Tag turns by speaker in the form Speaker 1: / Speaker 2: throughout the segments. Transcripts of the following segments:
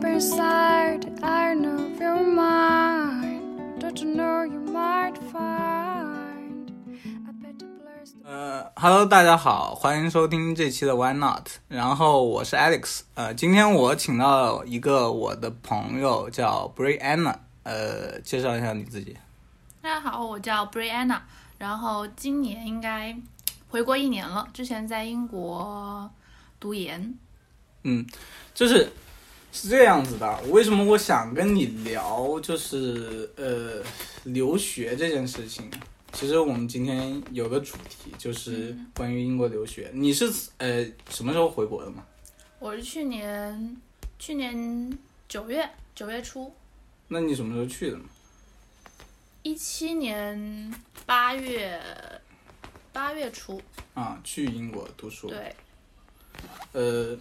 Speaker 1: beside, I know you're mine. Don't you know you might find a better place to
Speaker 2: 呃，Hello，大家好，欢迎收听这期的 Why Not。然后我是 Alex，呃，今天我请到了一个我的朋友叫 Brianna，呃，介绍一下你自己。
Speaker 3: 大家好，我叫 Brianna，然后今年应该回国一年了，之前在英国读研，
Speaker 2: 嗯，就是是这样子的，为什么我想跟你聊，就是呃，留学这件事情。其实我们今天有个主题，就是关于英国留学。你是呃什么时候回国的吗？
Speaker 3: 我是去年去年九月九月初，
Speaker 2: 那你什么时候去的吗？
Speaker 3: 一七年八月八月初，
Speaker 2: 啊，去英国读书。
Speaker 3: 对，
Speaker 2: 呃，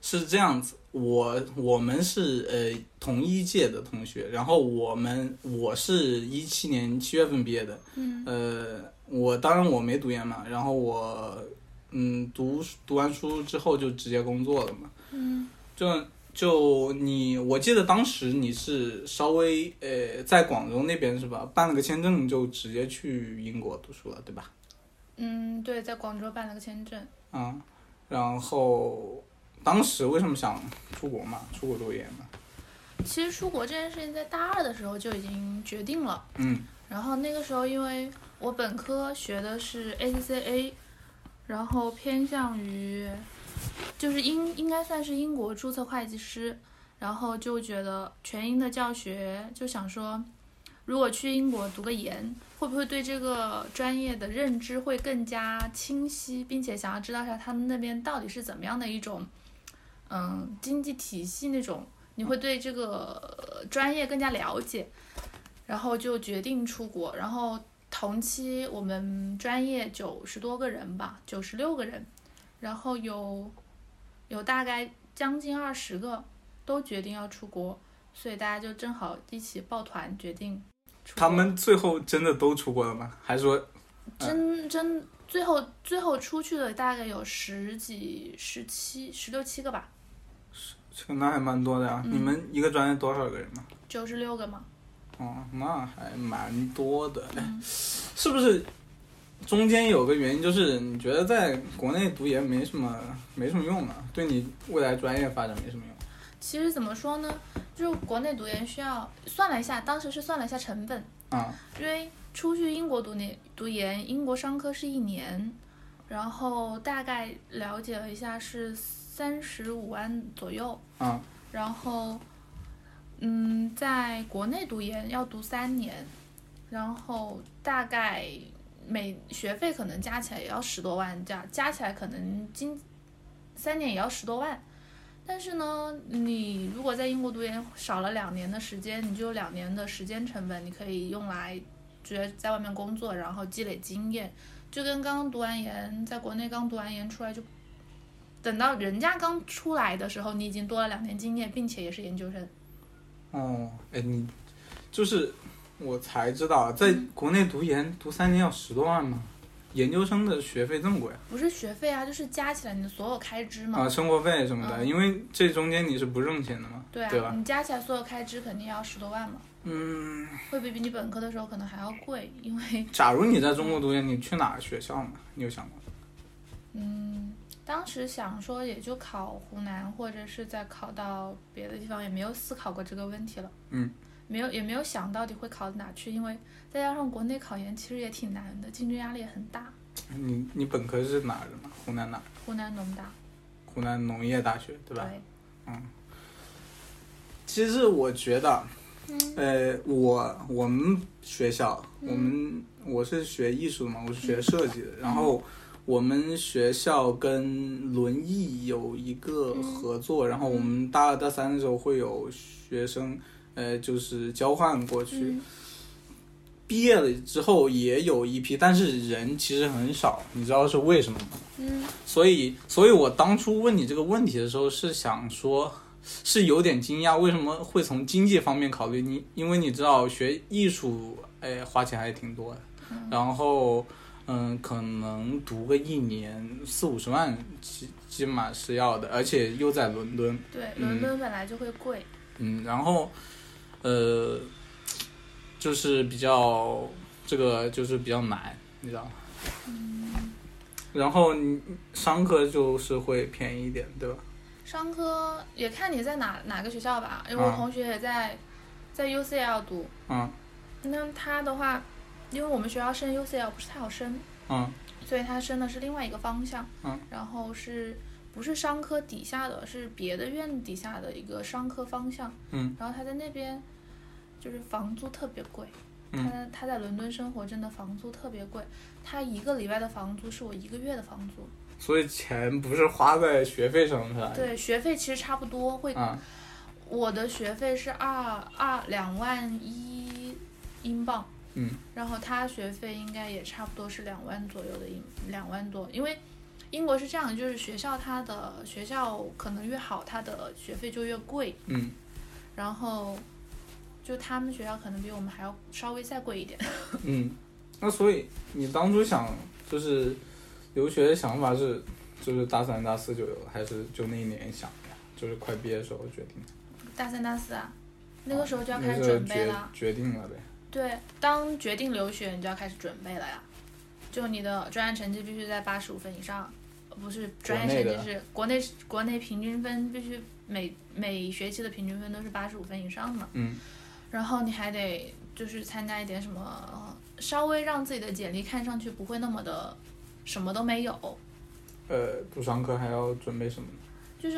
Speaker 2: 是这样子，我我们是呃同一届的同学，然后我们我是一七年七月份毕业的，
Speaker 3: 嗯，
Speaker 2: 呃，我当然我没读研嘛，然后我嗯读读完书之后就直接工作了嘛，
Speaker 3: 嗯，
Speaker 2: 就就你，我记得当时你是稍微呃在广州那边是吧，办了个签证就直接去英国读书了，对吧？
Speaker 3: 嗯，对，在广州办了个签证，
Speaker 2: 嗯，然后当时为什么想出国嘛？出国读研嘛？
Speaker 3: 其实出国这件事情在大二的时候就已经决定了。
Speaker 2: 嗯
Speaker 3: 然后那个时候，因为我本科学的是 ACCA，然后偏向于就是英应该算是英国注册会计师，然后就觉得全英的教学，就想说，如果去英国读个研，会不会对这个专业的认知会更加清晰，并且想要知道一下他们那边到底是怎么样的一种，嗯，经济体系那种，你会对这个呃专业更加了解。然后就决定出国。然后同期我们专业九十多个人吧，九十六个人，然后有有大概将近二十个都决定要出国，所以大家就正好一起抱团决定出国。
Speaker 2: 他们嗯最后真的都出国了吗？还说
Speaker 3: 真真最后最后出去的大概有十几、十七、十六七个吧，
Speaker 2: 这个那还蛮多的呀、
Speaker 3: 嗯
Speaker 2: 你们一个专业多少个人嘛？
Speaker 3: 九十六个嘛。
Speaker 2: 哦，那还蛮多的。
Speaker 3: 嗯
Speaker 2: 哎是不是中间有个原因，就是你觉得在国内读研没什么没什么用啊？对你未来专业发展没什么用？
Speaker 3: 其实怎么说呢，就是国内读研需要算了一下，当时是算了一下成本，
Speaker 2: 啊，
Speaker 3: 因为出去英国读研，读研英国商科是一年，然后大概了解了一下是三十五万左右，
Speaker 2: 啊，
Speaker 3: 然后，嗯，在国内读研要读三年，然后大概每学费可能加起来也要十多万，加加起来可能今三年也要十多万。但是呢，你如果在英国读研少了两年的时间，你就有两年的时间成本，你可以用来直接在外面工作，然后积累经验，就跟刚刚读完研，在国内刚读完研出来就等到人家刚出来的时候，你已经多了两年经验，并且也是研究生。
Speaker 2: 哦，哎，你就是我才知道，啊在国内读研读三年要十多万吗？研究生的学费这么贵啊
Speaker 3: 不是学费啊，就是加起来你的所有开支嘛。
Speaker 2: 啊？生活费什么的，
Speaker 3: 嗯
Speaker 2: 因为这中间你是不挣钱的嘛，
Speaker 3: 对啊，
Speaker 2: 吧？
Speaker 3: 你加起来所有开支肯定要十多万嘛，
Speaker 2: 嗯，
Speaker 3: 会比比你本科的时候可能还要贵，因为
Speaker 2: 哎假如你在中国读研，你去哪个学校呢？你有想过？
Speaker 3: 嗯，当时想说也就考湖南，或者是再考到别的地方，也没有思考过这个问题了。
Speaker 2: 嗯，
Speaker 3: 没有也没有想到底会考哪去，因为再加上国内考研其实也挺难的，竞争压力也很大。
Speaker 2: 你你本科是哪儿的嘛？湖南哪儿？
Speaker 3: 湖南农大，
Speaker 2: 湖南农业大学，对
Speaker 3: 对
Speaker 2: 吧？其实我觉得，呃，我我们学校，我们我是学艺术的嘛，我是学设计的，然后我们学校跟轮艺有一个合作，然后我们大二大三的时候会有学生，呃，就是交换过去。
Speaker 3: 嗯
Speaker 2: 毕业了之后也有一批，但是人其实很少，你知道是为什么吗？
Speaker 3: 嗯
Speaker 2: 所以，所以我当初问你这个问题的时候，是想说，是有点惊讶，为什么会从经济方面考虑你？因为你知道学艺术，哎，花钱还挺多的。然后，嗯，可能读个一年四五十万起起码是要的，而且又在伦敦，
Speaker 3: 对，
Speaker 2: 嗯
Speaker 3: 伦敦本来就会贵，
Speaker 2: 嗯，然后，呃，就是比较这个就是比较难，你知道吗？然后你商科就是会便宜一点，对吧？
Speaker 3: 商科也看你在哪哪个学校吧，因为我
Speaker 2: 嗯
Speaker 3: 同学也在、在 UCL 读，
Speaker 2: 嗯
Speaker 3: 那他的话，因为我们学校升 UCL 不是太好升，
Speaker 2: 嗯
Speaker 3: 所以他升的是另外一个方向，
Speaker 2: 嗯，
Speaker 3: 然后是不是商科底下的，是别的院底下的一个商科方向，
Speaker 2: 嗯，
Speaker 3: 然后他在那边就是房租特别贵，
Speaker 2: 嗯
Speaker 3: 他他在伦敦生活真的房租特别贵，他一个礼拜的房租是我一个月的房租，
Speaker 2: 所以钱不是花在学费上是吧？
Speaker 3: 对，学费其实差不多会，
Speaker 2: 啊，
Speaker 3: 我的学费是二二两万一英镑。
Speaker 2: 嗯
Speaker 3: 然后他学费应该也差不多是两万左右的英两万多，因为英国是这样，就是学校它的学校可能越好，它的学费就越贵，
Speaker 2: 嗯
Speaker 3: 然后就他们学校可能比我们还要稍微再贵一点。
Speaker 2: 嗯。那所以你当初想就是留学的想法是，就是大三大四就有，还是就那一年想的呀？就是快毕业的时候决定的。
Speaker 3: 大三大四啊，那个时候就要开
Speaker 2: 那
Speaker 3: 始
Speaker 2: 时候
Speaker 3: 准备
Speaker 2: 决
Speaker 3: 了。
Speaker 2: 决定了呗。
Speaker 3: 对，当决定留学，你就要开始准备了呀。就你的专业成绩必须在八十五分以上，呃不是专
Speaker 2: 国内
Speaker 3: 业成
Speaker 2: 的
Speaker 3: 绩是国内国内平均分必须每每学期的平均分都是八十五分以上嘛。
Speaker 2: 嗯。
Speaker 3: 然后你还得就是参加一点什么，呃稍微让自己的简历看上去不会那么的什么都没有。
Speaker 2: 呃，补上课还要准备什么呢？
Speaker 3: 就是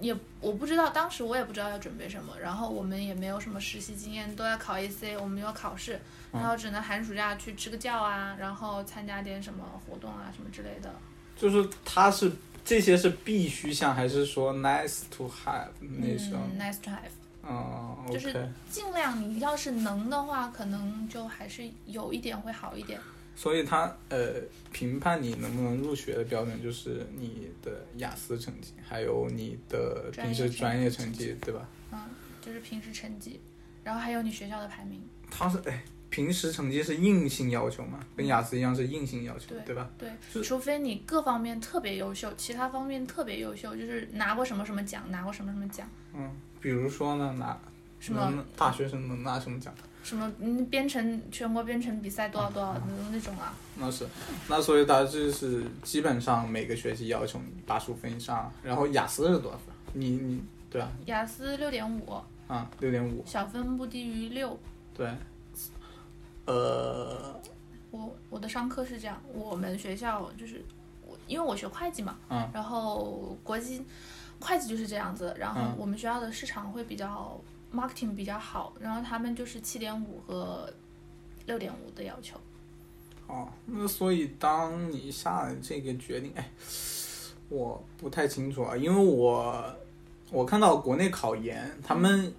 Speaker 3: 也我不知道，当时我也不知道要准备什么，然后我们也没有什么实习经验，都要考 AC，我们要考试，
Speaker 2: 嗯
Speaker 3: 然后只能寒暑假去支个教啊，然后参加点什么活动啊什么之类的。
Speaker 2: 就是它是这些是必须项，还是说 nice to have 那种？
Speaker 3: 嗯，nice to have。
Speaker 2: 嗯
Speaker 3: 就
Speaker 2: o
Speaker 3: 是
Speaker 2: k
Speaker 3: 尽量你要是能的话，可能就还是有一点会好一点。
Speaker 2: 所以它呃，评判你能不能入学的标准就是你的雅思成绩，还有你的
Speaker 3: 专
Speaker 2: 平
Speaker 3: 业
Speaker 2: 时
Speaker 3: 成绩
Speaker 2: 专业成绩，对吧？
Speaker 3: 嗯，就是平时成绩，然后还有你学校的排名。
Speaker 2: 它是哎，平时成绩是硬性要求嘛，跟雅思一样是硬性要求，
Speaker 3: 对
Speaker 2: 对吧？
Speaker 3: 对，
Speaker 2: 是
Speaker 3: 除非你各方面特别优秀，其他方面特别优秀，就是拿过什么什么奖，拿过什么什么奖，
Speaker 2: 嗯，比如说呢，拿
Speaker 3: 什么
Speaker 2: 能大学生能拿什么奖？
Speaker 3: 什么嗯编程全国编程比赛多少多少的
Speaker 2: 嗯
Speaker 3: 那种啊，
Speaker 2: 那是，那所以它就是基本上每个学期要求你八十五分以上，然后雅思是多少分？你你对啊，
Speaker 3: 雅思六点五，
Speaker 2: 啊六点五
Speaker 3: 小分不低于六。
Speaker 2: 对，呃
Speaker 3: 我我的商科是这样，我们学校就是我因为我学会计嘛，
Speaker 2: 嗯
Speaker 3: 然后国际会计就是这样子，然后
Speaker 2: 嗯
Speaker 3: 我们学校的市场会比较 marketing 比较好，然后他们就是七点五和六点五的要求。
Speaker 2: 哦，那所以当你下了这个决定，哎，我不太清楚啊，因为我我看到国内考研，他们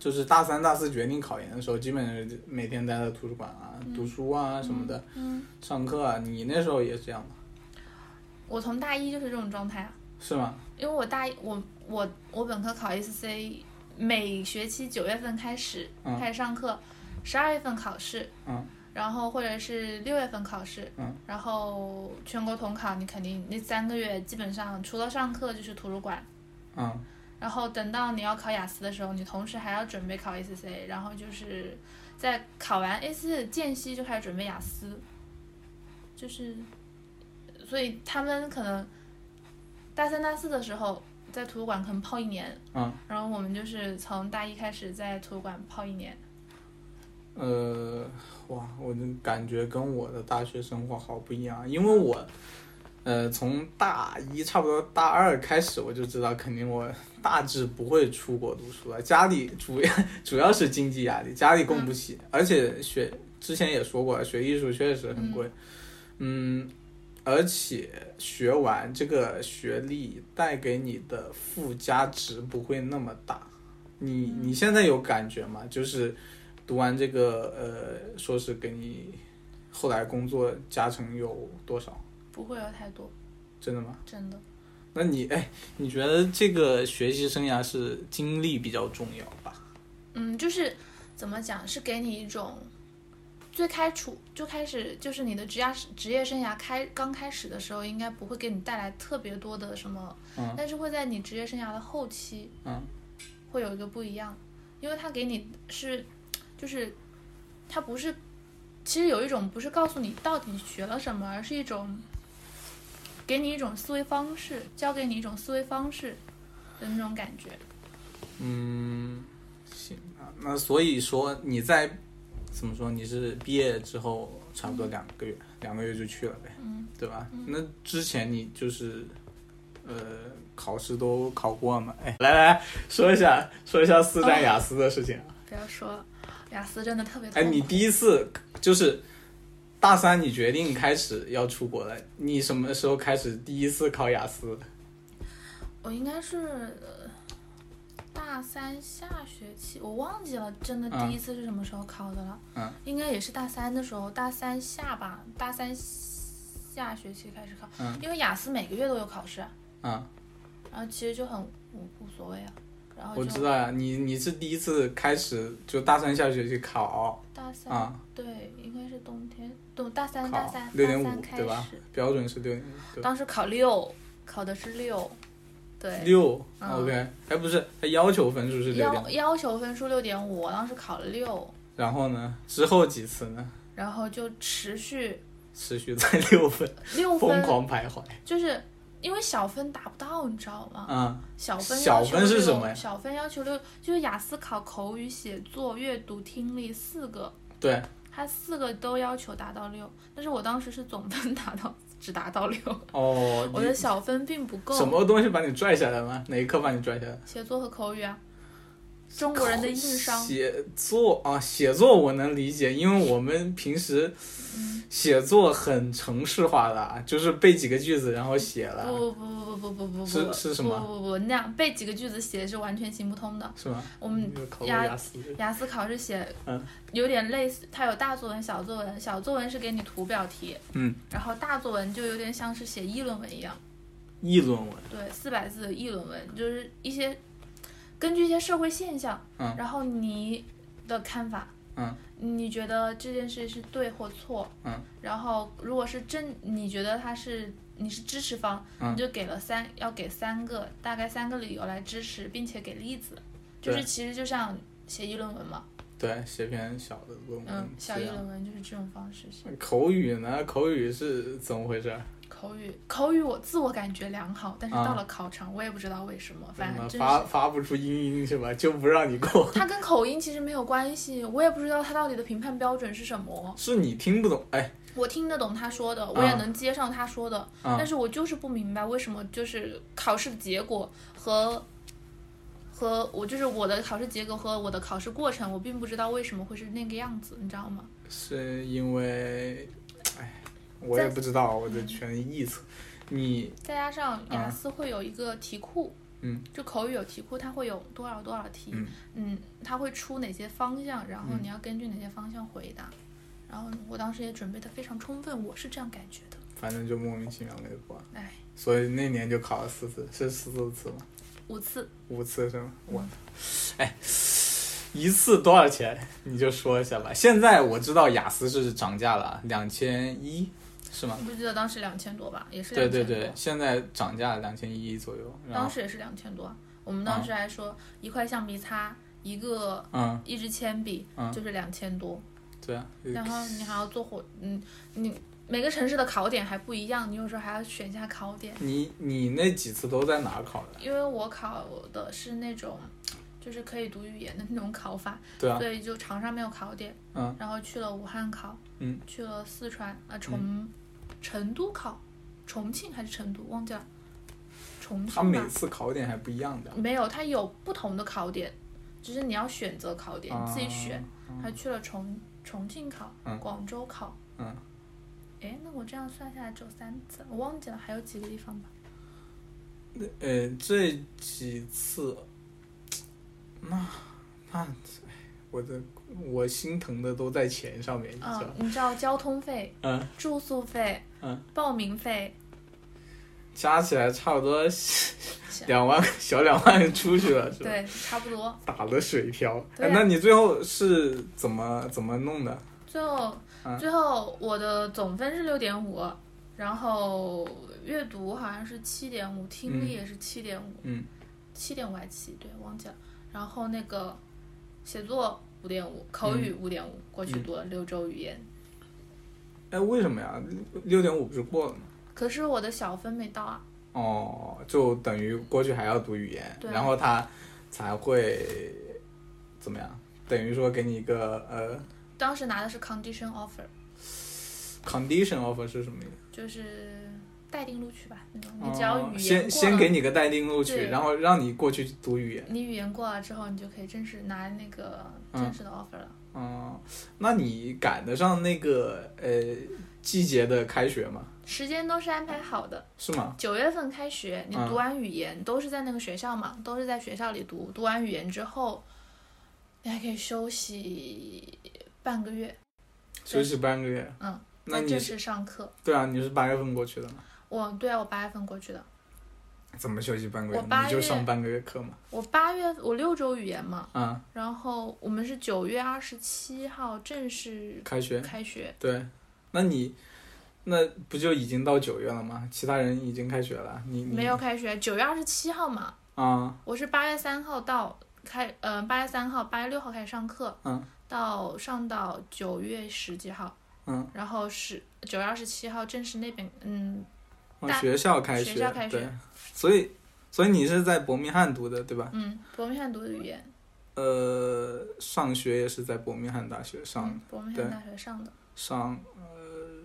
Speaker 2: 就是大三大四决定考研的时候，基本上是每天待在图书馆啊、
Speaker 3: 嗯
Speaker 2: 读书啊什么的，
Speaker 3: 嗯，
Speaker 2: 上课啊，你那时候也是这样吗？
Speaker 3: 我从大一就是这种状态啊。
Speaker 2: 是吗？
Speaker 3: 因为我大一，我我我本科考 ACC，每学期九月份开始、
Speaker 2: 嗯
Speaker 3: 开始上课，十二月份考试，
Speaker 2: 嗯
Speaker 3: 然后或者是六月份考试，
Speaker 2: 嗯
Speaker 3: 然后全国统考，你肯定那三个月基本上除了上课就是图书馆，
Speaker 2: 嗯。
Speaker 3: 然后等到你要考雅思的时候，你同时还要准备考 ACC，然后就是在考完 ACC 的间隙就开始准备雅思，就是，所以他们可能大三、大四的时候在图书馆可能泡一年，
Speaker 2: 嗯，
Speaker 3: 然后我们就是从大一开始在图书馆泡一年，
Speaker 2: 呃，哇，我就感觉跟我的大学生活好不一样啊，因为我，呃，从大一差不多大二开始，我就知道肯定我大致不会出国读书了，家里主要主要是经济压力，家里供不起，而且学之前也说过了，学艺术确实很贵，嗯。而且学完这个学历带给你的附加值不会那么大，你你现在有感觉吗？就是读完这个呃硕士，给你后来工作加成有多少？
Speaker 3: 不会有太多，
Speaker 2: 真的吗？
Speaker 3: 真的。
Speaker 2: 那你哎，你觉得这个学习生涯是经历比较重要吧？
Speaker 3: 嗯，就是怎么讲，是给你一种最开初就开始就是你的职业职业生涯开刚开始的时候，应该不会给你带来特别多的什么，
Speaker 2: 嗯
Speaker 3: 但是会在你职业生涯的后期
Speaker 2: 嗯
Speaker 3: 会有一个不一样，因为它给你是就是它不是，其实有一种不是告诉你到底学了什么，而是一种给你一种思维方式，教给你一种思维方式的那种感觉。
Speaker 2: 嗯，行啊，那所以说你在怎么说？你是毕业之后差不多两个月，两个月就去了呗，
Speaker 3: 嗯，
Speaker 2: 对吧？那之前你就是呃考试都考过吗？哎，来来说一下说一下四战雅思的事情。
Speaker 3: 不要说了雅思真的特别
Speaker 2: 哎，
Speaker 3: 痛苦。
Speaker 2: 你第一次就是大三，你决定开始要出国了，你什么时候开始第一次考雅思？
Speaker 3: 我应该是呃大三下学期，我忘记了真的
Speaker 2: 嗯
Speaker 3: 第一次是什么时候考的了。
Speaker 2: 嗯，
Speaker 3: 应该也是大三的时候，大三下吧，大三下学期开始考。
Speaker 2: 嗯
Speaker 3: 因为雅思每个月都有考试，
Speaker 2: 啊、
Speaker 3: 然后其实就很无无所谓啊。然后
Speaker 2: 我
Speaker 3: 就
Speaker 2: 知道呀，你你是第一次开始就大三下学期考
Speaker 3: 大三、
Speaker 2: 啊，
Speaker 3: 对，应该是冬天，冬大三大
Speaker 2: 考
Speaker 3: 三
Speaker 2: 六点
Speaker 3: 大
Speaker 2: 五
Speaker 3: 三开
Speaker 2: 对吧
Speaker 3: 始，？
Speaker 2: 标准是六点五对吧。
Speaker 3: 当时考六，考的是六，对，
Speaker 2: 六、
Speaker 3: 嗯
Speaker 2: OK，哎不是，他要求分数是六点
Speaker 3: 要
Speaker 2: 五，
Speaker 3: 要求分数六点五，我当时考了六，
Speaker 2: 然后呢，之后几次呢，
Speaker 3: 然后就持续
Speaker 2: 持续在六分，
Speaker 3: 六
Speaker 2: 疯
Speaker 3: 分，
Speaker 2: 狂徘徊。
Speaker 3: 就是因为小分达不到，你知道吗？
Speaker 2: 嗯
Speaker 3: 小分
Speaker 2: 小
Speaker 3: 要求
Speaker 2: 分是
Speaker 3: 六
Speaker 2: 什么呀
Speaker 3: 小分要求六，就是雅思考口语、写作、阅读、听力四个，
Speaker 2: 对，
Speaker 3: 它四个都要求达到六，但是我当时是总分达到只达到六，
Speaker 2: 哦，
Speaker 3: 我
Speaker 2: 你
Speaker 3: 的小分并不够。
Speaker 2: 什么东西把你拽下来吗？哪一课把你拽下来？
Speaker 3: 写作和口语啊，中国人的硬伤。
Speaker 2: 写作啊，写作我能理解，因为我们平时写作很程式化的啊，就是背几个句子然后写了，
Speaker 3: 不不不不不不不不，
Speaker 2: 啊是是什么
Speaker 3: 不不不，那样背几个句子写是完全行不通的。
Speaker 2: 是吗？
Speaker 3: 嗯我们
Speaker 2: 你有考过
Speaker 3: 呀
Speaker 2: 雅思？
Speaker 3: 雅思考试写，
Speaker 2: 嗯
Speaker 3: 有点类似，它有大作文、小作文。小作文是给你图表题，
Speaker 2: 嗯，
Speaker 3: 然后大作文就有点像是写议论文一样，
Speaker 2: 议论文，
Speaker 3: 对，四百字的议论文，就是一些根据一些社会现象，
Speaker 2: 嗯
Speaker 3: 然后你的看法，
Speaker 2: 嗯，
Speaker 3: 你觉得这件事是对或错，
Speaker 2: 嗯，
Speaker 3: 然后如果是正，你觉得它是你是支持方，
Speaker 2: 嗯
Speaker 3: 你就给了三，要给三个，大概三个理由来支持，并且给例子，就是
Speaker 2: 对
Speaker 3: 其实就像写议论文嘛。
Speaker 2: 对，写篇小的论文，
Speaker 3: 嗯，小
Speaker 2: 是
Speaker 3: 议
Speaker 2: 啊
Speaker 3: 论文就是这种方式写。
Speaker 2: 口语呢？口语是怎么回事？
Speaker 3: 口语，口语我自我感觉良好，但是
Speaker 2: 啊
Speaker 3: 到了考场，我也不知道为什么，反正
Speaker 2: 怎
Speaker 3: 真
Speaker 2: 么发
Speaker 3: 是。
Speaker 2: 发不出音音是吧？就不让你过，
Speaker 3: 它跟口音其实没有关系，我也不知道它到底的评判标准是什么。
Speaker 2: 是你听不懂哎
Speaker 3: 我听得懂他说的，我也
Speaker 2: 啊
Speaker 3: 能接上他说的，
Speaker 2: 啊
Speaker 3: 但是我就是不明白为什么就是考试的结果和和我就是我的考试结果和我的考试过程，我并不知道为什么会是那个样子，你知道吗？
Speaker 2: 是因为，哎，我也
Speaker 3: 在
Speaker 2: 不知道，我的全臆测。你
Speaker 3: 再加上雅
Speaker 2: 啊
Speaker 3: 思会有一个题库，
Speaker 2: 嗯，
Speaker 3: 就口语有题库，它会有多少多少题，
Speaker 2: 嗯
Speaker 3: 它会出哪些方向，然后
Speaker 2: 嗯
Speaker 3: 你要根据哪些方向回答。然后我当时也准备的非常充分，我是这样感觉的。
Speaker 2: 反正就莫名其妙没过，
Speaker 3: 哎，
Speaker 2: 所以那年就考了四次，是四四次吗？
Speaker 3: 五次
Speaker 2: 五次是吗？我，哎，一次多少钱？你就说一下吧。现在我知道雅思是涨价了，啊两千一，是吗
Speaker 3: 我？不记得当时两千多吧，也是
Speaker 2: 对
Speaker 3: 两
Speaker 2: 对
Speaker 3: 千多。
Speaker 2: 对，现在涨价两千一左右。然
Speaker 3: 当
Speaker 2: 后，
Speaker 3: 时也是两千多。我们当
Speaker 2: 啊
Speaker 3: 时还说一块橡皮擦，一个
Speaker 2: 嗯，
Speaker 3: 一支铅笔、
Speaker 2: 嗯
Speaker 3: 就是两千多，
Speaker 2: 对啊，
Speaker 3: 然后你还要做火，嗯，你每个城市的考点还不一样，你有时候还要选一下考点。
Speaker 2: 你你那几次都在哪考的？
Speaker 3: 因为我考的是那种，就是可以读语言的那种考法，
Speaker 2: 对啊
Speaker 3: 所，以就长沙没有考点，
Speaker 2: 嗯，
Speaker 3: 然后去了武汉考，
Speaker 2: 嗯，
Speaker 3: 去了四川啊重、成都考，重庆还是成都忘记了，重
Speaker 2: 他
Speaker 3: 庆
Speaker 2: 每
Speaker 3: 吧，
Speaker 2: 次考点还不一样的。
Speaker 3: 没有，它有不同的考点，只是你要选择考点，
Speaker 2: 啊
Speaker 3: 你自己选，还去了重重庆考，
Speaker 2: 嗯
Speaker 3: 广州考，
Speaker 2: 嗯，
Speaker 3: 哎，那我这样算下来只有三次，我忘记了还有几个地方吧，
Speaker 2: 呃，这几次，那那，哎我的我心疼的都在钱上面，你知道
Speaker 3: 啊
Speaker 2: 吗？，
Speaker 3: 你知道交通费、
Speaker 2: 嗯，
Speaker 3: 住宿费、
Speaker 2: 嗯
Speaker 3: 报名费。
Speaker 2: 加起来差不多两万，小两万出去了，是吧？
Speaker 3: 对，差不多。
Speaker 2: 打了水漂。
Speaker 3: 对
Speaker 2: 哎
Speaker 3: 啊，
Speaker 2: 那你最后是怎么怎么弄的？
Speaker 3: 最后
Speaker 2: 嗯
Speaker 3: 最后我的总分是六点五，然后阅读好像是七点五，听
Speaker 2: 嗯
Speaker 3: 力也是七点五，
Speaker 2: 嗯，
Speaker 3: 七点五还七，对，忘记了。然后那个写作五点五，口
Speaker 2: 嗯
Speaker 3: 语五点五，过去读了六周语言。
Speaker 2: 哎，为什么呀？六点五不是过了吗？
Speaker 3: 可是我的小分没到啊，
Speaker 2: 哦，就等于过去还要读语言，
Speaker 3: 对
Speaker 2: 然后他才会怎么样？等于说给你一个呃
Speaker 3: 当时拿的是 condition offer，
Speaker 2: condition offer 是什么意思？
Speaker 3: 就是待定录取吧那种。
Speaker 2: 哦
Speaker 3: 你只要语言
Speaker 2: 先
Speaker 3: 过
Speaker 2: 先
Speaker 3: 了
Speaker 2: 给你个待定录取，
Speaker 3: 对
Speaker 2: 然后让你过去读语言。
Speaker 3: 你语言过了之后，你就可以正式拿那个
Speaker 2: 嗯
Speaker 3: 正式的 offer 了。
Speaker 2: 哦，那你赶得上那个呃季节的开学吗？
Speaker 3: 时间都是安排好的，
Speaker 2: 是吗？
Speaker 3: 九月份开学，你
Speaker 2: 嗯
Speaker 3: 读完语言、都是在那个学校嘛，都是在学校里读。读完语言之后，你还可以休息半个月，
Speaker 2: 休息半个月。
Speaker 3: 嗯，
Speaker 2: 那
Speaker 3: 再
Speaker 2: 你
Speaker 3: 正
Speaker 2: 是
Speaker 3: 式上课。
Speaker 2: 对啊，你是八月份过去的吗？
Speaker 3: 我对啊，我八月份过去的，
Speaker 2: 怎么休息半个月？
Speaker 3: 我八
Speaker 2: 你就
Speaker 3: 月
Speaker 2: 上半个月课嘛。
Speaker 3: 我八月我六周语言嘛，
Speaker 2: 啊、
Speaker 3: 然后我们是九月二十七号正式
Speaker 2: 开学。
Speaker 3: 开学，
Speaker 2: 对，那你那不就已经到九月了吗？其他人已经开学了，你你
Speaker 3: 没有开学，九月二十七号嘛，
Speaker 2: 啊？
Speaker 3: 我是八月三号到开，呃，八月三号、八月六号开始上课，
Speaker 2: 嗯，
Speaker 3: 到上到九月十几号，
Speaker 2: 嗯，
Speaker 3: 然后是九月二十七号正式那边，嗯，
Speaker 2: 哦
Speaker 3: 大
Speaker 2: 学校开学，
Speaker 3: 学校开学
Speaker 2: 对，所以所以你是在伯明翰读的对吧？
Speaker 3: 嗯，伯明翰读的语言，
Speaker 2: 呃，上学也是在伯明翰大学上、
Speaker 3: 嗯，伯明
Speaker 2: 对
Speaker 3: 翰大学上的，
Speaker 2: 上，呃，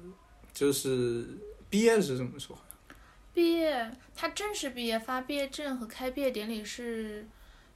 Speaker 2: 就是毕业是什么时候？
Speaker 3: 毕业，他正式毕业发毕业证和开毕业典礼是，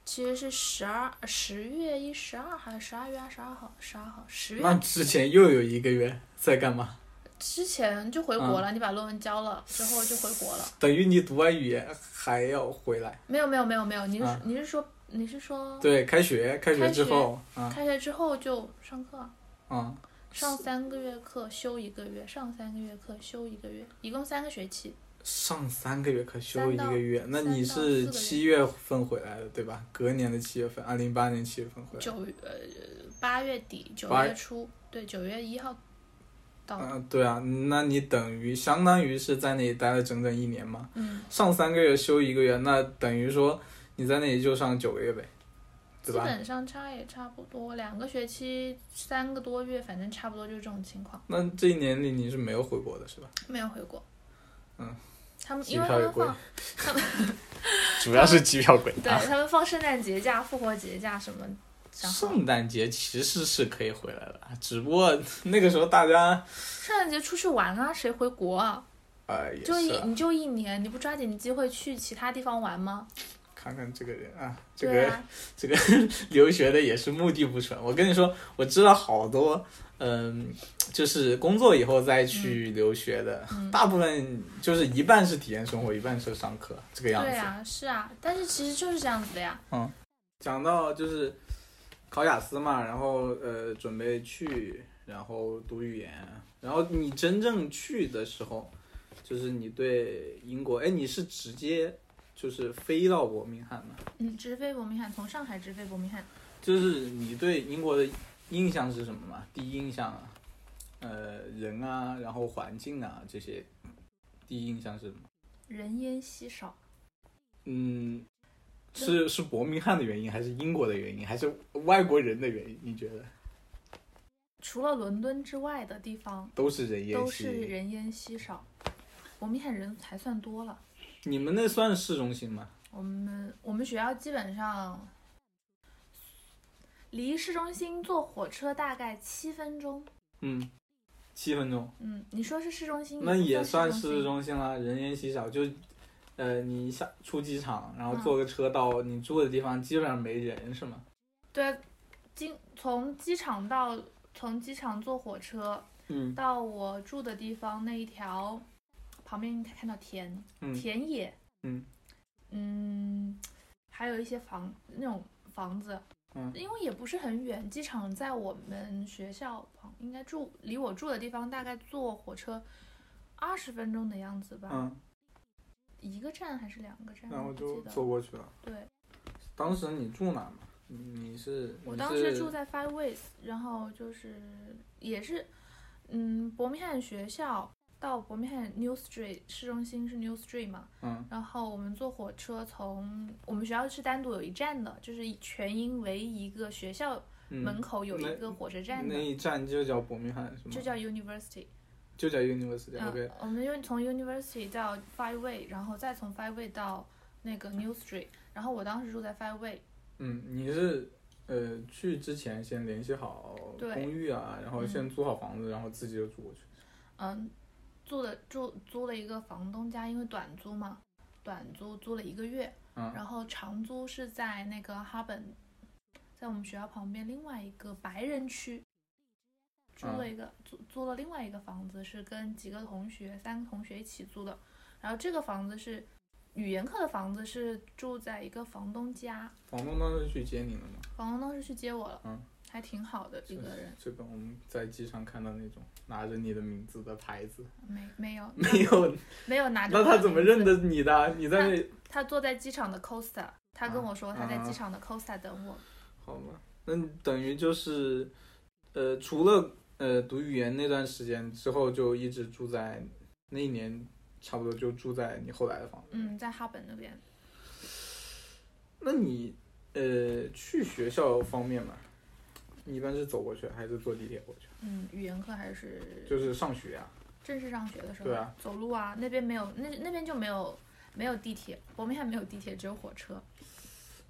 Speaker 3: 其实是十二十月一十二还是十二月二十二号，十二号十
Speaker 2: 那
Speaker 3: 月
Speaker 2: 之前又有一个月在干嘛？
Speaker 3: 之前就回国了，
Speaker 2: 嗯
Speaker 3: 你把论文交了之后就回国了，
Speaker 2: 等于你读完语言还要回来。
Speaker 3: 没有没有没有没有，你是、
Speaker 2: 嗯
Speaker 3: 你是说你是说
Speaker 2: 对，开学，开学
Speaker 3: 开
Speaker 2: 之
Speaker 3: 学
Speaker 2: 后，啊
Speaker 3: 哦开学之后就上课，
Speaker 2: 啊，
Speaker 3: 上三个月课休一个月，上三个月课休一个月，一共三个学期。
Speaker 2: 上三个月课休
Speaker 3: 三
Speaker 2: 一
Speaker 3: 到
Speaker 2: 个月，那你
Speaker 3: 三到四
Speaker 2: 是
Speaker 3: 个月
Speaker 2: 七月份回来的对吧？隔年的七月份，二啊零一八年七月份回来。
Speaker 3: 九呃八月底九
Speaker 2: 八
Speaker 3: 月初，对九月一号到
Speaker 2: 嗯、
Speaker 3: 的。
Speaker 2: 对啊，那你等于相当于是在那里待了整整一年嘛？
Speaker 3: 嗯，
Speaker 2: 上三个月休一个月，那等于说你在那里就上九个月呗，
Speaker 3: 基
Speaker 2: 对吧？
Speaker 3: 本上差也差不多，两个学期三个多月，反正差不多就是这种情况。
Speaker 2: 那这一年里你是没有回国的是吧？
Speaker 3: 没有回国。
Speaker 2: 嗯，
Speaker 3: 他们
Speaker 2: 机
Speaker 3: 因为他
Speaker 2: 票也
Speaker 3: 们
Speaker 2: 贵
Speaker 3: 放，
Speaker 4: 主要是机票贵
Speaker 3: 对、他们放圣诞节假、复活节假什么，然后
Speaker 2: 圣诞节其实是可以回来的，只不过那个时候大家，
Speaker 3: 圣诞节出去玩啊，谁回国啊？
Speaker 2: 呃，也
Speaker 3: 就一
Speaker 2: 是啊
Speaker 3: 你就一年，你不抓紧机会去其他地方玩吗？
Speaker 2: 看看这个人啊，这
Speaker 3: 对
Speaker 2: 个
Speaker 3: 啊，
Speaker 2: 留学的也是目的不纯。我跟你说，我知道好多，嗯，就是工作以后再去
Speaker 3: 嗯
Speaker 2: 留学的，大部分就是一半是体验生活，一半是上课这个样子。
Speaker 3: 对啊，是啊，但是其实就是这样子的呀。
Speaker 2: 讲到就是考雅思嘛，然后呃准备去，然后读语言，然后你真正去的时候，就是你对英国，哎，你是直接就是飞到伯明翰吗？
Speaker 3: 嗯，直飞伯明翰，从上海直飞伯明翰。
Speaker 2: 就是你对英国的印象是什么嘛？第一印象啊，呃，人啊，然后环境啊这些，第一印象是什么？
Speaker 3: 人烟稀少，
Speaker 2: 嗯，是是伯明翰的原因，还是英国的原因，还是外国人的原因？你觉得
Speaker 3: 除了伦敦之外的地方
Speaker 2: 都是人烟
Speaker 3: 都
Speaker 2: 稀
Speaker 3: 是人烟稀少。伯明翰人还算多了，
Speaker 2: 你们那算市中心吗？
Speaker 3: 我们我们学校基本上离市中心坐火车大概七分钟。
Speaker 2: 嗯，七分钟，
Speaker 3: 嗯，你说是市中心，
Speaker 2: 那也
Speaker 3: 不
Speaker 2: 算
Speaker 3: 市
Speaker 2: 市
Speaker 3: 中
Speaker 2: 中心啦，人烟稀少。就，呃，你下出机场，然后
Speaker 3: 嗯
Speaker 2: 坐个车到你住的地方，基本上没人，是吗？
Speaker 3: 心。对，经从机场到从机场坐火车，
Speaker 2: 嗯
Speaker 3: 到我住的地方那一条旁边，你可以看到田、
Speaker 2: 嗯
Speaker 3: 田野，
Speaker 2: 嗯
Speaker 3: 嗯还有一些房那种房子，
Speaker 2: 嗯
Speaker 3: 因为也不是很远，机场在我们学校旁，应该住离我住的地方大概坐火车二十分钟的样子吧，
Speaker 2: 嗯，
Speaker 3: 一个站还是两个站，
Speaker 2: 然
Speaker 3: 我
Speaker 2: 后
Speaker 3: 不
Speaker 2: 就
Speaker 3: 记得。
Speaker 2: 坐过去了。
Speaker 3: 对，
Speaker 2: 当时你住哪嘛？你是
Speaker 3: 我
Speaker 2: 你
Speaker 3: 当时
Speaker 2: 是
Speaker 3: 住在 Five Ways，然后就是也是，嗯，伯明翰学校到伯明翰 New Street 市中心是 New Street 嘛，
Speaker 2: 嗯
Speaker 3: 然后我们坐火车从我们学校是单独有一站的，就是以全英唯一一个学校
Speaker 2: 嗯
Speaker 3: 门口有
Speaker 2: 那
Speaker 3: 一个火车站
Speaker 2: 那
Speaker 3: 的，
Speaker 2: 一站就叫伯明翰是吗？
Speaker 3: 就叫 University。
Speaker 2: 就叫 University、
Speaker 3: 嗯
Speaker 2: OK，
Speaker 3: 我们就从 University 到 Five Way，然后再从 Five Way 到那个 New Street，然后我当时住在 Five Way，
Speaker 2: 嗯，你是呃去之前先联系好
Speaker 3: 对
Speaker 2: 公寓啊，然后
Speaker 3: 嗯
Speaker 2: 先租好房子，然后自己就住过去。
Speaker 3: 嗯，住的住租了一个房东家，因为短租嘛，短租租了一个月，
Speaker 2: 嗯
Speaker 3: 然后长租是在那个哈本，在我们学校旁边另外一个白人区，租了
Speaker 2: 嗯
Speaker 3: 一个、租租了另外一个房子，是跟几个同学三个同学一起租的，然后这个房子是语言课的房子，是住在一个房东家，
Speaker 2: 房东当时去接你了吗？
Speaker 3: 房东当时去接我了，
Speaker 2: 嗯
Speaker 3: 还挺好的一个人，
Speaker 2: 这个我们在机场看到那种拿着你的名字的牌 子，
Speaker 3: 没没有
Speaker 2: 没有，
Speaker 3: 没有 拿着
Speaker 2: 那
Speaker 3: 我的
Speaker 2: 他怎么
Speaker 3: 名字
Speaker 2: 认得你的？你在那
Speaker 3: 他坐在机场的 Costa，他跟我说
Speaker 2: 啊
Speaker 3: 他在机场的 Costa 等我。
Speaker 2: 好吗？那等于就是，呃，除了呃读语言那段时间之后，就一直住在那一年，差不多就住在你后来的房子。
Speaker 3: 嗯，在哈本那边，
Speaker 2: 那你呃去学校方面嘛，你一般是走过去还是坐地铁过去？
Speaker 3: 嗯，语言课还是
Speaker 2: 就是上学啊，
Speaker 3: 正式上学的时候，
Speaker 2: 对啊
Speaker 3: 走路啊，那边没有，那那边就没有没有地铁，伯明翰没有地铁，只有火车。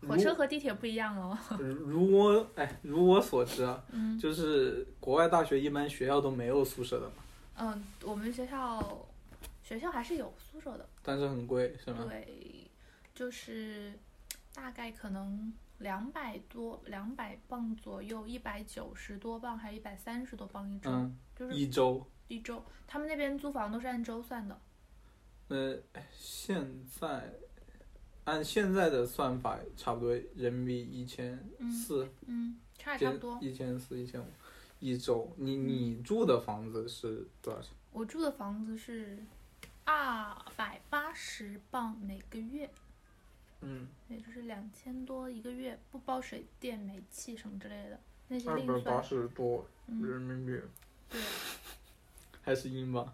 Speaker 3: 火车和地铁不一样哦。
Speaker 2: 如如我哎，如我所知啊，
Speaker 3: 嗯
Speaker 2: 就是国外大学一般学校都没有宿舍的嘛，
Speaker 3: 嗯，我们学校学校还是有宿舍的，
Speaker 2: 但是很贵是吗？
Speaker 3: 对，就是大概可能。两百多，两百磅左右，一百九十多磅，还有一百三十多磅一周，
Speaker 2: 嗯，
Speaker 3: 就是
Speaker 2: 一周。
Speaker 3: 一周，他们那边租房都是按周算的。
Speaker 2: 呃，现在按现在的算法，差不多人民币一千四，
Speaker 3: 嗯，差差不
Speaker 2: 千
Speaker 3: 多。
Speaker 2: 一千四一千五一周。你你住的房子是多少钱？
Speaker 3: 我住的房子是二百八十磅每个月，
Speaker 2: 嗯，
Speaker 3: 也就是两千多一个月，不包水电煤气什么之类的，那些
Speaker 2: 二百
Speaker 3: 另
Speaker 2: 八
Speaker 3: 算。
Speaker 2: 十多
Speaker 3: 嗯，
Speaker 2: 人民币，
Speaker 3: 对，
Speaker 2: 还是英镑？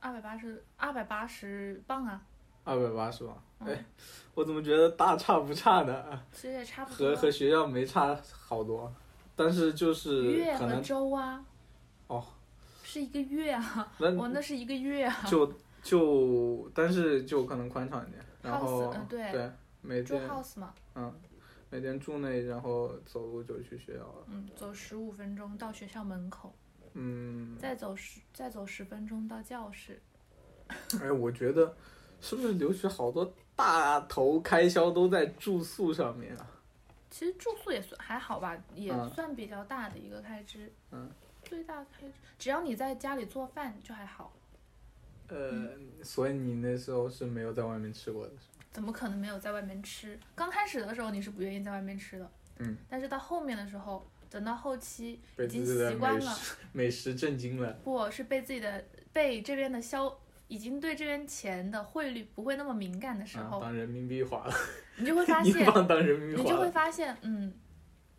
Speaker 3: 二百八十，二百八十磅啊，
Speaker 2: 二百八是吧？
Speaker 3: 嗯
Speaker 2: 哎，我怎么觉得大差不差呢？
Speaker 3: 其实也差不
Speaker 2: 和
Speaker 3: 多。
Speaker 2: 和学校没差好多，但是就是
Speaker 3: 月
Speaker 2: 可
Speaker 3: 和
Speaker 2: 能
Speaker 3: 周啊，
Speaker 2: 哦，
Speaker 3: 是一个月啊，
Speaker 2: 那
Speaker 3: 我那是一个月 啊。
Speaker 2: 就就，但是就可能宽敞一点，然
Speaker 3: House，
Speaker 2: 后
Speaker 3: 嗯对
Speaker 2: 每
Speaker 3: 住
Speaker 2: 天
Speaker 3: house 嘛，
Speaker 2: 嗯，每天住那，然后走路就去学校了。
Speaker 3: 嗯，走十五分钟到学校门口，
Speaker 2: 嗯，
Speaker 3: 再走十再走十分钟到教室。
Speaker 2: 哎，我觉得是不是留学好多大头开销都在住宿上面啊？
Speaker 3: 其实住宿也算还好吧，也
Speaker 2: 嗯
Speaker 3: 算比较大的一个开支。
Speaker 2: 嗯，
Speaker 3: 最大开支，只要你在家里做饭就还好，
Speaker 2: 呃，
Speaker 3: 嗯
Speaker 2: 所以你那时候是没有在外面吃过的，
Speaker 3: 怎么可能没有在外面吃？刚开始的时候你是不愿意在外面吃的，
Speaker 2: 嗯，
Speaker 3: 但是到后面的时候，等到后期
Speaker 2: 被
Speaker 3: 已经
Speaker 2: 自己的
Speaker 3: 习惯
Speaker 2: 美
Speaker 3: 了，
Speaker 2: 食美食震惊了。
Speaker 3: 不是被自己的被这边的消，已经对这边钱的汇率不会那么敏感的时
Speaker 2: 啊，
Speaker 3: 候，
Speaker 2: 当人民币花了，
Speaker 3: 你就会发
Speaker 2: 英
Speaker 3: 现，
Speaker 2: 镑当人民币
Speaker 3: 你
Speaker 2: 花
Speaker 3: 就会
Speaker 2: 了。
Speaker 3: 发现，嗯，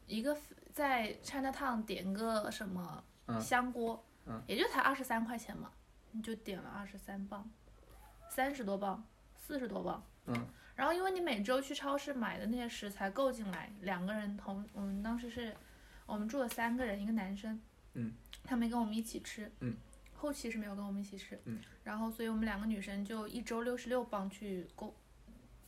Speaker 3: 一个在 China Town 点个什么
Speaker 2: 嗯
Speaker 3: 香锅，
Speaker 2: 嗯
Speaker 3: 也就才二十三块钱嘛，你就点了二十三磅，三十多磅，四十多磅。
Speaker 2: 嗯，
Speaker 3: 然后因为你每周去超市买的那些食材购进来，两个人同我们当时是，我们住了三个人，一个男生，
Speaker 2: 嗯，
Speaker 3: 他没跟我们一起吃，
Speaker 2: 嗯，
Speaker 3: 后期是没有跟我们一起吃，
Speaker 2: 嗯，
Speaker 3: 然后所以我们两个女生就一周六十六磅去购，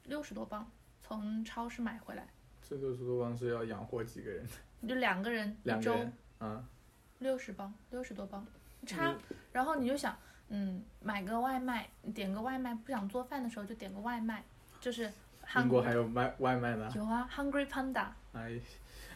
Speaker 3: 六十多磅从超市买回来，
Speaker 2: 这六十多磅是要养活几个人？
Speaker 3: 你就两个人
Speaker 2: 两
Speaker 3: 一
Speaker 2: 个
Speaker 3: 周
Speaker 2: 人啊，
Speaker 3: 六十磅，六十多磅
Speaker 2: 嗯
Speaker 3: 差，然后你就想，嗯，买个外卖，点个外卖，不想做饭的时候就点个外卖，就是
Speaker 2: 英国
Speaker 3: hungry
Speaker 2: 还有卖外卖呢。
Speaker 3: 有啊，Hungry Panda，
Speaker 2: 哎，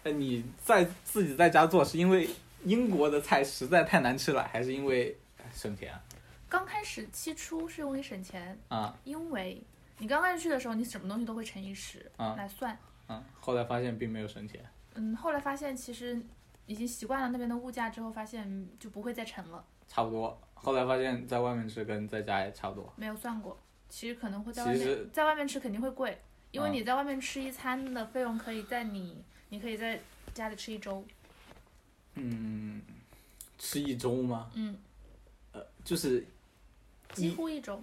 Speaker 2: 哎，你在自己在家做，是因为英国的菜实在太难吃了，还是因为哎省钱啊？
Speaker 3: 刚开始期初是因为省钱，
Speaker 2: 啊
Speaker 3: 因为你刚开始去的时候，你什么东西都会乘以十
Speaker 2: 啊
Speaker 3: 来算，
Speaker 2: 嗯，后来发现并没有省钱。
Speaker 3: 嗯，后来发现其实已经习惯了那边的物价之后，发现就不会再乘了，
Speaker 2: 差不多。后来发现，在外面吃跟在家也差不多。
Speaker 3: 没有算过，其实可能会在外
Speaker 2: 其实
Speaker 3: 面在外面吃肯定会贵，因为
Speaker 2: 啊
Speaker 3: 你在外面吃一餐的费用可以在你你可以在家里吃一周。
Speaker 2: 嗯，吃一周吗？
Speaker 3: 嗯，
Speaker 2: 就是
Speaker 3: 几乎一周，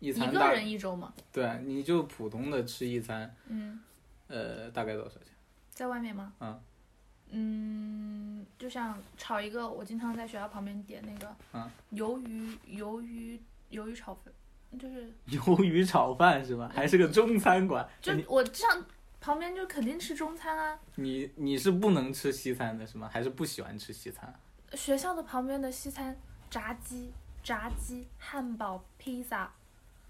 Speaker 2: 一
Speaker 3: 一
Speaker 2: 餐
Speaker 3: 个
Speaker 2: 大，
Speaker 3: 人一周嘛。
Speaker 2: 对，啊你就普通的吃一餐，
Speaker 3: 嗯，
Speaker 2: 呃，大概多少钱？
Speaker 3: 在外面吗？
Speaker 2: 嗯。
Speaker 3: 嗯，就像炒一个，我经常在学校旁边点那个
Speaker 2: 嗯
Speaker 3: 鱿鱼、鱿鱼、鱿鱼炒粉，就是
Speaker 2: 鱿鱼炒饭是吧？还是个中餐馆？哎
Speaker 3: 就
Speaker 2: 你
Speaker 3: 我上旁边就肯定吃中餐啊。
Speaker 2: 你你是不能吃西餐的是吗？还是不喜欢吃西餐？
Speaker 3: 学校的旁边的西餐，炸鸡、炸鸡、汉堡、披萨，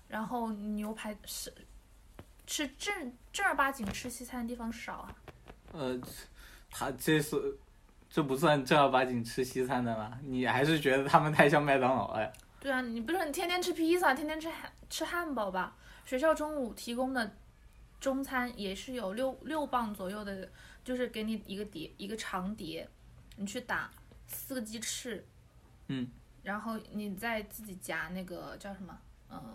Speaker 3: 然后牛排是吃正正儿八经吃西餐的地方少啊。
Speaker 2: 呃，他这是这不算正儿八经吃西餐的吗？你还是觉得他们太像麦当劳了呀？
Speaker 3: 对啊，你不是你天天吃披萨，天天吃汉吃汉堡吧？学校中午提供的中餐也是有六六磅左右的，就是给你一个碟一个长碟，你去打四个鸡翅，
Speaker 2: 嗯，
Speaker 3: 然后你再自己夹那个叫什么，嗯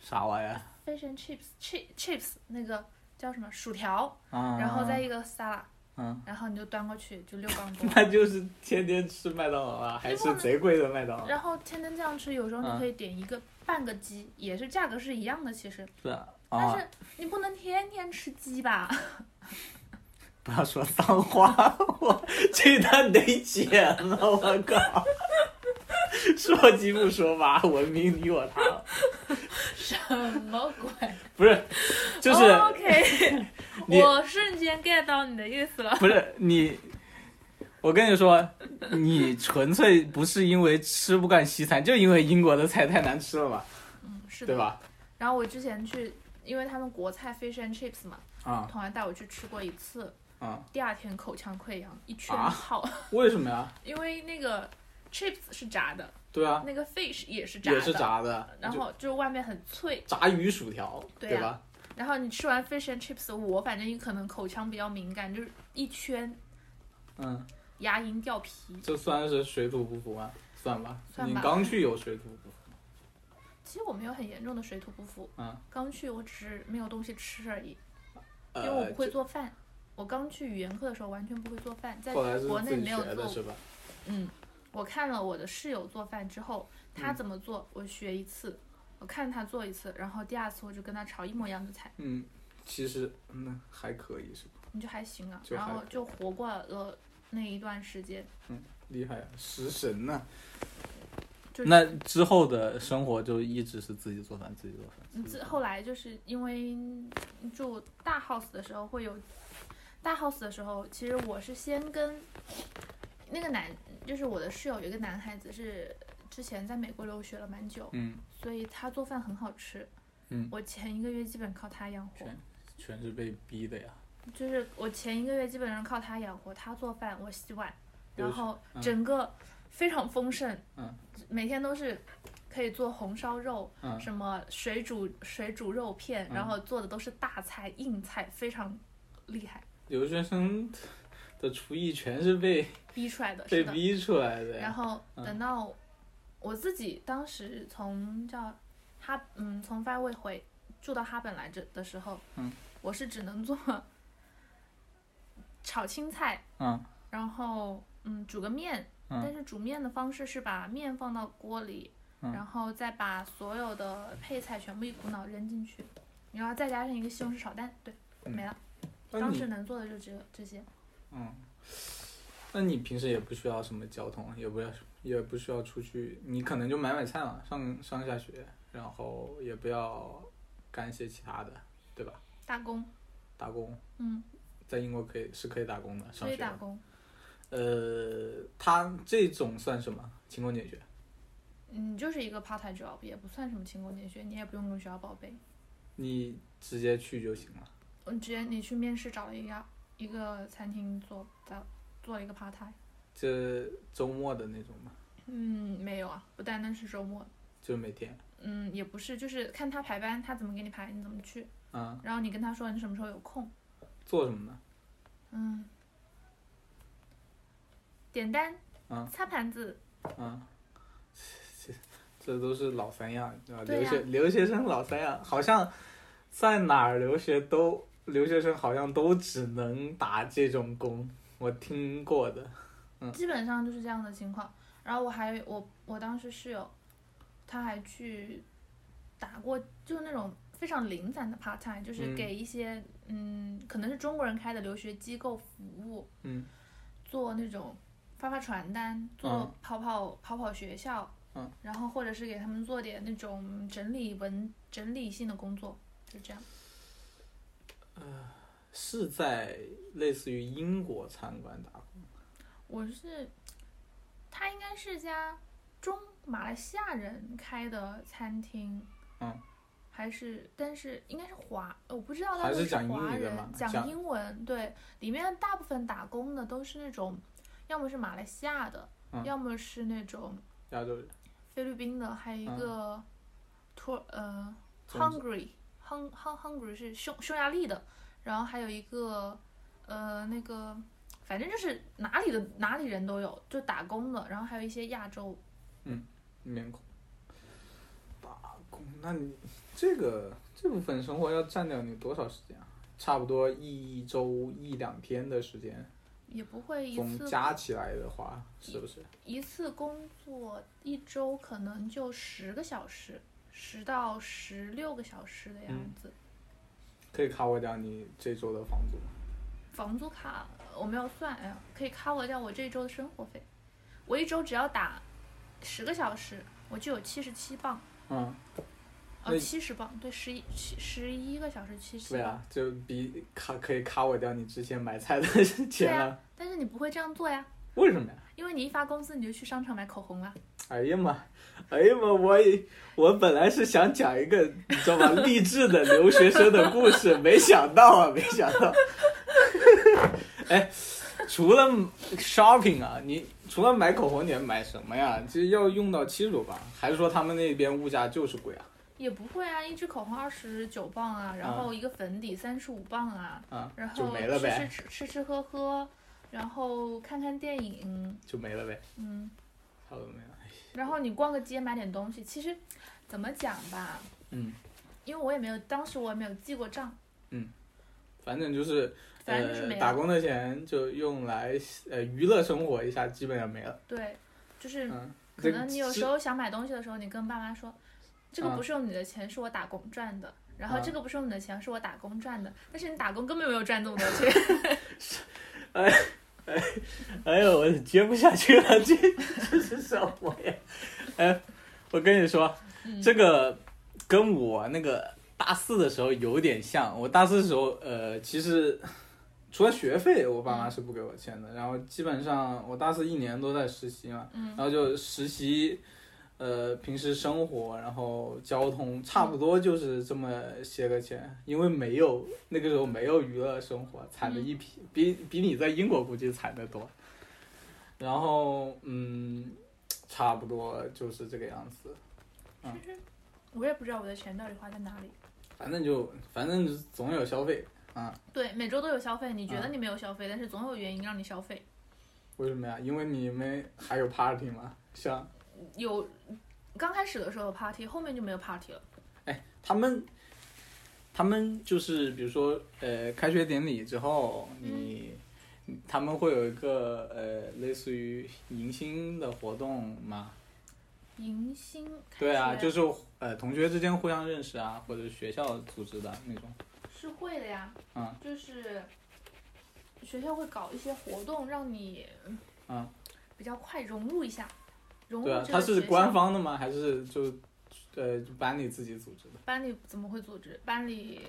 Speaker 2: 啥玩意儿？
Speaker 3: ，fish and chips chi chips 那个叫什么薯条，
Speaker 2: 啊，
Speaker 3: 然后再一个沙拉，
Speaker 2: 嗯，。
Speaker 3: 然后你就端过去就六磅多
Speaker 2: 那就是天天吃麦当劳啊，还是贼贵的麦当劳。
Speaker 3: 然后天天这样吃，有时候你
Speaker 2: 嗯
Speaker 3: 可以点一个半个鸡，也是价格是一样的，其实。
Speaker 2: 是啊，
Speaker 3: 但
Speaker 2: 啊
Speaker 3: 是你不能天天吃鸡吧？
Speaker 2: 不要说脏话， 我这段得剪了，我靠！ 说鸡不说吧，文明你我他，
Speaker 3: 什么鬼？
Speaker 2: 不是，就是
Speaker 3: 哦 OK，
Speaker 2: 你
Speaker 3: 我瞬间 get 到你的意思了。
Speaker 2: 不是你，我跟你说，你纯粹不是因为吃不惯西餐，就因为英国的菜太难吃了嘛，
Speaker 3: 嗯，是的，
Speaker 2: 对？吧？
Speaker 3: 然后我之前去，因为他们国菜 fish and chips 嘛，
Speaker 2: 啊
Speaker 3: 同学带我去吃过一次，
Speaker 2: 啊，
Speaker 3: 第二天口腔溃疡，一圈
Speaker 2: 啊
Speaker 3: 泡，
Speaker 2: 为什么呀？
Speaker 3: 因为那个 chips 是炸的，
Speaker 2: 对啊，
Speaker 3: 那个 fish 也是炸的，
Speaker 2: 也是炸的，
Speaker 3: 然后就外面很脆
Speaker 2: 就。炸鱼薯条，
Speaker 3: 对呀
Speaker 2: 吧？
Speaker 3: 然后你吃完 fish and chips，我反正可能口腔比较敏感，就是一圈
Speaker 2: 嗯，
Speaker 3: 牙龈掉皮。
Speaker 2: 这算是水土不服吗？算吧，
Speaker 3: 算
Speaker 2: 你
Speaker 3: 吧
Speaker 2: 刚去有水土不服，
Speaker 3: 其实我没有很严重的水土不服，
Speaker 2: 嗯，
Speaker 3: 刚去我只是没有东西吃而已，因为我
Speaker 2: 呃，
Speaker 3: 不会
Speaker 2: 这
Speaker 3: 做饭。我刚去语言课的时候完全不会做饭，在
Speaker 2: 后来是
Speaker 3: 国内
Speaker 2: 自己
Speaker 3: 没有
Speaker 2: 学的
Speaker 3: 做。
Speaker 2: 是吧？
Speaker 3: 嗯，我看了我的室友做饭之后，他
Speaker 2: 嗯
Speaker 3: 怎么做，我学一次，我看他做一次，然后第二次我就跟他炒一模一样的菜，
Speaker 2: 嗯，其实嗯还可以是吧？
Speaker 3: 你就还行啊，
Speaker 2: 就
Speaker 3: 然
Speaker 2: 还
Speaker 3: 后
Speaker 2: 可以
Speaker 3: 就活过了那一段时间。
Speaker 2: 厉害啊，食神呢、
Speaker 3: 就
Speaker 2: 那之后的生活就一直是自己做饭，自己做饭。
Speaker 3: 嗯自后来就是因为住大 house 的时候会有大 house 的时候，其实我是先跟那个男，就是我的室友有一个男孩子是之前在美国留学了蛮久，
Speaker 2: 嗯，
Speaker 3: 所以他做饭很好吃。
Speaker 2: 嗯
Speaker 3: 我前一个月基本靠他养活
Speaker 2: 全，全是被逼的呀。
Speaker 3: 就是我前一个月基本上靠他养活，他做饭，我洗碗，
Speaker 2: 流
Speaker 3: 然
Speaker 2: 水
Speaker 3: 后
Speaker 2: 嗯
Speaker 3: 整个非常丰盛，
Speaker 2: 嗯
Speaker 3: 每天都是可以做红烧肉，
Speaker 2: 嗯
Speaker 3: 什么水煮水煮肉片，
Speaker 2: 嗯
Speaker 3: 然后做的都是大菜硬菜，非常厉害，
Speaker 2: 留学生的厨艺全是被
Speaker 3: 逼出来的，
Speaker 2: 被
Speaker 3: 是的。
Speaker 2: 逼出来的
Speaker 3: 然
Speaker 2: 呀。
Speaker 3: 后
Speaker 2: 嗯
Speaker 3: 等到我自己当时从叫哈嗯从外卫回住到哈本来这的时候，
Speaker 2: 嗯
Speaker 3: 我是只能做炒青菜，
Speaker 2: 嗯
Speaker 3: 然后嗯煮个面，
Speaker 2: 嗯
Speaker 3: 但是煮面的方式是把面放到锅里，
Speaker 2: 嗯
Speaker 3: 然后再把所有的配菜全部一股脑扔进去，然后再加上一个西红柿炒蛋，对，
Speaker 2: 嗯
Speaker 3: 没了。
Speaker 2: 那
Speaker 3: 当
Speaker 2: 你
Speaker 3: 时能做的就只有这些，
Speaker 2: 嗯，那你平时也不需要什么交通，也不要也不需要出去，你可能就买买菜嘛，上上下学，然后也不要干一些其他的，对吧？
Speaker 3: 打工，
Speaker 2: 打工
Speaker 3: 嗯，
Speaker 2: 在英国可以是可以打工的，上
Speaker 3: 所以
Speaker 2: 学
Speaker 3: 打
Speaker 2: 的。
Speaker 3: 工，
Speaker 2: 呃，他这种算什么？勤工俭学。
Speaker 3: 嗯你就是一个 part time job，也不算什么勤工俭学，你也不用跟学校啊报备，
Speaker 2: 你直接去就行了。
Speaker 3: 嗯，直接你去面试找了一家一个餐厅做做做一个 part time，
Speaker 2: 这周末的那种嘛，
Speaker 3: 嗯，没有啊，不单单是周末，
Speaker 2: 就每天。
Speaker 3: 嗯，也不是，就是看他排班，他怎么给你排，你怎么去。
Speaker 2: 嗯，
Speaker 3: 然后你跟他说你什么时候有空，
Speaker 2: 做什么呢？
Speaker 3: 嗯，点单，
Speaker 2: 嗯
Speaker 3: 擦盘子，
Speaker 2: 嗯，这这都是老三样，对吧？
Speaker 3: 对
Speaker 2: 留
Speaker 3: 呀
Speaker 2: 学留学生老三样，好像在哪儿留学都留学生好像都只能打这种工，我听过的。
Speaker 3: 基本上就是这样的情况。然后我还我我当时室友，他还去打过，就是那种非常零散的 part time，就
Speaker 2: 嗯
Speaker 3: 是给一些嗯可能是中国人开的留学机构服务，
Speaker 2: 嗯，
Speaker 3: 做那种发发传单，做
Speaker 2: 嗯
Speaker 3: 跑跑、跑跑学校，
Speaker 2: 嗯，
Speaker 3: 然后或者是给他们做点那种整理文整理性的工作，就这样。
Speaker 2: 是在类似于英国餐馆打工。
Speaker 3: 我是，他应该是家中马来西亚人开的餐厅，
Speaker 2: 嗯，
Speaker 3: 还是但是应该是华，呃我不知道他
Speaker 2: 还
Speaker 3: 们
Speaker 2: 是讲英语
Speaker 3: 华
Speaker 2: 的
Speaker 3: 人
Speaker 2: 嘛
Speaker 3: 讲
Speaker 2: 讲
Speaker 3: 英文，对，里面大部分打工的都是那种，要么是马来西亚的，
Speaker 2: 嗯
Speaker 3: 要么是那种
Speaker 2: 亚洲人，
Speaker 3: 菲律宾的，还有一
Speaker 2: 嗯
Speaker 3: 个土耳呃
Speaker 2: 总之
Speaker 3: Hungary Hung Hung Hungary 是匈匈牙利的，然后还有一个呃那个反正就是哪里的哪里人都有，就打工的，然后还有一些亚洲，
Speaker 2: 面孔打工，那你这个这部分生活要占掉你多少时间啊？差不多一周一两天的时间，
Speaker 3: 也不会一
Speaker 2: 总
Speaker 3: 次
Speaker 2: 加起来的话，是不是？
Speaker 3: 一次工作一周可能就十个小时，十到十六个小时的样子。
Speaker 2: 可以 cover 掉你这周的房租吗？
Speaker 3: 房租卡我没有算，哎呀，可以 cover 掉我这一周的生活费。我一周只要打十个小时，我就有七十七磅。
Speaker 2: 嗯，
Speaker 3: 哦，
Speaker 2: 那
Speaker 3: 七十磅，对，十一七十一个小时七十。
Speaker 2: 对啊，就比卡可以 cover 掉你之前买菜的 钱了。
Speaker 3: 但是你不会这样做呀，
Speaker 2: 为什么呀？
Speaker 3: 因为你一发工资你就去商场买口红啊。
Speaker 2: 哎呀妈，哎呀妈，我以我本来是想讲一个你知道吗励志的留学生的故事，没想到啊，没想到。哎，除了 shopping 啊，你除了买口红，你还买什么呀？这要用到七十多磅，还是说他们那边物价就是贵啊？
Speaker 3: 也不会啊，一支口红二十九磅啊，然后一个粉底三十五磅啊，
Speaker 2: 啊，
Speaker 3: 然
Speaker 2: 就
Speaker 3: 后
Speaker 2: 没了呗，
Speaker 3: 吃吃吃吃吃喝喝，然后看看电影，
Speaker 2: 就没了呗，
Speaker 3: 嗯，
Speaker 2: 差不多没了。
Speaker 3: 然后你逛个街买点东西。其实怎么讲吧，
Speaker 2: 嗯，
Speaker 3: 因为我也没有，当时我也没有记过账，
Speaker 2: 反正就是
Speaker 3: 反正就是
Speaker 2: 呃
Speaker 3: 没有。
Speaker 2: 打工的钱就用来呃娱乐生活一下，基本上没了。
Speaker 3: 对，就是
Speaker 2: 嗯，
Speaker 3: 可
Speaker 2: 这
Speaker 3: 能你有
Speaker 2: 是
Speaker 3: 时候想买东西的时候，你跟爸妈说，这个
Speaker 2: 啊
Speaker 3: 不是用你的钱，是我打工赚的。然后
Speaker 2: 啊
Speaker 3: 这个不是用你的钱，是我打工赚的。但是你打工根本没有赚这么多钱，
Speaker 2: 哎呦，我接不下去了，这这是什么呀？哎，我跟你说，这个跟我那个大四的时候有点像。我大四的时候，呃，其实除了学费，我爸妈是不给我钱的。然后基本上我大四一年都在实习嘛，
Speaker 3: 嗯
Speaker 2: 然后就实习，呃，平时生活，然后交通，差不多就是这么些个钱。因为没有那个时候没有娱乐生活，惨的一批，比比你在英国估计惨得多。然后，嗯，差不多就是这个样子。嗯
Speaker 3: 其实 我也不知道我的钱到底花在哪里。
Speaker 2: 反正就反正总有消费，
Speaker 3: 对，每周都有消费，你觉得
Speaker 2: 啊
Speaker 3: 你没有消费，但是总有原因让你消费。
Speaker 2: 为什么呀？因为你们还有 party 嘛，像
Speaker 3: 有刚开始的时候有 party，后面就没有 party 了。
Speaker 2: 他们，他们就是比如说呃，开学典礼之后，你、他们会有一个呃类似于迎新的活动嘛？
Speaker 3: 迎新开
Speaker 2: 对啊，
Speaker 3: 学
Speaker 2: 就是呃同学之间互相认识啊，或者学校组织的那种，
Speaker 3: 是会的呀，
Speaker 2: 嗯
Speaker 3: 就是学校会搞一些活动，让你
Speaker 2: 嗯，
Speaker 3: 比较快融入一下，融入
Speaker 2: 对啊，
Speaker 3: 哦这
Speaker 2: 他
Speaker 3: 个
Speaker 2: 是
Speaker 3: 学
Speaker 2: 官
Speaker 3: 校
Speaker 2: 方的吗？还是就呃就班里自己组织的？
Speaker 3: 班里怎么会组织？班里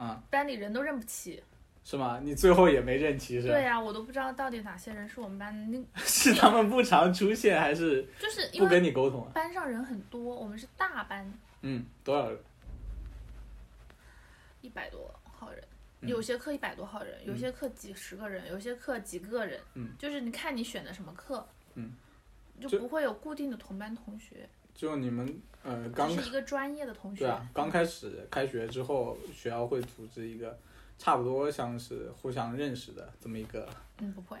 Speaker 2: 嗯，
Speaker 3: 班里人都认不齐。
Speaker 2: 是吗？你最后也没认齐是吧？啊
Speaker 3: 对啊呀、我都不知道到底哪些人是我们班，那
Speaker 2: 是他们不常出现，还是
Speaker 3: 就是因
Speaker 2: 不跟
Speaker 3: 为
Speaker 2: 你沟通啊？
Speaker 3: 班上人很多，我们是大班，
Speaker 2: 嗯，多少人？
Speaker 3: 一百多号人。
Speaker 2: 嗯
Speaker 3: 有些课一百多号人，有些课几十个人，有些课几个人，
Speaker 2: 嗯
Speaker 3: 就是你看你选的什么课，
Speaker 2: 嗯，
Speaker 3: 就
Speaker 2: 就
Speaker 3: 不会有固定的同班同学，
Speaker 2: 就你们呃刚
Speaker 3: 只是一个专业的同学。
Speaker 2: 对啊，刚开始开学之后，学校会组织一个差不多像是互相认识的这么一个，
Speaker 3: 嗯，不会，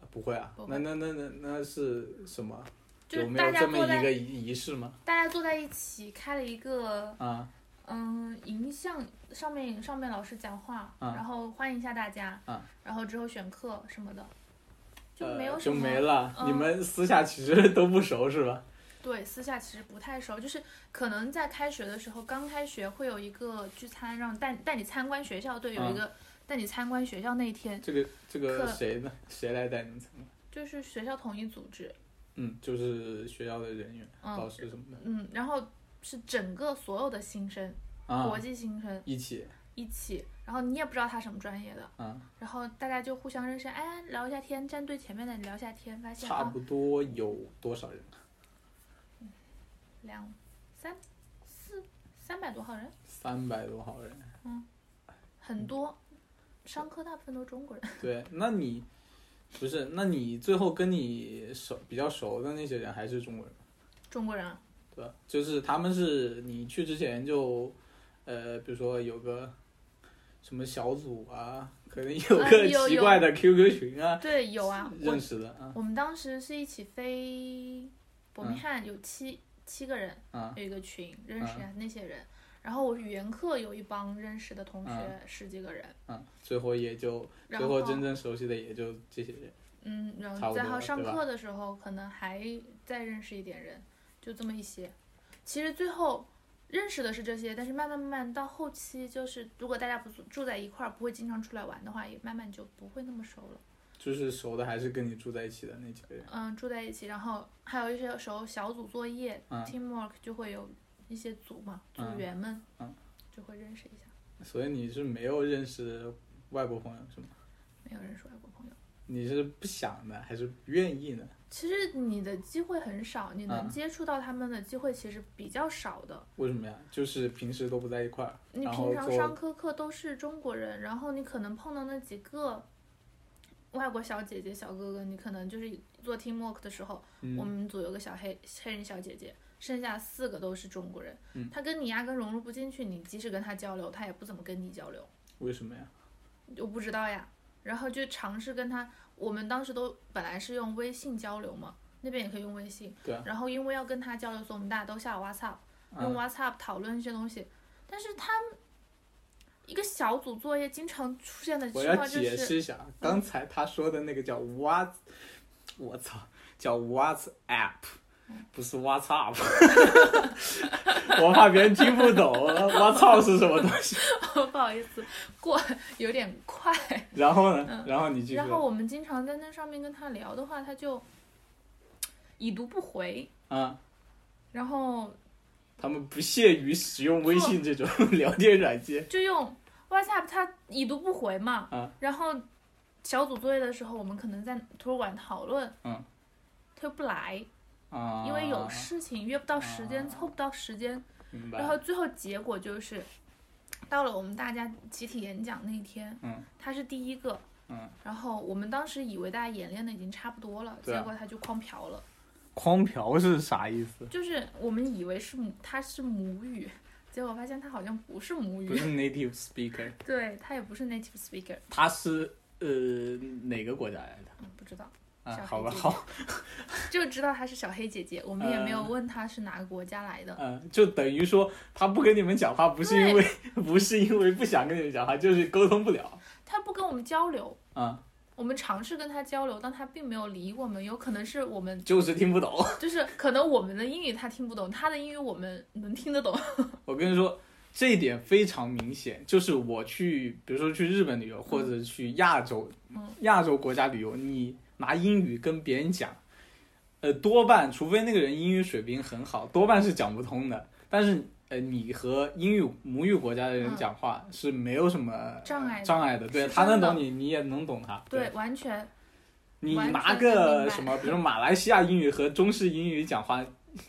Speaker 2: 呃不会啊
Speaker 3: 不？会
Speaker 2: 那那那那那是什么？
Speaker 3: 就
Speaker 2: 有
Speaker 3: 是
Speaker 2: 没
Speaker 3: 大
Speaker 2: 有
Speaker 3: 家
Speaker 2: 这么
Speaker 3: 坐
Speaker 2: 一
Speaker 3: 在
Speaker 2: 个仪仪式吗？
Speaker 3: 大家坐在一起开了一个
Speaker 2: 啊，
Speaker 3: 嗯，迎向上面上面老师讲话，
Speaker 2: 嗯
Speaker 3: 然后欢迎一下大家，
Speaker 2: 嗯
Speaker 3: 然后之后选课什么的，就
Speaker 2: 呃
Speaker 3: 没有什
Speaker 2: 就
Speaker 3: 么、
Speaker 2: 没了。
Speaker 3: 嗯
Speaker 2: 你们私下其实都不熟是 吧？
Speaker 3: 对，私下其实不太熟，就是可能在开学的时候，刚开学会有一个聚餐，让带带你参观学校，对，有
Speaker 2: 嗯
Speaker 3: 一个带你参观学校那一天，
Speaker 2: 这个这个
Speaker 3: 课
Speaker 2: 谁呢？谁来带你们参观？
Speaker 3: 就是学校统一组织，
Speaker 2: 嗯，就是学校的人员、
Speaker 3: 嗯
Speaker 2: 老师什么的
Speaker 3: 嗯，然后是整个所有的新生，
Speaker 2: 啊
Speaker 3: 国，际新生
Speaker 2: 一起
Speaker 3: 一起，然后你也不知道他什么专业的，
Speaker 2: 啊，
Speaker 3: 然后大家就互相认识，哎，聊一下天，站队前面的聊一下天，发现
Speaker 2: 差
Speaker 3: 啊，
Speaker 2: 不多有多少人？
Speaker 3: 两三四三百多号人，
Speaker 2: 三百多号人。
Speaker 3: 很多，商科大部分都是中国人，
Speaker 2: 对，那你不是？那你最后跟你熟比较熟的那些人还是中国人吗，
Speaker 3: 中国人啊
Speaker 2: 对吧？就是他们是你去之前就，呃，比如说有个什么小组啊，可能有
Speaker 3: 啊有
Speaker 2: 个奇
Speaker 3: 有
Speaker 2: 怪的 QQ 群啊，
Speaker 3: 对，有啊，我
Speaker 2: 认识的啊
Speaker 3: 我们当时是一起飞伯明翰，有七七个人，
Speaker 2: 啊
Speaker 3: 有一个群，认识一下那些人。然后我语言课有一帮认识的同学，十几个人。
Speaker 2: 啊，最后也就最
Speaker 3: 然后
Speaker 2: 后真正熟悉的也就这些人。
Speaker 3: 嗯，然
Speaker 2: 差不
Speaker 3: 后
Speaker 2: 多
Speaker 3: 再还有上
Speaker 2: 对吧
Speaker 3: 课的时候，可能还再认识一点人，就这么一些。其实最后认识的是这些，但是慢慢慢慢到后期，就是如果大家不住住在一块儿，不会经常出来玩的话，也慢慢就不会那么熟了。
Speaker 2: 就是熟的还是跟你住在一起的那几个人，
Speaker 3: 嗯，住在一起，然后还有一些时候小组作业、
Speaker 2: 嗯
Speaker 3: t e a m w o r k 就会有一些组嘛，组
Speaker 2: 嗯
Speaker 3: 员们，
Speaker 2: 嗯
Speaker 3: 就会认识一下。
Speaker 2: 所以你是没有认识外国朋友是吗？
Speaker 3: 没有认识外国朋友，
Speaker 2: 你是不想呢，还是不愿意呢？
Speaker 3: 其实你的机会很少，你能
Speaker 2: 嗯
Speaker 3: 接触到他们的机会其实比较少的。
Speaker 2: 为什么呀？就是平时都不在一块儿，
Speaker 3: 你
Speaker 2: 然后
Speaker 3: 平常上
Speaker 2: 做
Speaker 3: 课课都是中国人，然后你可能碰到那几个外国小姐姐、小哥哥，你可能就是做 teamwork 的时候，我
Speaker 2: 嗯，
Speaker 3: 们组有个小黑黑人小姐姐，剩下四个都是中国人，
Speaker 2: 嗯
Speaker 3: 她跟你压根融入不进去，你即使跟她交流，她也不怎么跟你交流，
Speaker 2: 为什么呀？
Speaker 3: 我不知道呀。然后就尝试跟她，我们当时都本来是用微信交流嘛，那边也可以用微信，
Speaker 2: 对啊
Speaker 3: 然后因为要跟她交流，所以我们大家都下了 WhatsApp。
Speaker 2: 嗯，
Speaker 3: 用 WhatsApp 讨论一些东西，但是他们一个小组作业经常出现的
Speaker 2: 我
Speaker 3: 情
Speaker 2: 要
Speaker 3: 况就
Speaker 2: 解
Speaker 3: 是，嗯
Speaker 2: 释一下，啊刚才他说的那个叫 what，我操，叫 WhatsApp，不
Speaker 3: 嗯
Speaker 2: 是 WhatsApp，我怕别人听不懂我操是什么东西。
Speaker 3: 哦不好意思，过有点快。
Speaker 2: 然后呢
Speaker 3: 嗯？
Speaker 2: 然后你继续
Speaker 3: 然。后我们经常在那上面跟他聊的话，他就已读不回，
Speaker 2: 嗯，
Speaker 3: 然后
Speaker 2: 他们不屑于使用微信这种
Speaker 3: 哦
Speaker 2: 聊天软件。
Speaker 3: 就用 WhatsApp，他已读不回嘛。
Speaker 2: 嗯
Speaker 3: 然后小组作业的时候，我们可能在图书馆讨论，
Speaker 2: 嗯
Speaker 3: 他又不来，
Speaker 2: 啊，
Speaker 3: 因为有事情约不到时间，
Speaker 2: 啊
Speaker 3: 凑不到时间。
Speaker 2: 明白。
Speaker 3: 然后最后结果就是，到了我们大家集体演讲那一天，
Speaker 2: 嗯
Speaker 3: 他是第一个，
Speaker 2: 嗯，
Speaker 3: 然后我们当时以为大家演练的已经差不多了，
Speaker 2: 对啊
Speaker 3: 结果他就狂嫖了，
Speaker 2: 狂嫖是啥意思？
Speaker 3: 就是我们以为是母他是母语，结果发现他好像不是母
Speaker 2: 不
Speaker 3: 语
Speaker 2: 是，native speaker，
Speaker 3: 对他也不是 native speaker，
Speaker 2: 他是呃哪个国家来的？
Speaker 3: 嗯，不知道，
Speaker 2: 啊，
Speaker 3: 小
Speaker 2: 好吧，
Speaker 3: 黑姐姐
Speaker 2: 好，
Speaker 3: 就知道他是小黑姐姐，我们也没有
Speaker 2: 嗯
Speaker 3: 问他是哪个国家来的，
Speaker 2: 嗯，就等于说他不跟你们讲话，不是因为 不是因为不想跟你们讲话，就是沟通不了。
Speaker 3: 他不跟我们交流。
Speaker 2: 啊，
Speaker 3: 我们尝试跟他交流，但他并没有理我们，有可能是我们
Speaker 2: 就是听不懂。
Speaker 3: 就是可能我们的英语他听不懂，他的英语我们能听得懂。
Speaker 2: 我跟你说，这一点非常明显，就是我去，比如说去日本旅游，或者去亚洲、
Speaker 3: 嗯
Speaker 2: 亚洲国家旅游，你拿英语跟别人讲，呃，多半除非那个人英语水平很好，多半是讲不通的。但是呃，你和英语母语国家的人
Speaker 3: 嗯
Speaker 2: 讲话是没有什么
Speaker 3: 障碍的
Speaker 2: 障碍的，对
Speaker 3: 是
Speaker 2: 他能
Speaker 3: 真的
Speaker 2: 懂你，你也能懂他，
Speaker 3: 对，完全
Speaker 2: 你
Speaker 3: 完
Speaker 2: 拿
Speaker 3: 全明
Speaker 2: 个
Speaker 3: 白
Speaker 2: 什么，比如马来西亚英语和中式英语讲话，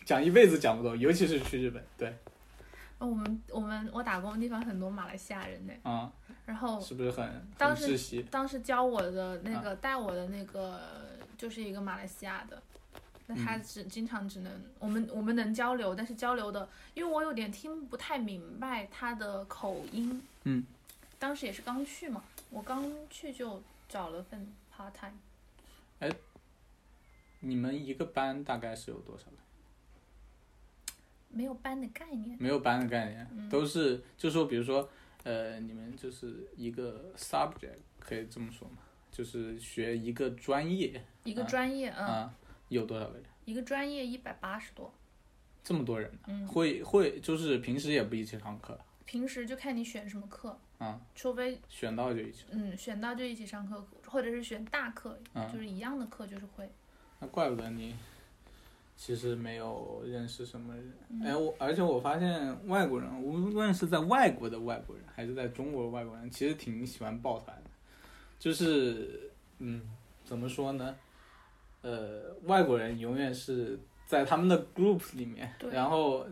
Speaker 2: 讲一辈子讲不懂，尤其是去日本，对，
Speaker 3: 呃我们我们我打工的地方很多马来西亚人呢，
Speaker 2: 啊、
Speaker 3: 然后
Speaker 2: 是不啊是很很
Speaker 3: 哦当时
Speaker 2: 窒息？
Speaker 3: 当时教我的那个、带我的那个就是一个马来西亚的。那他
Speaker 2: 嗯
Speaker 3: 只经常只能我们我们能交流，但是交流的，因为我有点听不太明白他的口音。
Speaker 2: 嗯，
Speaker 3: 当时也是刚去嘛，我刚去就找了份 part time，
Speaker 2: 你们一个班大概是有多少人？
Speaker 3: 没有班的概念。
Speaker 2: 没有班的概念，
Speaker 3: 嗯
Speaker 2: 都是就说比如说，呃，你们就是一个 subject，可以这么说嘛，就是学一个专业
Speaker 3: 一个
Speaker 2: 啊
Speaker 3: 专业，嗯，
Speaker 2: 啊，有多少个人？
Speaker 3: 一个专业一百八十多，
Speaker 2: 这么多人呢，
Speaker 3: 嗯
Speaker 2: 会会就是平时也不一起上课
Speaker 3: 平时就看你选什么课，
Speaker 2: 啊，
Speaker 3: 除非
Speaker 2: 选到就一起，
Speaker 3: 嗯选到就一起上课，或者是选大课，
Speaker 2: 嗯
Speaker 3: 就是一样的课就是会。
Speaker 2: 那怪不得你其实没有认识什么人。
Speaker 3: 嗯
Speaker 2: 哎，我而且我发现外国人，无论是在外国的外国人，还是在中国的外国人，其实挺喜欢抱团的。就是，嗯，怎么说呢？呃，外国人永远是在他们的 group 里面，
Speaker 3: 对
Speaker 2: 然后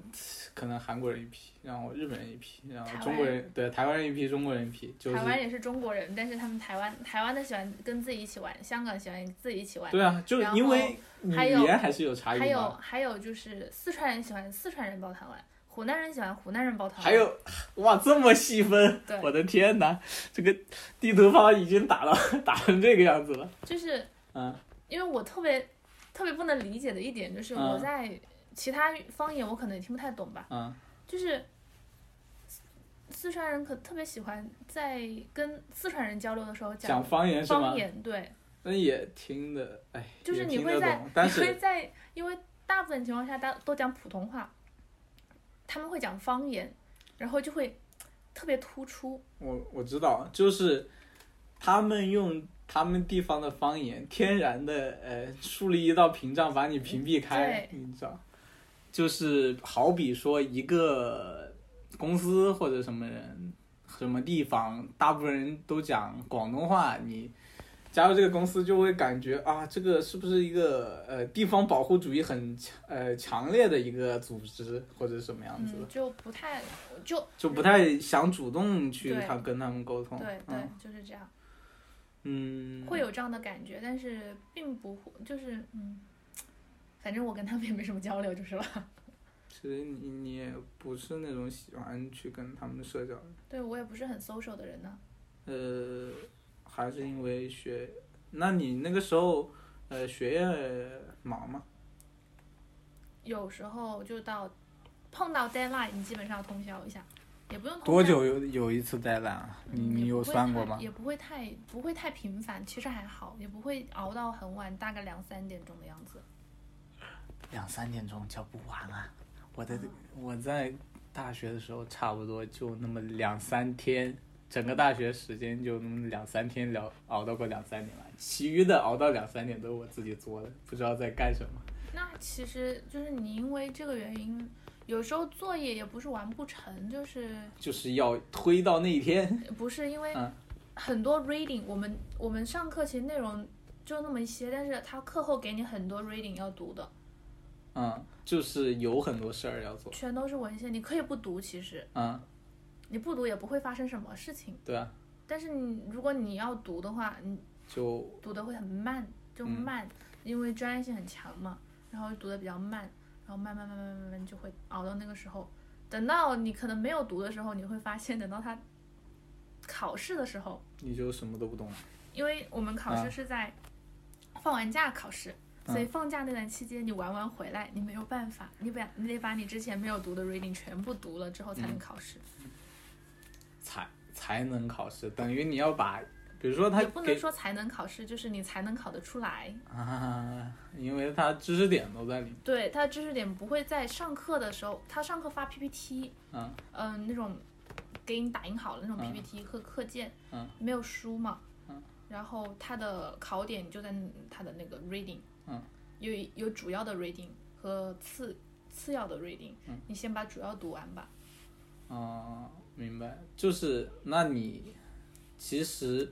Speaker 2: 可能韩国人一批，然后日本人一批，然后
Speaker 3: 台湾
Speaker 2: 中国人对台湾人一批，中国人一批，就是
Speaker 3: 台湾也是中国人，但是他们台湾台湾的喜欢跟自己一起玩，香港喜欢自己一起玩，
Speaker 2: 对啊，就是
Speaker 3: 然
Speaker 2: 因
Speaker 3: 后
Speaker 2: 为语
Speaker 3: 还有
Speaker 2: 言还是有差异
Speaker 3: 还有
Speaker 2: 嘛。
Speaker 3: 还有就是四川人喜欢四川人抱团玩，湖南人喜欢湖南人抱团玩，
Speaker 2: 还有，哇，这么细分
Speaker 3: 对，
Speaker 2: 我的天哪！这个地图炮已经打到 打成这个样子了。
Speaker 3: 就是
Speaker 2: 嗯，
Speaker 3: 因为我特别特别不能理解的一点就是
Speaker 2: 嗯
Speaker 3: 我在其他方言我可能也听不太懂吧，
Speaker 2: 嗯
Speaker 3: 就是四四川人可特别喜欢在跟四川人交流的时候
Speaker 2: 讲方言是吗
Speaker 3: 方？言，对，
Speaker 2: 那也听的，哎，
Speaker 3: 就是
Speaker 2: 也
Speaker 3: 你
Speaker 2: 听
Speaker 3: 会
Speaker 2: 得
Speaker 3: 在
Speaker 2: 懂，但
Speaker 3: 你会
Speaker 2: 是
Speaker 3: 在，因为大部分情况下大都讲普通话，他们会讲方言，然后就会特别突出，
Speaker 2: 我我知道，就是他们用他们地方的方言，天然的呃树立一道屏障，把你屏蔽开，你知道？就是好比说一个公司或者什么人、什么地方，大部分人都讲广东话，你。加入这个公司就会感觉啊，这个是不是一个呃地方保护主义很强呃强烈的一个组织或者什么样子的？
Speaker 3: 嗯，就不太就
Speaker 2: 就不太想主动去
Speaker 3: 对
Speaker 2: 他跟他们沟通。
Speaker 3: 对对、
Speaker 2: 嗯
Speaker 3: 就是这样，
Speaker 2: 嗯，
Speaker 3: 会有这样的感觉，但是并不会就是嗯，反正我跟他们也没什么交流就是了。
Speaker 2: 其实你你也不是那种喜欢去跟他们社交的，
Speaker 3: 对我也不是很 social 的人呢、
Speaker 2: 呃，还是因为学，那你那个时候呃学业忙吗？
Speaker 3: 有时候就到碰到 deadline，你基本上通宵一下，也不用通宵
Speaker 2: 有有一次 deadline 啊？
Speaker 3: 嗯也不会太也不会太不会太频繁，其实还好，也不会熬到很晚，大概两三点钟的样子。
Speaker 2: 两三点钟叫不晚啊！我的我在大学的时候差不多就那么两三天，整个大学时间就那么两三天聊熬到过两三点了，其余的熬到两三点都是我自己作的，不知道在干什么。
Speaker 3: 那其实就是你因为这个原因，有时候作业也不是完不成，就是
Speaker 2: 就是要推到那一天。
Speaker 3: 不是因为
Speaker 2: 嗯
Speaker 3: 很多 reading，我们我们上课其实内容就那么一些，但是他课后给你很多 reading 要读的，
Speaker 2: 嗯，就是有很多事儿要做。
Speaker 3: 全都是文献，你可以不读，其实
Speaker 2: 嗯，
Speaker 3: 你不读也不会发生什么事情。
Speaker 2: 对啊，
Speaker 3: 但是你如果你要读的话，你
Speaker 2: 就
Speaker 3: 读的会很慢，就
Speaker 2: 嗯
Speaker 3: 慢，因为专业性很强嘛，然后读的比较慢，然后慢慢慢慢慢慢就会熬到那个时候。等到你可能没有读的时候，你会发现，等到他考试的时候，
Speaker 2: 你就什么都不懂了。
Speaker 3: 因为我们考
Speaker 2: 啊
Speaker 3: 试是在放完假考试，
Speaker 2: 嗯
Speaker 3: 所以放假那段期间你玩完回来，你没有办法，你把你得把你之前没有读的 reading 全部读了之
Speaker 2: 嗯
Speaker 3: 后才能考试，
Speaker 2: 才才能考试，等于你要把，比如说他
Speaker 3: 也不能
Speaker 2: 给
Speaker 3: 说才能考试，就是你才能考得出来。
Speaker 2: 啊，因为他知识点都在里面。
Speaker 3: 对，他的知识点不会在上课的时候，他上课发 PPT，
Speaker 2: 嗯
Speaker 3: 嗯、那种给你打印好了那种
Speaker 2: 嗯
Speaker 3: PPT 和课件，
Speaker 2: 嗯，
Speaker 3: 没有书嘛，
Speaker 2: 嗯，
Speaker 3: 然后他的考点就在他的那个 reading，
Speaker 2: 嗯，
Speaker 3: 有有主要的 reading 和次次要的 reading，
Speaker 2: 嗯，
Speaker 3: 你先把主要读完吧，
Speaker 2: 哦，明白，就是那你其实，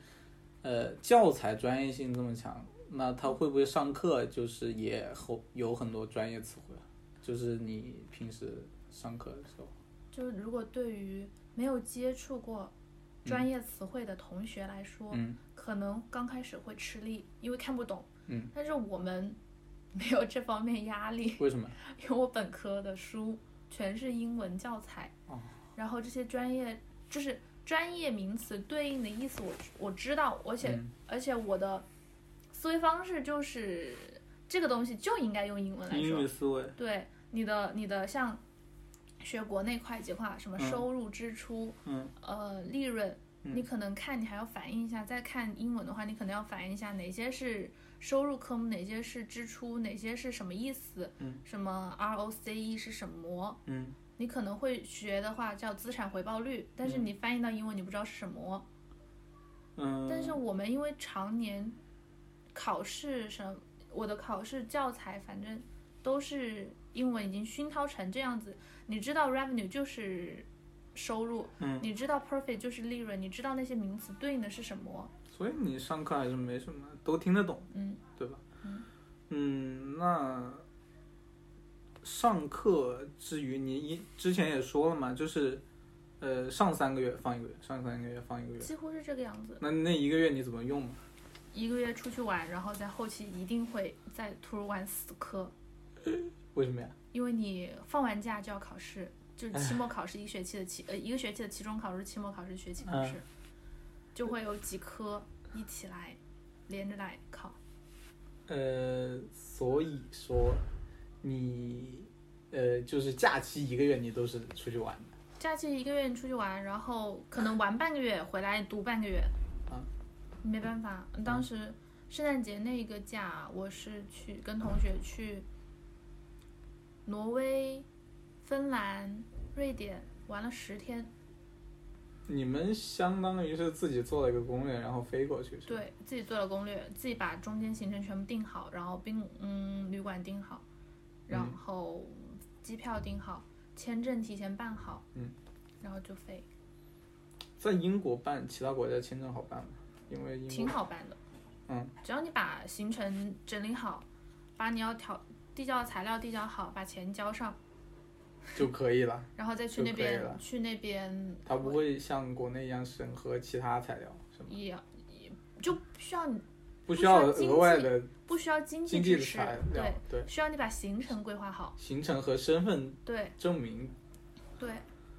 Speaker 2: 呃，教材专业性这么强，那他会不会上课就是也后有很多专业词汇啊？就是你平时上课的时候，
Speaker 3: 就是如果对于没有接触过专业词汇的同学来说，
Speaker 2: 嗯
Speaker 3: 可能刚开始会吃力，因为看不懂，
Speaker 2: 嗯，
Speaker 3: 但是我们没有这方面压力。
Speaker 2: 为什么？
Speaker 3: 因为我本科的书全是英文教材，
Speaker 2: 哦
Speaker 3: 然后这些专业就是专业名词对应的意思我，我知道，而且、
Speaker 2: 嗯
Speaker 3: 而且我的思维方式就是这个东西就应该用英文来
Speaker 2: 英
Speaker 3: 说
Speaker 2: 语，思维，
Speaker 3: 对你的你的像学国内会计的话，什么
Speaker 2: 嗯
Speaker 3: 收入、支出，
Speaker 2: 嗯
Speaker 3: 呃，利润，
Speaker 2: 嗯
Speaker 3: 你可能看你还要反映一下，再看英文的话，你可能要反映一下哪些是收入科目，哪些是支出，哪些是什么意思，
Speaker 2: 嗯
Speaker 3: 什么 ROCE E 是什么。
Speaker 2: 嗯
Speaker 3: 你可能会学的话叫资产回报率，但是
Speaker 2: 嗯
Speaker 3: 你翻译到英文你不知道是什么。
Speaker 2: 嗯，
Speaker 3: 但是我们因为常年考试什，我的考试教材反正都是英文已经熏陶成这样子。你知道 revenue 就是收入，
Speaker 2: 嗯
Speaker 3: 你知道 profit 就是利润，你知道那些名词对应的是什么？
Speaker 2: 所以你上课还是没什么，都听得懂，
Speaker 3: 嗯，
Speaker 2: 对吧？
Speaker 3: 嗯
Speaker 2: 嗯，那上课之余，你一之前也说了嘛，就是呃上三个月放一个月，上三个月放一个月，
Speaker 3: 几乎是这个样子。
Speaker 2: 那那一个月你怎么用嘛？
Speaker 3: 一个月出去玩，然后在后期一定会在图书馆死磕，
Speaker 2: 为什么呀？
Speaker 3: 因为你放完假就要考试，就是期末考试，一学期的期呃一个学期的期中考试、期末考试、学期考试，就会有几科一起来，连着来考。
Speaker 2: 呃，所以说你呃就是假期一个月你都是出去玩的
Speaker 3: 假期一个月你出去玩，然后可能玩半个月，回来读半个月。
Speaker 2: 啊，
Speaker 3: 没办法，当时圣诞节那个假，我是去跟同学去挪威、芬兰、瑞典玩了十天，
Speaker 2: 你们相当于是自己做了一个攻略，然后飞过去是吧？
Speaker 3: 对自己做了攻略，自己把中间行程全部定好，然后宾嗯旅馆定好，然
Speaker 2: 嗯
Speaker 3: 后机票定好，签证提前办好，
Speaker 2: 嗯，
Speaker 3: 然后就飞，
Speaker 2: 在英国办，其他国家签证好办吗？因为英
Speaker 3: 挺
Speaker 2: 国
Speaker 3: 好办的。
Speaker 2: 嗯，
Speaker 3: 只要你把行程整理好，把你要调递交的材料递交好，把钱交上，
Speaker 2: 就可以 了，
Speaker 3: 然后再去
Speaker 2: 就
Speaker 3: 那
Speaker 2: 可以
Speaker 3: 边
Speaker 2: 了
Speaker 3: 去那边，
Speaker 2: 它不会像国内一样审核其他材料，是吗？
Speaker 3: 也也就不需要你
Speaker 2: 不需
Speaker 3: 需要
Speaker 2: 要额外的
Speaker 3: 不需要经济
Speaker 2: 经济
Speaker 3: 支
Speaker 2: 的
Speaker 3: 持
Speaker 2: 材，料
Speaker 3: 对，，
Speaker 2: 对，
Speaker 3: 需要你把行程规划好，
Speaker 2: 行程和身份
Speaker 3: 对
Speaker 2: 证明，
Speaker 3: 对，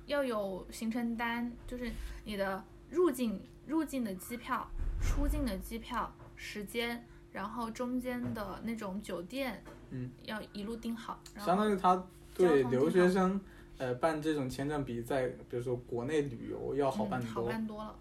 Speaker 3: 要有行程单，就是你的入境入境的机票、出境的机票时间。然后中间的那种酒店，
Speaker 2: 嗯，
Speaker 3: 要一路订好。然后
Speaker 2: 相当于它对
Speaker 3: 交通
Speaker 2: 留
Speaker 3: 挺好
Speaker 2: 学生呃办这种签证比在比如说国内旅游要好办
Speaker 3: 嗯
Speaker 2: 得
Speaker 3: 好
Speaker 2: 多。
Speaker 3: 办多了。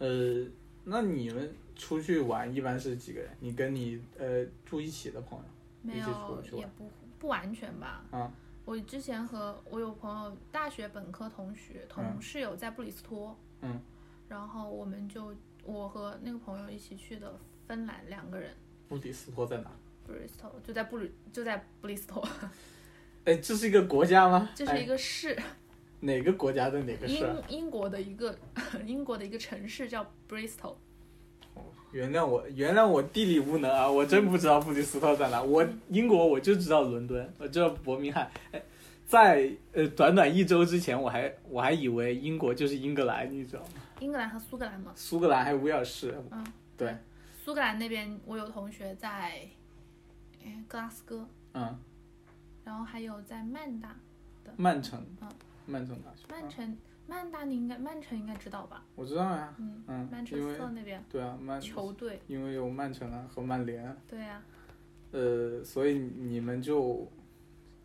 Speaker 2: 呃，那你们出去玩一般是几个人？你跟你呃住一起的朋友
Speaker 3: 没
Speaker 2: 一起出
Speaker 3: 有
Speaker 2: 去，玩
Speaker 3: 也不不完全吧。
Speaker 2: 啊，
Speaker 3: 我之前和我有朋友，大学本科同学同室友在布里斯托，
Speaker 2: 嗯，
Speaker 3: 然后我们就我和那个朋友一起去的芬兰，两个人
Speaker 2: 布里斯托在哪？
Speaker 3: ，Bristol 就在布里就在布里斯托，
Speaker 2: 哎，这是一个国家吗？
Speaker 3: 这是一
Speaker 2: 哎、
Speaker 3: 个市，
Speaker 2: 哪个国家的哪个市啊？
Speaker 3: 英英国的一个 英国的一个城市叫 Bristol，
Speaker 2: 原谅我，原谅我地理无能啊！我真不知道布里斯托在哪。我
Speaker 3: 嗯
Speaker 2: 英国我就知道伦敦，我知道伯明翰。哎，在呃短短一周之前，我还我还以为英国就是英格兰，你知道吗？
Speaker 3: 英格兰和苏格兰嘛，
Speaker 2: 苏格兰还有威尔士。
Speaker 3: 嗯，
Speaker 2: 对，
Speaker 3: 苏格兰那边我有同学在，哎，格拉斯哥，
Speaker 2: 嗯，
Speaker 3: 然后还有在曼大，
Speaker 2: 曼城
Speaker 3: 嗯，
Speaker 2: 曼城大学，
Speaker 3: 曼
Speaker 2: 嗯
Speaker 3: 城曼大你应该曼城应该知道吧？
Speaker 2: 我知道呀、
Speaker 3: 嗯，
Speaker 2: 嗯
Speaker 3: 曼，彻
Speaker 2: 因
Speaker 3: 斯
Speaker 2: 为
Speaker 3: 特那边
Speaker 2: 对啊，曼
Speaker 3: 球队，
Speaker 2: 因为有曼城啊和曼联啊，
Speaker 3: 对呀、
Speaker 2: 呃，所以你们就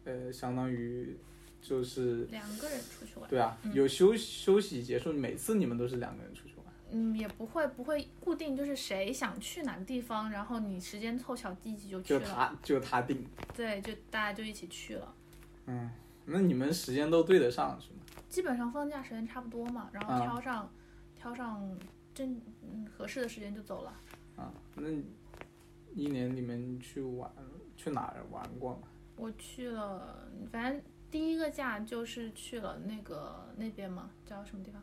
Speaker 2: 呃相当于就是
Speaker 3: 两个人出去玩，
Speaker 2: 对啊，
Speaker 3: 嗯
Speaker 2: 有休休息结束，每次你们都是两个人出去玩。
Speaker 3: 嗯，也不会不会固定，就是谁想去哪个地方，然后你时间凑巧一起就去
Speaker 2: 就
Speaker 3: 了，
Speaker 2: 他就他定，
Speaker 3: 对，就大家就一起去了，
Speaker 2: 嗯，那你们时间都对得上是吗？
Speaker 3: 基本上放假时间差不多嘛，然后
Speaker 2: 啊
Speaker 3: 挑上、挑上正嗯合适的时间就走了。
Speaker 2: 啊，那一年你们去玩去哪儿玩过吗？
Speaker 3: 我去了，反正第一个假就是去了那个那边嘛，叫什么地方？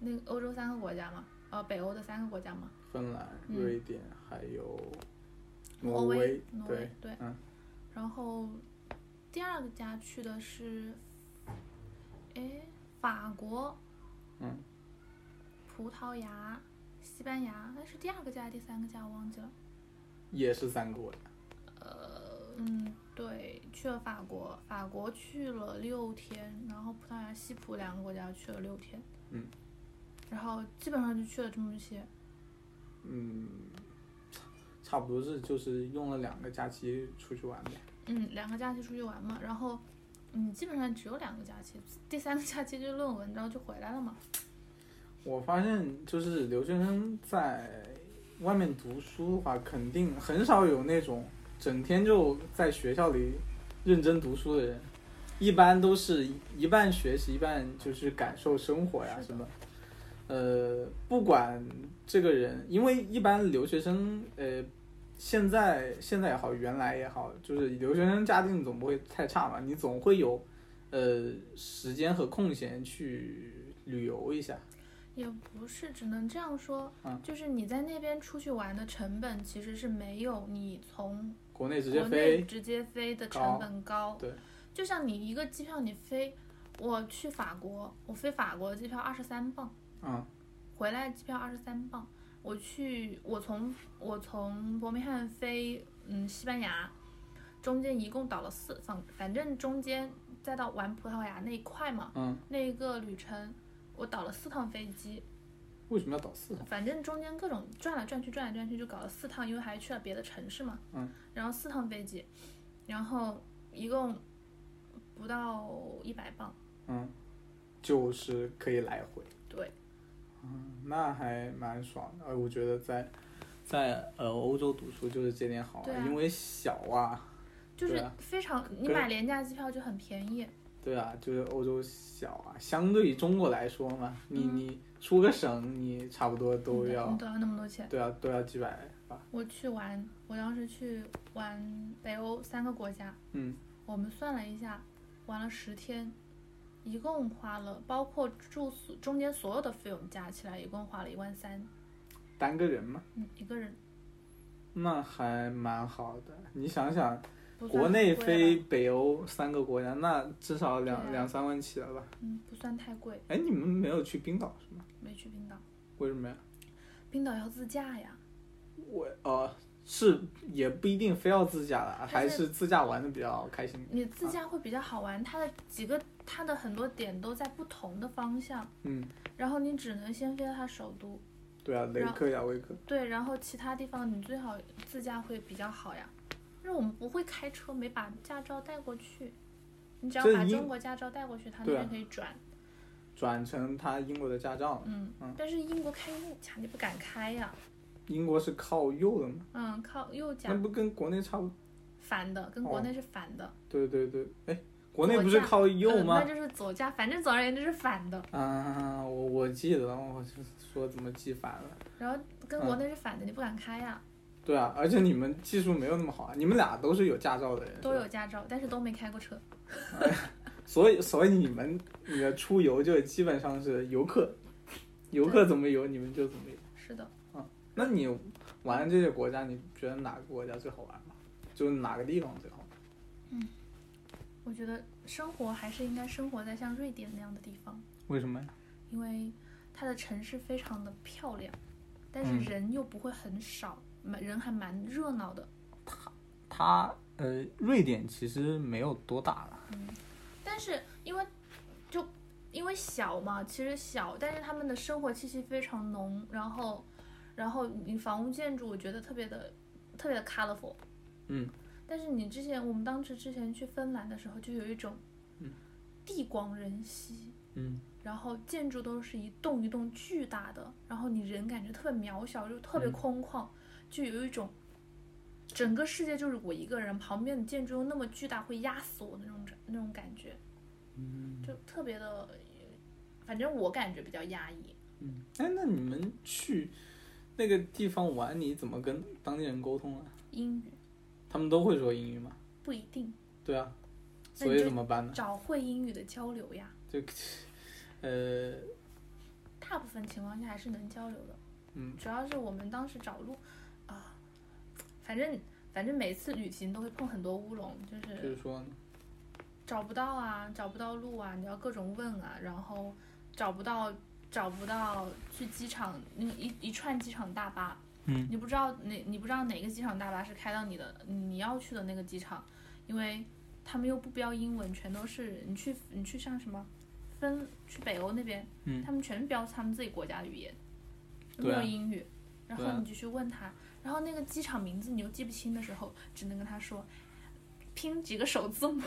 Speaker 3: 那个欧洲三个国家嘛，呃，北欧的三个国家嘛，
Speaker 2: 芬兰、
Speaker 3: 嗯
Speaker 2: 瑞典还有
Speaker 3: 挪
Speaker 2: 威，
Speaker 3: 挪
Speaker 2: 对
Speaker 3: 威，对，
Speaker 2: 嗯
Speaker 3: 然后第二个家去的是，哎，法国，
Speaker 2: 嗯，
Speaker 3: 葡萄牙、西班牙，那是第二个家还是第三个家我忘记了。
Speaker 2: 也是三个国家。
Speaker 3: 嗯，对，去了法国，法国去了六天，然后葡萄牙、西葡两个国家去了六天，
Speaker 2: 嗯，
Speaker 3: 然后基本上就去了这么些，
Speaker 2: 嗯，差不多是就是用了两个假期出去玩呗。
Speaker 3: 嗯，两个假期出去玩嘛，然后你基本上只有两个假期，第三个假期就是论文，然后就回来了嘛。
Speaker 2: 我发现就是留学生在外面读书的话，肯定很少有那种整天就在学校里认真读书的人，一般都是一半学习，一半就是感受生活呀什么。呃，不管这个人，因为一般留学生，呃，现在现在也好，原来也好，就是留学生家境总不会太差嘛，你总会有呃时间和空闲去旅游一下。
Speaker 3: 也不是，只能这样说，
Speaker 2: 嗯
Speaker 3: 就是你在那边出去玩的成本其实是没有你从
Speaker 2: 国内直接
Speaker 3: 国内
Speaker 2: 飞，
Speaker 3: 直接飞的成本高。
Speaker 2: 对，
Speaker 3: 就像你一个机票，你飞，我去法国，我飞法国的机票二十三磅，
Speaker 2: 嗯
Speaker 3: 回来机票二十三磅。我去，我从我从伯明翰飞，嗯，西班牙，中间一共倒了四，反反正中间再到玩葡萄牙那一块嘛，
Speaker 2: 嗯，
Speaker 3: 那一个旅程我倒了四趟飞机。
Speaker 2: 为什么要倒四？
Speaker 3: 反正中间各种转来转去，转来转去，就搞了四趟，因为还去了别的城市嘛。
Speaker 2: 嗯。
Speaker 3: 然后四趟飞机，然后一共不到一百磅，
Speaker 2: 嗯，就是可以来回，
Speaker 3: 对，
Speaker 2: 嗯，那还蛮爽的。呃，我觉得在在呃欧洲读书就是这点好
Speaker 3: 对啊
Speaker 2: 因为小啊，
Speaker 3: 就
Speaker 2: 对
Speaker 3: 是
Speaker 2: 啊
Speaker 3: 非常，你
Speaker 2: 跟
Speaker 3: 买廉价机票就很便宜。
Speaker 2: 对啊，就是欧洲小啊，相对于中国来说嘛，你、
Speaker 3: 嗯
Speaker 2: 你出个省，你差不多都
Speaker 3: 你
Speaker 2: 要，
Speaker 3: 都要那么多钱。
Speaker 2: 对啊，都要几百吧，
Speaker 3: 我去玩，我当时去玩北欧三个国家，
Speaker 2: 嗯，
Speaker 3: 我们算了一下，玩了十天，一共花了包括住宿中间所有的费用加起来，一共花了一万三，
Speaker 2: 单个人嘛，
Speaker 3: 嗯，一个人。
Speaker 2: 那还蛮好的。你想想，
Speaker 3: 不算
Speaker 2: 国内
Speaker 3: 贵了
Speaker 2: 飞北欧三个国家，那至少两、
Speaker 3: 对啊
Speaker 2: 两三万起来吧。
Speaker 3: 嗯，不算太贵，
Speaker 2: 哎，你们没有去冰岛是吗？
Speaker 3: 没去冰岛。
Speaker 2: 为什么呀？
Speaker 3: 冰岛要自驾呀，
Speaker 2: 我呃是也不一定非要自驾了，还
Speaker 3: 但是
Speaker 2: 是自驾玩的比较开心。
Speaker 3: 你自驾会比较好玩，它的几个它的很多点都在不同的方向，
Speaker 2: 嗯，
Speaker 3: 然后你只能先飞到它首都，
Speaker 2: 对啊，雷
Speaker 3: 然后
Speaker 2: 克雅未克。
Speaker 3: 对，然后其他地方你最好自驾会比较好呀。但是我们不会开车，没把驾照带过去，你只要
Speaker 2: 这
Speaker 3: 把
Speaker 2: 英
Speaker 3: 中国驾照带过去，它那
Speaker 2: 对啊
Speaker 3: 边可以转，
Speaker 2: 转成他英国的驾照，
Speaker 3: 嗯
Speaker 2: 嗯，
Speaker 3: 但是英国开右驾你不敢开呀，
Speaker 2: 英国是靠右的嘛，
Speaker 3: 嗯，靠右驾
Speaker 2: 那不跟国内差不多？
Speaker 3: 反的，跟国内是反的，
Speaker 2: 对对对，哎，国内
Speaker 3: 左
Speaker 2: 不是
Speaker 3: 驾
Speaker 2: 靠哦右
Speaker 3: 嗯
Speaker 2: 吗
Speaker 3: 那？就是左驾，反正总而言之是反的。
Speaker 2: 啊，我我记得，我就说怎么记反了。
Speaker 3: 然后跟
Speaker 2: 嗯
Speaker 3: 国内是反的，你不敢开呀、
Speaker 2: 对啊，而且你们技术没有那么好啊，你们俩都是有驾照的人，
Speaker 3: 都
Speaker 2: 是吧
Speaker 3: 有驾照，但是都没开过车。
Speaker 2: 所以，所以你们你的出游就基本上是游客，游客怎么游你们就怎么游。
Speaker 3: 是的，
Speaker 2: 那你玩这些国家，你觉得哪个国家最好玩吗？就是哪个地方最好玩？
Speaker 3: 我觉得生活还是应该生活在像瑞典那样的地方，
Speaker 2: 为什么呀？
Speaker 3: 因为它的城市非常的漂亮，但
Speaker 2: 嗯
Speaker 3: 是人又不会很少，蛮人还蛮热闹的。
Speaker 2: 它呃，瑞典其实没有多大了，
Speaker 3: 但是因为就因为小嘛，其实小，但是他们的生活气息非常浓，然后然后你房屋建筑，我觉得特别的特别的 colorful。
Speaker 2: 嗯。
Speaker 3: 但是你之前我们当时之前去芬兰的时候，就有一种
Speaker 2: 嗯
Speaker 3: 地广人稀，
Speaker 2: 嗯，
Speaker 3: 然后建筑都是一栋一栋巨大的，然后你人感觉特别渺小，就特别
Speaker 2: 嗯
Speaker 3: 空旷，就有一种。整个世界就是我一个人，旁边的建筑又那么巨大，会压死我的那种那种感觉。
Speaker 2: 嗯
Speaker 3: 就特别的，反正我感觉比较压抑。
Speaker 2: 嗯，哎，那你们去那个地方玩，你怎么跟当地人沟通啊？
Speaker 3: 英语
Speaker 2: 他们都会说英语吗？
Speaker 3: 不一定
Speaker 2: 对啊，
Speaker 3: 那你
Speaker 2: 所以
Speaker 3: 就
Speaker 2: 怎么办呢？
Speaker 3: 找会英语的交流呀，
Speaker 2: 就呃，
Speaker 3: 大部分情况下还是能交流的。
Speaker 2: 嗯，
Speaker 3: 主要是我们当时找路啊，反正反正每次旅行都会碰很多乌龙，就
Speaker 2: 就是
Speaker 3: 是
Speaker 2: 说呢，
Speaker 3: 找不到啊，找不到路啊，你要各种问啊，然后找不到找不到去机场，你一一串机场大巴，
Speaker 2: 嗯
Speaker 3: 你不知道哪，你不知道哪个机场大巴是开到你的你要去的那个机场，因为他们又不标英文，全都是你去你去像什么分去北欧那边，
Speaker 2: 嗯
Speaker 3: 他们全标他们自己国家的语言，没
Speaker 2: 对啊
Speaker 3: 有英语，然
Speaker 2: 对
Speaker 3: 后
Speaker 2: 啊
Speaker 3: 你就去问他，然后那个机场名字你又记不清的时候，只能跟他说拼几个首字母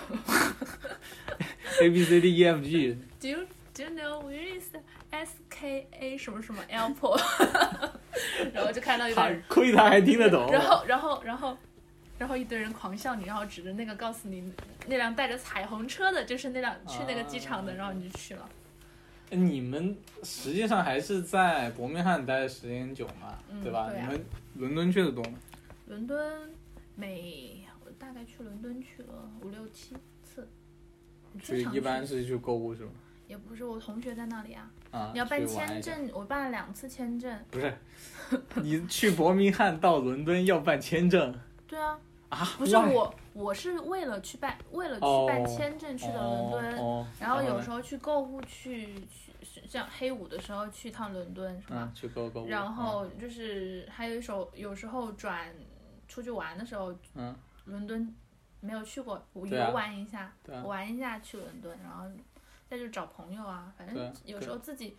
Speaker 4: A B C D E F G，
Speaker 3: ？Do you do you know where is the S K A 什么什么 airport？然后就看到一堆
Speaker 4: 他
Speaker 3: 人，
Speaker 4: 亏他还听得懂。
Speaker 3: 然后然后然后然后一堆人狂笑你，然后指着那个告诉你那辆带着彩虹车的，就是那辆去那个机场的，
Speaker 2: 啊
Speaker 3: 然后你就去了。
Speaker 2: 你们实际上还是在伯明翰待的时间久嘛，
Speaker 3: 嗯
Speaker 2: 吧？
Speaker 3: 对
Speaker 2: 你
Speaker 3: 啊
Speaker 2: 们伦敦去的多吗？
Speaker 3: 伦敦每我大概去伦敦去了五六七次，
Speaker 2: 所
Speaker 3: 经
Speaker 2: 以
Speaker 3: 常
Speaker 2: 一般
Speaker 3: 去
Speaker 2: 是去购物是吗？
Speaker 3: 也不是我同学在那里啊。
Speaker 2: 啊，
Speaker 3: 你要办
Speaker 2: 去玩
Speaker 3: 签
Speaker 2: 一下。
Speaker 3: 证，我办了两次签证。
Speaker 4: 不是，你去伯明翰到伦敦要办签证
Speaker 3: 对啊，
Speaker 4: 啊？
Speaker 3: 不是
Speaker 4: why？
Speaker 3: 我，我是为了去办，为了去
Speaker 4: 哦
Speaker 3: 办签证去的伦敦，
Speaker 4: 哦，
Speaker 3: 然后有时
Speaker 2: 候
Speaker 3: 候去购物去去去像黑五的时候去趟伦敦是吧
Speaker 2: 嗯？去嗯购购物，
Speaker 3: 然后就是还有一首，有时候转出去玩的时候，
Speaker 2: 嗯，
Speaker 3: 伦敦没有去过，我
Speaker 2: 对啊
Speaker 3: 游玩一下，
Speaker 2: 对啊
Speaker 3: 玩一下去伦敦，然后再就找朋友啊，反
Speaker 2: 对
Speaker 3: 正
Speaker 2: 啊
Speaker 3: 有
Speaker 2: 对
Speaker 3: 时候自己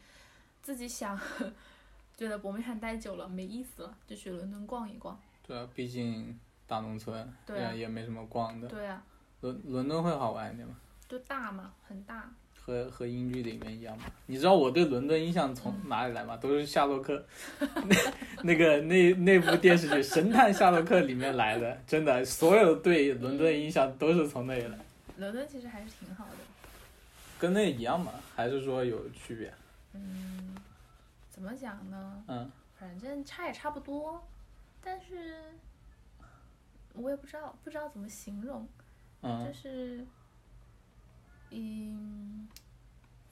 Speaker 3: 自己想， 觉得伯明翰待久了没意思了，就去伦敦逛一逛。
Speaker 2: 对啊，毕竟大农村，
Speaker 3: 对啊
Speaker 2: 也也没什么逛的。
Speaker 3: 对啊，
Speaker 2: 伦伦敦会好玩一点吗？
Speaker 3: 就大嘛，很大。
Speaker 2: 和和英剧里面一样嘛。你知道我对伦敦印象从哪里来吗？都是夏洛克， 那那个那那部电视剧《神探夏洛克》里面来的，真的，所有对伦敦的印象都是从那里来，
Speaker 3: 伦敦其实还是挺好的，
Speaker 2: 跟那一样嘛？还是说有区别？
Speaker 3: 嗯，怎么讲呢？
Speaker 2: 嗯，
Speaker 3: 反正差也差不多，但是我也不知道不知道怎么形容，就
Speaker 2: 嗯，
Speaker 3: 是，嗯，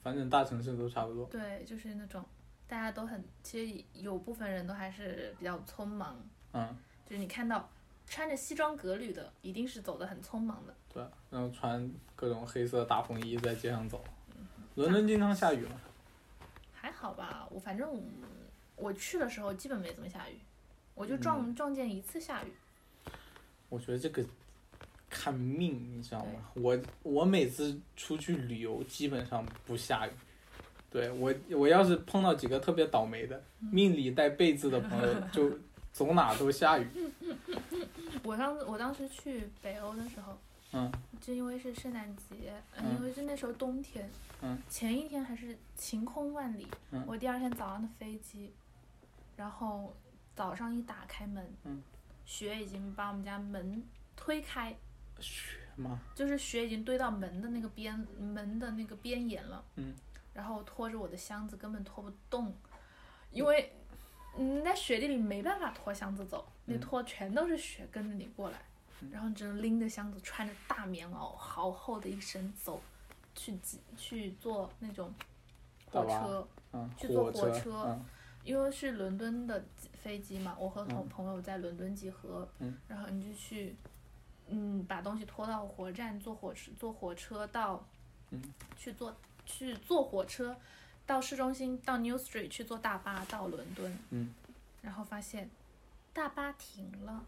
Speaker 2: 反正大城市都差不多。
Speaker 3: 对，就是那种大家都很，其实有部分人都还是比较匆忙，
Speaker 2: 嗯，
Speaker 3: 就是你看到穿着西装革履的，一定是走得很匆忙的。
Speaker 2: 对，然后穿各种黑色大风衣在街上走。伦敦经常下雨嘛？
Speaker 3: 还好吧，我反正我我去的时候基本没怎么下雨，我就撞、
Speaker 2: 嗯
Speaker 3: 撞见一次下雨。
Speaker 2: 我觉得这个看命，你知道吗？我我每次出去旅游基本上不下雨。对我，我要是碰到几个特别倒霉的，
Speaker 3: 嗯
Speaker 2: 命里带“被”字的朋 友，就走哪都下雨。
Speaker 3: 我当我当时去北欧的时候，
Speaker 2: 嗯，
Speaker 3: 就因为是圣诞节，呃
Speaker 2: 嗯
Speaker 3: 因为是那时候冬天，
Speaker 2: 嗯，
Speaker 3: 前一天还是晴空万里，
Speaker 2: 嗯
Speaker 3: 我第二天早上的飞机，然后早上一打开门，
Speaker 2: 嗯，
Speaker 3: 雪已经把我们家门推开，
Speaker 2: 雪吗？
Speaker 3: 就是雪已经堆到门的那个边门的那个边沿了，
Speaker 2: 嗯，
Speaker 3: 然后我拖着我的箱子根本拖不动，因为你在雪地里没办法拖箱子走，那
Speaker 2: 嗯
Speaker 3: 拖全都是雪跟着你过来，然后你只能拎着箱子，穿着大棉袄，好厚的一身走，去挤去坐那种火
Speaker 2: 大巴
Speaker 3: 车，
Speaker 2: 嗯，
Speaker 3: 去坐
Speaker 2: 火
Speaker 3: 火车
Speaker 2: 嗯
Speaker 3: 因为是伦敦的飞机嘛，我和同
Speaker 2: 嗯
Speaker 3: 朋友在伦敦集合，
Speaker 2: 嗯
Speaker 3: 然后你就去，嗯，把东西拖到火站，坐火车坐火车到，
Speaker 2: 嗯，
Speaker 3: 去坐去坐火车到市中心，到 New Street 去坐大巴到伦敦，
Speaker 2: 嗯，
Speaker 3: 然后发现大巴停了，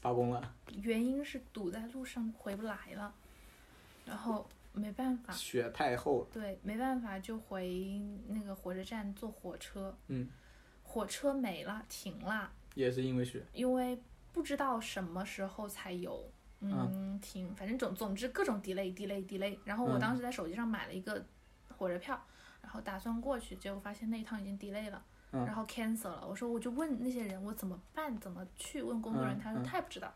Speaker 2: 罢工了，
Speaker 3: 原因是堵在路上回不来了，然后没办法，
Speaker 2: 雪太厚了。
Speaker 3: 对，没办法就回那个火车站坐火车，
Speaker 2: 嗯，
Speaker 3: 火车没了，停了。
Speaker 2: 也是因为雪。
Speaker 3: 因为不知道什么时候才有，
Speaker 2: 啊
Speaker 3: 嗯，停，反正总总之各种 delay delay delay。然后我
Speaker 2: 嗯
Speaker 3: 当时在手机上买了一个火车票，然后打算过去，结果发现那一趟已经 delay 了，
Speaker 2: 嗯
Speaker 3: 然后 cancel 了。我说我就问那些人我怎么办，怎么去？问工作人员，
Speaker 2: 嗯
Speaker 3: 他说
Speaker 2: 嗯
Speaker 3: 他也不知道。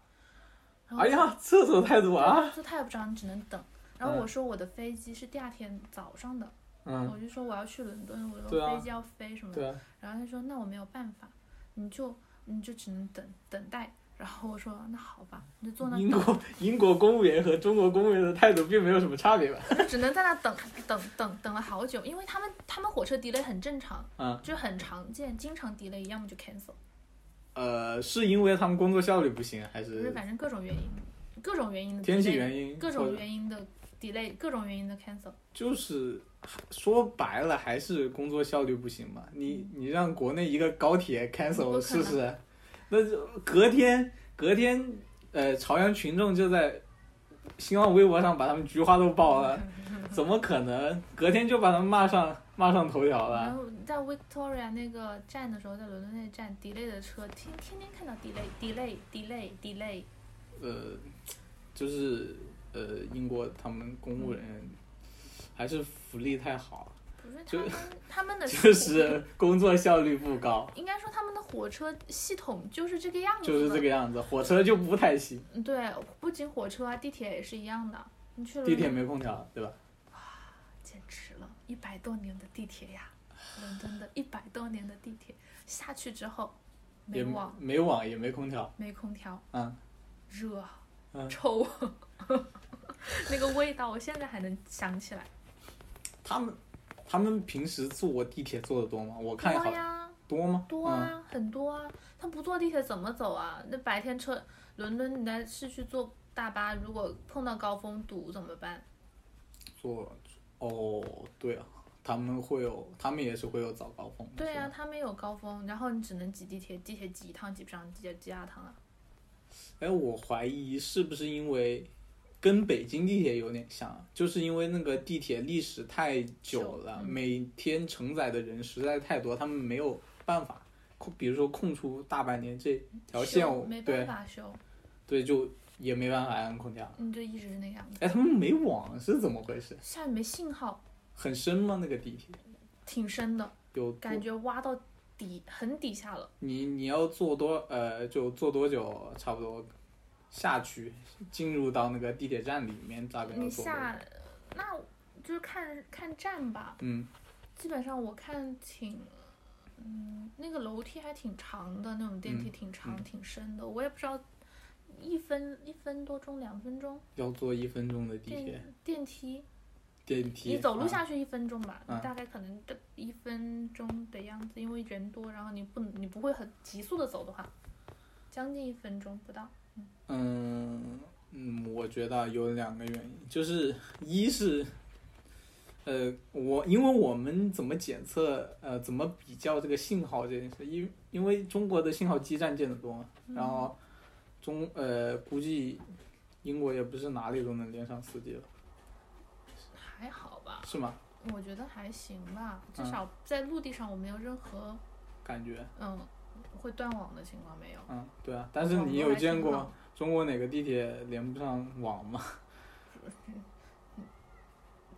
Speaker 3: 然后
Speaker 2: 哎呀，厕所太堵啊！
Speaker 3: 他说他也不知道，你只能等。然后
Speaker 2: 嗯
Speaker 3: 我说我的飞机是第二天早上的，
Speaker 2: 嗯，
Speaker 3: 我就说我要去伦敦，我
Speaker 2: 对
Speaker 3: 说
Speaker 2: 啊
Speaker 3: 飞机要飞什么的。
Speaker 2: 对啊，
Speaker 3: 然后他说那我没有办法，你就你就只能等等待。然后我说那好吧，你就坐那
Speaker 2: 英
Speaker 3: 等，
Speaker 2: 国英国公务员和中国公务员的态度并没有什么差别吧？嗯
Speaker 3: 就只能在那等等等等了好久，因为他们他们火车 delay 很正常，
Speaker 2: 嗯，
Speaker 3: 就很常见，经常 delay，要么就 cancel，
Speaker 2: 呃，是因为他们工作效率不行，还
Speaker 3: 不是
Speaker 2: 是
Speaker 3: 反正各种原因，各种原因的
Speaker 2: 呃
Speaker 3: delay,
Speaker 2: 天气原因？
Speaker 3: 嗯各
Speaker 2: 或
Speaker 3: 种
Speaker 2: 者
Speaker 3: 原因的 delay，各种原因的 cancel，
Speaker 2: 就是说白了，还是工作效率不行嘛。你
Speaker 3: 嗯
Speaker 2: 你让国内一个高铁 cancel
Speaker 3: 能
Speaker 2: 试试，那就隔天隔天，呃，朝阳群众就在新浪微博上把他们菊花都爆 了，怎么可能？隔天就把他们骂上骂上头条
Speaker 3: 然
Speaker 2: 了。
Speaker 3: 后在 Victoria 那个站的时候，在伦敦那站嗯 delay 的车，天天天看到 delay delay delay delay，
Speaker 2: 呃，就是呃英国他们公
Speaker 3: 嗯
Speaker 2: 务人员还是福利太好 了，
Speaker 3: 不是他
Speaker 2: 就
Speaker 3: 们他们 的
Speaker 2: 就是工作效率不高，
Speaker 3: 应该说他们的火车系统就是这个样子，
Speaker 2: 就是这个。样子。火车就不太行，
Speaker 3: 对，不仅火车啊，地铁也是一样的。你去了
Speaker 2: 地铁没空调，对吧？
Speaker 3: 简直了，一百多年的地铁呀，伦敦的一百多年的地铁下去之后，没
Speaker 2: 也
Speaker 3: 网，
Speaker 2: 没网，也没空调，
Speaker 3: 没空调，
Speaker 2: 嗯，
Speaker 3: 热，
Speaker 2: 嗯
Speaker 3: 臭， 那个味道我现在还能想起来。
Speaker 2: 他们他们平时坐地铁坐的多吗？我看嗯
Speaker 3: 多
Speaker 2: 好
Speaker 3: 呀，
Speaker 2: 多吗？
Speaker 3: 多啊，很多啊。他不坐地铁怎么走啊？那白天车，伦敦你在市区坐大巴，如果碰到高峰堵怎么办？
Speaker 2: 嗯，坐哦，对啊，他们会有，他们也是会有早高峰的。
Speaker 3: 对
Speaker 2: 是
Speaker 3: 啊，
Speaker 2: 吧，
Speaker 3: 他们有高峰，然后你只能挤地铁，地铁挤一趟挤不上，挤挤二趟啊。
Speaker 2: 哎，我怀疑是不是因为跟北京地铁有点像，啊就是因为那个地铁历史太久了，
Speaker 3: 久嗯
Speaker 2: 每天承载的人实在太多，他们没有办法空，比如说空出大半年这条线
Speaker 3: 修
Speaker 2: 我，
Speaker 3: 没办
Speaker 2: 对
Speaker 3: 法修，
Speaker 2: 对，就也没办法安空调。
Speaker 3: 你就一直是那个样子。
Speaker 2: 哎，他们没网是怎么回事？
Speaker 3: 下雨没信号，
Speaker 2: 很深吗？那个地铁
Speaker 3: 挺深的，
Speaker 2: 有多
Speaker 3: 感觉挖到底很底下了。
Speaker 2: 你你要坐多呃，就坐多久？差不多下去进入到那个地铁站里面，大概要
Speaker 3: 你
Speaker 2: 坐多久？
Speaker 3: 下，那就是看看站吧。
Speaker 2: 嗯，
Speaker 3: 基本上我看挺，嗯，那个楼梯还挺长的，那种电梯
Speaker 2: 嗯
Speaker 3: 挺长、
Speaker 2: 嗯
Speaker 3: 挺深的，我也不知道，一分一分多钟、两分钟
Speaker 2: 要坐一分钟的地铁
Speaker 3: 电电梯，
Speaker 2: 电梯。
Speaker 3: 你走路
Speaker 2: 啊
Speaker 3: 下去一分钟吧，
Speaker 2: 嗯
Speaker 3: 你大概可能得一分钟的样子，因为人多，然后你不你不会很急速的走的话，将近一分钟不到。
Speaker 2: 嗯嗯，我觉得有两个原因，就是一是，呃，我因为我们怎么检测，呃，怎么比较这个信号这件事，因因为中国的信号基站建的多嘛，然
Speaker 3: 嗯
Speaker 2: 后中呃估计英国也不是哪里都能连上 4G 了，
Speaker 3: 还好吧，
Speaker 2: 是吗？
Speaker 3: 我觉得还行吧，至
Speaker 2: 嗯
Speaker 3: 少在陆地上我没有任何
Speaker 2: 感觉，
Speaker 3: 嗯会断网的情况没有。
Speaker 2: 嗯，对啊，但是
Speaker 3: 网
Speaker 2: 你
Speaker 3: 络
Speaker 2: 有
Speaker 3: 还
Speaker 2: 见
Speaker 3: 挺
Speaker 2: 过
Speaker 3: 好
Speaker 2: 中国哪个地铁连不上网吗？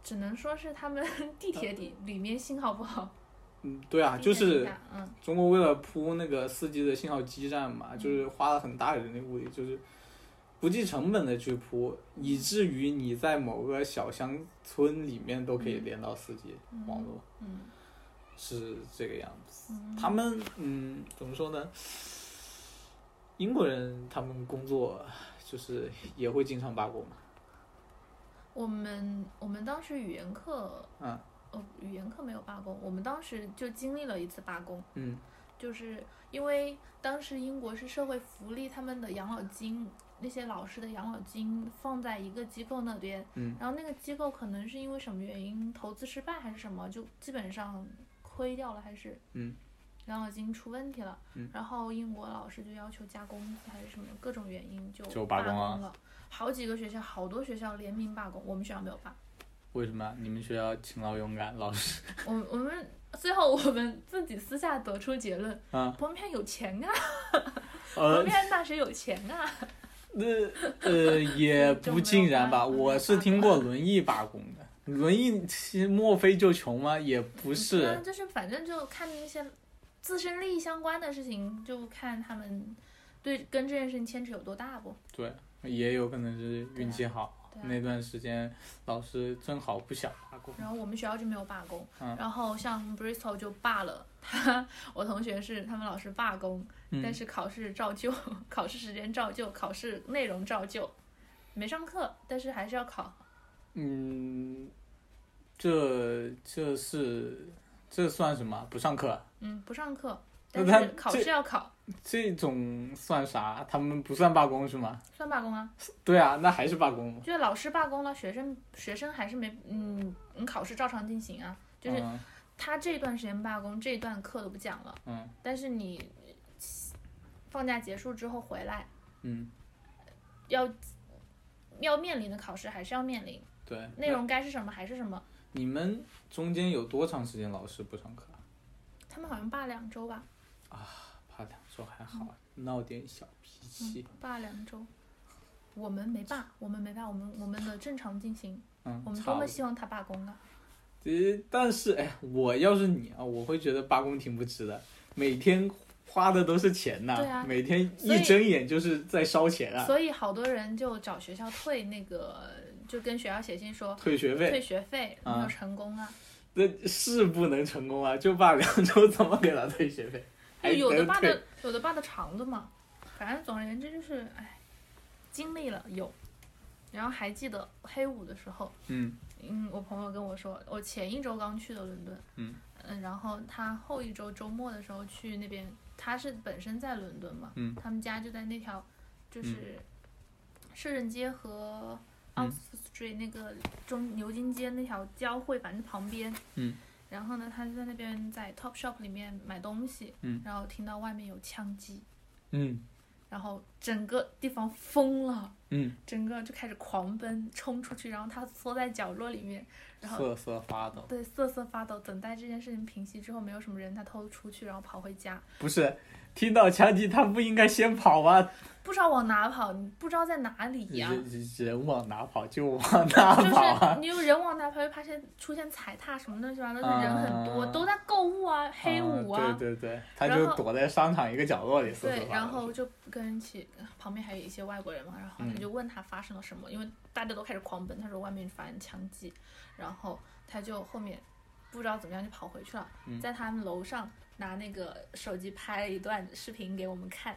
Speaker 3: 只能说是他们 地铁里里面信号不好。
Speaker 2: 嗯，对啊，就
Speaker 3: 地铁里
Speaker 2: 是
Speaker 3: 面嗯，
Speaker 2: 中国为了铺那个四 G 的信号基站
Speaker 4: 嗯
Speaker 2: 嘛，就是花了很大的人力物力，就是不计成本的去铺，以至于你在某个小乡村里面都可以连到四 G 网络，
Speaker 3: 嗯，
Speaker 2: 是这个样子
Speaker 3: 嗯。
Speaker 2: 他们嗯，怎么说呢？英国人他们工作就是也会经常罢工嘛，
Speaker 3: 我们我们当时语言课，
Speaker 2: 嗯
Speaker 3: 呃，语言课没有罢工，我们当时就经历了一次罢工，
Speaker 2: 嗯
Speaker 3: 就是因为当时英国是社会福利，他们的养老金。那些老师的养老金放在一个机构那边，
Speaker 2: 嗯
Speaker 3: 然后那个机构可能是因为什么原因投资失败还是什么，就基本上亏掉了，还是
Speaker 2: 嗯
Speaker 3: 养老金出问题了，
Speaker 2: 嗯
Speaker 3: 然后英国老师就要求加工资还是什么各种原因就
Speaker 4: 就罢
Speaker 3: 罢
Speaker 4: 工啊
Speaker 3: 了，好几个学校，好多学校联名罢工，我们学校没有罢，
Speaker 4: 为什么你们学校勤劳勇敢，老师
Speaker 3: 我我们最后我们自己私下得出结论，
Speaker 4: 啊？
Speaker 3: 伯明翰有钱啊，伯
Speaker 4: 呃
Speaker 3: 明，翰大学有钱啊，
Speaker 4: 那呃也不尽然吧，
Speaker 3: 就没有
Speaker 4: 我是听过轮椅罢工的。轮椅其实莫非就穷吗？也不
Speaker 3: 嗯
Speaker 4: 是，
Speaker 3: 就是反正就看那些自身利益相关的事情，就看他们对跟这件事情牵扯有多大不，
Speaker 4: 对，也有可能是运气好。
Speaker 3: 对啊嗯
Speaker 4: 那段时间老师正好不想罢工，
Speaker 3: 然后我们学校就没有罢工，
Speaker 4: 嗯
Speaker 3: 然后像 Bristol 就罢了，他我同学是他们老师罢工，但
Speaker 4: 嗯，
Speaker 3: 是考试照旧， 考试时间照旧，考试内容照旧，没上课，但是还是要考。
Speaker 4: 嗯，这这是这算什么？不上课，啊
Speaker 3: 嗯，不上课，
Speaker 4: 那
Speaker 3: 但
Speaker 4: 他
Speaker 3: 是考试要考，
Speaker 4: 这种算啥？他们不算罢工是吗？
Speaker 3: 算罢工啊。
Speaker 4: 对啊，那还是罢工吗？
Speaker 3: 就是老师罢工了，学生学生还是没嗯，你考试照常进行啊。就是
Speaker 4: 嗯
Speaker 3: 他这段时间罢工，这段课都不讲了，
Speaker 4: 嗯
Speaker 3: 但是你放假结束之后回来，
Speaker 4: 嗯，
Speaker 3: 要要面临的考试还是要面临，
Speaker 4: 对。
Speaker 3: 内容该是什么还是什么。
Speaker 4: 你们中间有多长时间老师不上课啊？
Speaker 3: 他们好像罢两周吧，
Speaker 4: 怕两周还好，闹点小脾气。
Speaker 3: 罢两周。我们没罢，我们没罢，我们我们的正常进行，
Speaker 2: 嗯，
Speaker 3: 我们多
Speaker 2: 操
Speaker 3: 么希望他罢工啊！
Speaker 2: 其实但是哎，我要是你啊，我会觉得罢工挺不值的，每天花的都是钱呐、
Speaker 3: 对啊
Speaker 2: 每天
Speaker 3: 所
Speaker 2: 一
Speaker 3: 以
Speaker 2: 睁眼就是在烧钱啊，
Speaker 3: 所以好多人就找学校退那个，就跟学校写信说
Speaker 2: 退学
Speaker 3: 退
Speaker 2: 费，
Speaker 3: 学费，
Speaker 2: 啊
Speaker 3: 没有成功啊。
Speaker 2: 那是不能成功啊，就罢两周，怎么给他退学费？还
Speaker 3: 有的
Speaker 2: 能
Speaker 3: 罢
Speaker 2: 退
Speaker 3: 的，有的罢的长的嘛。反正总而言之就是，哎，经历了有，然后还记得黑五的时候，
Speaker 2: 嗯
Speaker 3: 嗯，我朋友跟我说，我前一周刚去的伦敦，
Speaker 2: 嗯
Speaker 3: 嗯然后他后一周周末的时候去那边，他是本身在伦敦嘛，
Speaker 2: 嗯
Speaker 3: 他们家就在那条就是摄政街和
Speaker 2: 嗯
Speaker 3: Oxford Street 那个中牛津街那条交汇，反正旁边，
Speaker 2: 嗯
Speaker 3: 然后呢，他就在那边在 Top Shop 里面买东西，
Speaker 2: 嗯
Speaker 3: 然后听到外面有枪击，
Speaker 2: 嗯
Speaker 3: 然后整个地方疯了，
Speaker 2: 嗯，
Speaker 3: 整个就开始狂奔冲出去，然后他缩在角落里面，然后
Speaker 2: 瑟瑟发抖。
Speaker 3: 对，瑟瑟发抖，等待这件事情平息之后，没有什么人，他偷偷出去，然后跑回家，
Speaker 2: 不是，听到枪击他不应该先跑吗？
Speaker 3: 不知道往哪跑，你不知道在哪里呀、
Speaker 2: 人人往哪跑就往哪
Speaker 3: 就
Speaker 2: 跑啊！
Speaker 3: 是你有人往哪跑，会发现出现踩踏什么乱七八糟，就人很多，
Speaker 2: 啊
Speaker 3: 都在购物啊，黑五啊，
Speaker 2: 嗯对对对，他
Speaker 3: 然
Speaker 2: 就
Speaker 3: 后
Speaker 2: 躲在商场一个角落里瑟瑟
Speaker 3: 对
Speaker 2: 发抖
Speaker 3: 然后就跟人一起，旁边还有一些外国人嘛，然后
Speaker 2: 嗯
Speaker 3: 他就问他发生了什么，因为大家都开始狂奔，他说外面发生枪击，然后他就后面不知道怎么样就跑回去了，
Speaker 2: 嗯
Speaker 3: 在他们楼上拿那个手机拍了一段视频给我们看。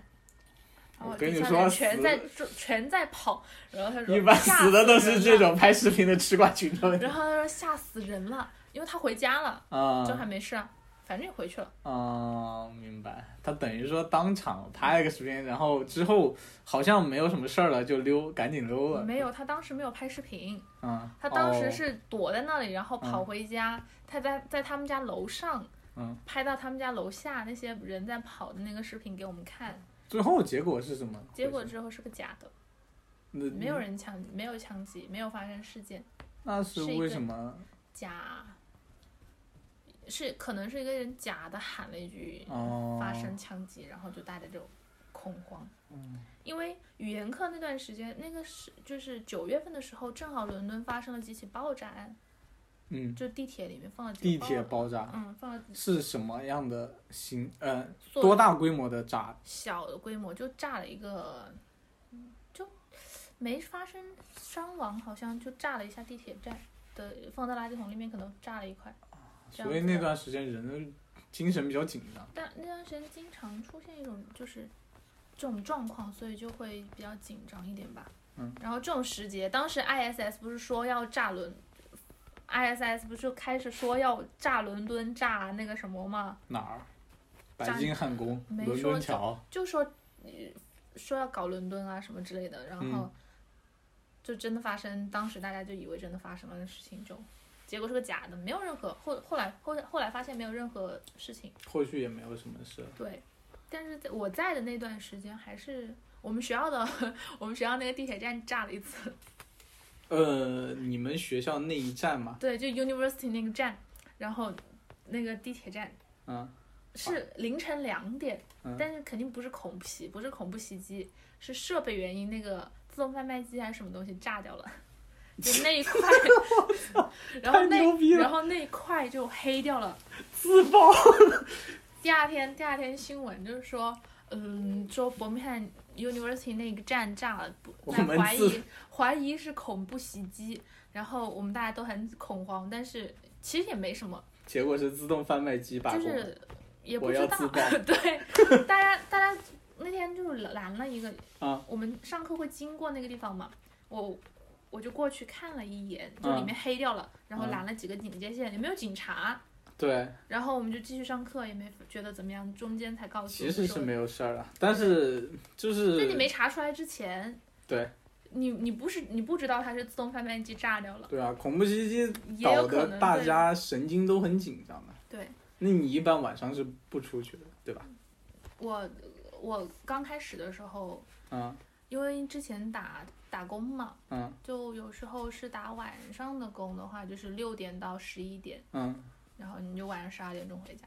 Speaker 3: 然
Speaker 2: 我
Speaker 3: 后
Speaker 2: 跟
Speaker 3: 底
Speaker 2: 你
Speaker 3: 下
Speaker 2: 说
Speaker 3: 人
Speaker 2: 死
Speaker 3: 全在全在跑，然后他说
Speaker 2: 一般
Speaker 3: 吓
Speaker 2: 死的都
Speaker 3: 人
Speaker 2: 是这
Speaker 3: 了
Speaker 2: 种拍视频的吃瓜群众
Speaker 3: 然后他说吓死人了，因为他回家了，
Speaker 2: 啊
Speaker 3: 就还没事啊，反正也回去了。
Speaker 2: 啊！明白，他等于说当场拍了个视频，然后之后好像没有什么事儿了，就溜，赶紧溜了。
Speaker 3: 没有，他当时没有拍视频，
Speaker 2: 嗯，
Speaker 3: 他当时
Speaker 2: 哦
Speaker 3: 是躲在那里，然后跑
Speaker 2: 嗯
Speaker 3: 回家。他在在他们家楼上
Speaker 2: 嗯，
Speaker 3: 拍到他们家楼下那些人在跑的那个视频给我们看，
Speaker 2: 最后结果是什么？
Speaker 3: 结果之后是个假的，
Speaker 2: 那
Speaker 3: 没有人枪，没有枪击，没有发生事件，
Speaker 2: 那是
Speaker 3: 是一
Speaker 2: 为
Speaker 3: 个
Speaker 2: 什么？
Speaker 3: 假。是可能是一个人假的喊了一句
Speaker 2: 哦
Speaker 3: 发生枪击，然后就大家就恐慌。
Speaker 2: 嗯
Speaker 3: 因为语言课那段时间，那个是就是九月份的时候，正好伦敦发生了几起爆炸案，
Speaker 2: 嗯，
Speaker 3: 就地铁里面放了
Speaker 2: 地
Speaker 3: 几个
Speaker 2: 铁
Speaker 3: 爆，
Speaker 2: 爆炸。
Speaker 3: 嗯，放了
Speaker 2: 是什么样的形？呃，
Speaker 3: 做
Speaker 2: 多大规模的炸？
Speaker 3: 小的规模就炸了一个，嗯就没发生伤亡，好像就炸了一下地铁站的，放在垃圾桶里面可能炸了一块。这样
Speaker 2: 所以
Speaker 3: 子
Speaker 2: 那
Speaker 3: 的
Speaker 2: 段时间人精神比较紧张。
Speaker 3: 但那段时间经常出现一种就是这种状况，所以就会比较紧张一点吧。
Speaker 2: 嗯。
Speaker 3: 然后这种时节，当时 ISS 不是说要炸伦，ISS 不是开始说要炸伦敦、炸那个什么嘛，
Speaker 2: 哪儿？
Speaker 3: 炸
Speaker 2: 北京汉宫、
Speaker 3: 没
Speaker 2: 伦
Speaker 3: 说
Speaker 2: 敦桥。
Speaker 3: 就说呃说要搞伦敦啊什么之类的，然后
Speaker 2: 嗯
Speaker 3: 就真的发生，当时大家就以为真的发生了，那事情就结果是个假的，没有任何后后来后后来发现没有任何事情。
Speaker 2: 后续也没有什么事。
Speaker 3: 对，但是在我在的那段时间，还是我们学校的 我们学校那个地铁站炸了一次，
Speaker 2: 呃，你们学校那一站嘛，
Speaker 3: 对，就 University 那个站，然后那个地铁站
Speaker 2: 嗯，
Speaker 3: 是凌晨两点，
Speaker 2: 嗯
Speaker 3: 但是肯定不是恐怖袭，不是恐怖袭击，是设备原因，那个自动贩卖机还是什么东西炸掉了。就那一块， 然后
Speaker 2: 太牛逼
Speaker 3: 那
Speaker 2: 了
Speaker 3: 然后那一块就黑掉了，
Speaker 2: 自爆。
Speaker 3: 第二天，第二天新闻就是说，嗯，说伯明翰 University 那个站炸了，不
Speaker 2: 我
Speaker 3: 在
Speaker 2: 们
Speaker 3: 怀
Speaker 2: 自
Speaker 3: 疑怀疑是恐怖袭击，然后我们大家都很恐慌，但是其实也没什么，
Speaker 2: 结果是自动贩卖机罢
Speaker 3: 就
Speaker 2: 工。
Speaker 3: 是也不
Speaker 2: 我
Speaker 3: 知
Speaker 2: 要
Speaker 3: 道
Speaker 2: 自爆，
Speaker 3: 对，大家大家那天就是拦了一个，
Speaker 2: 啊
Speaker 3: 我们上课会经过那个地方嘛，我。我就过去看了一眼，就里
Speaker 2: 嗯
Speaker 3: 面黑掉了，然后
Speaker 2: 嗯
Speaker 3: 拦了几个警戒线，也没有警察，
Speaker 2: 对，
Speaker 3: 然后我们就继续上课，也没觉得怎么样，中间才告诉我
Speaker 2: 其
Speaker 3: 们
Speaker 2: 实
Speaker 3: 说
Speaker 2: 是没有事儿了，但是就是
Speaker 3: 那你没查出来之前，
Speaker 2: 对
Speaker 3: 你你不是你不知道它是自动贩卖机炸掉了，
Speaker 2: 对啊，恐怖袭击
Speaker 3: 也有
Speaker 2: 搞
Speaker 3: 可
Speaker 2: 得
Speaker 3: 能
Speaker 2: 大
Speaker 3: 对
Speaker 2: 家神经都很紧张的。啊
Speaker 3: 对
Speaker 2: 那你一般晚上是不出去的，对吧？
Speaker 3: 我我刚开始的时候，
Speaker 2: 嗯
Speaker 3: 因为之前打打工嘛，
Speaker 2: 嗯
Speaker 3: 就有时候是打晚上的工的话，就是六点到十一点，
Speaker 2: 嗯，
Speaker 3: 然后你就晚上十二点钟回家，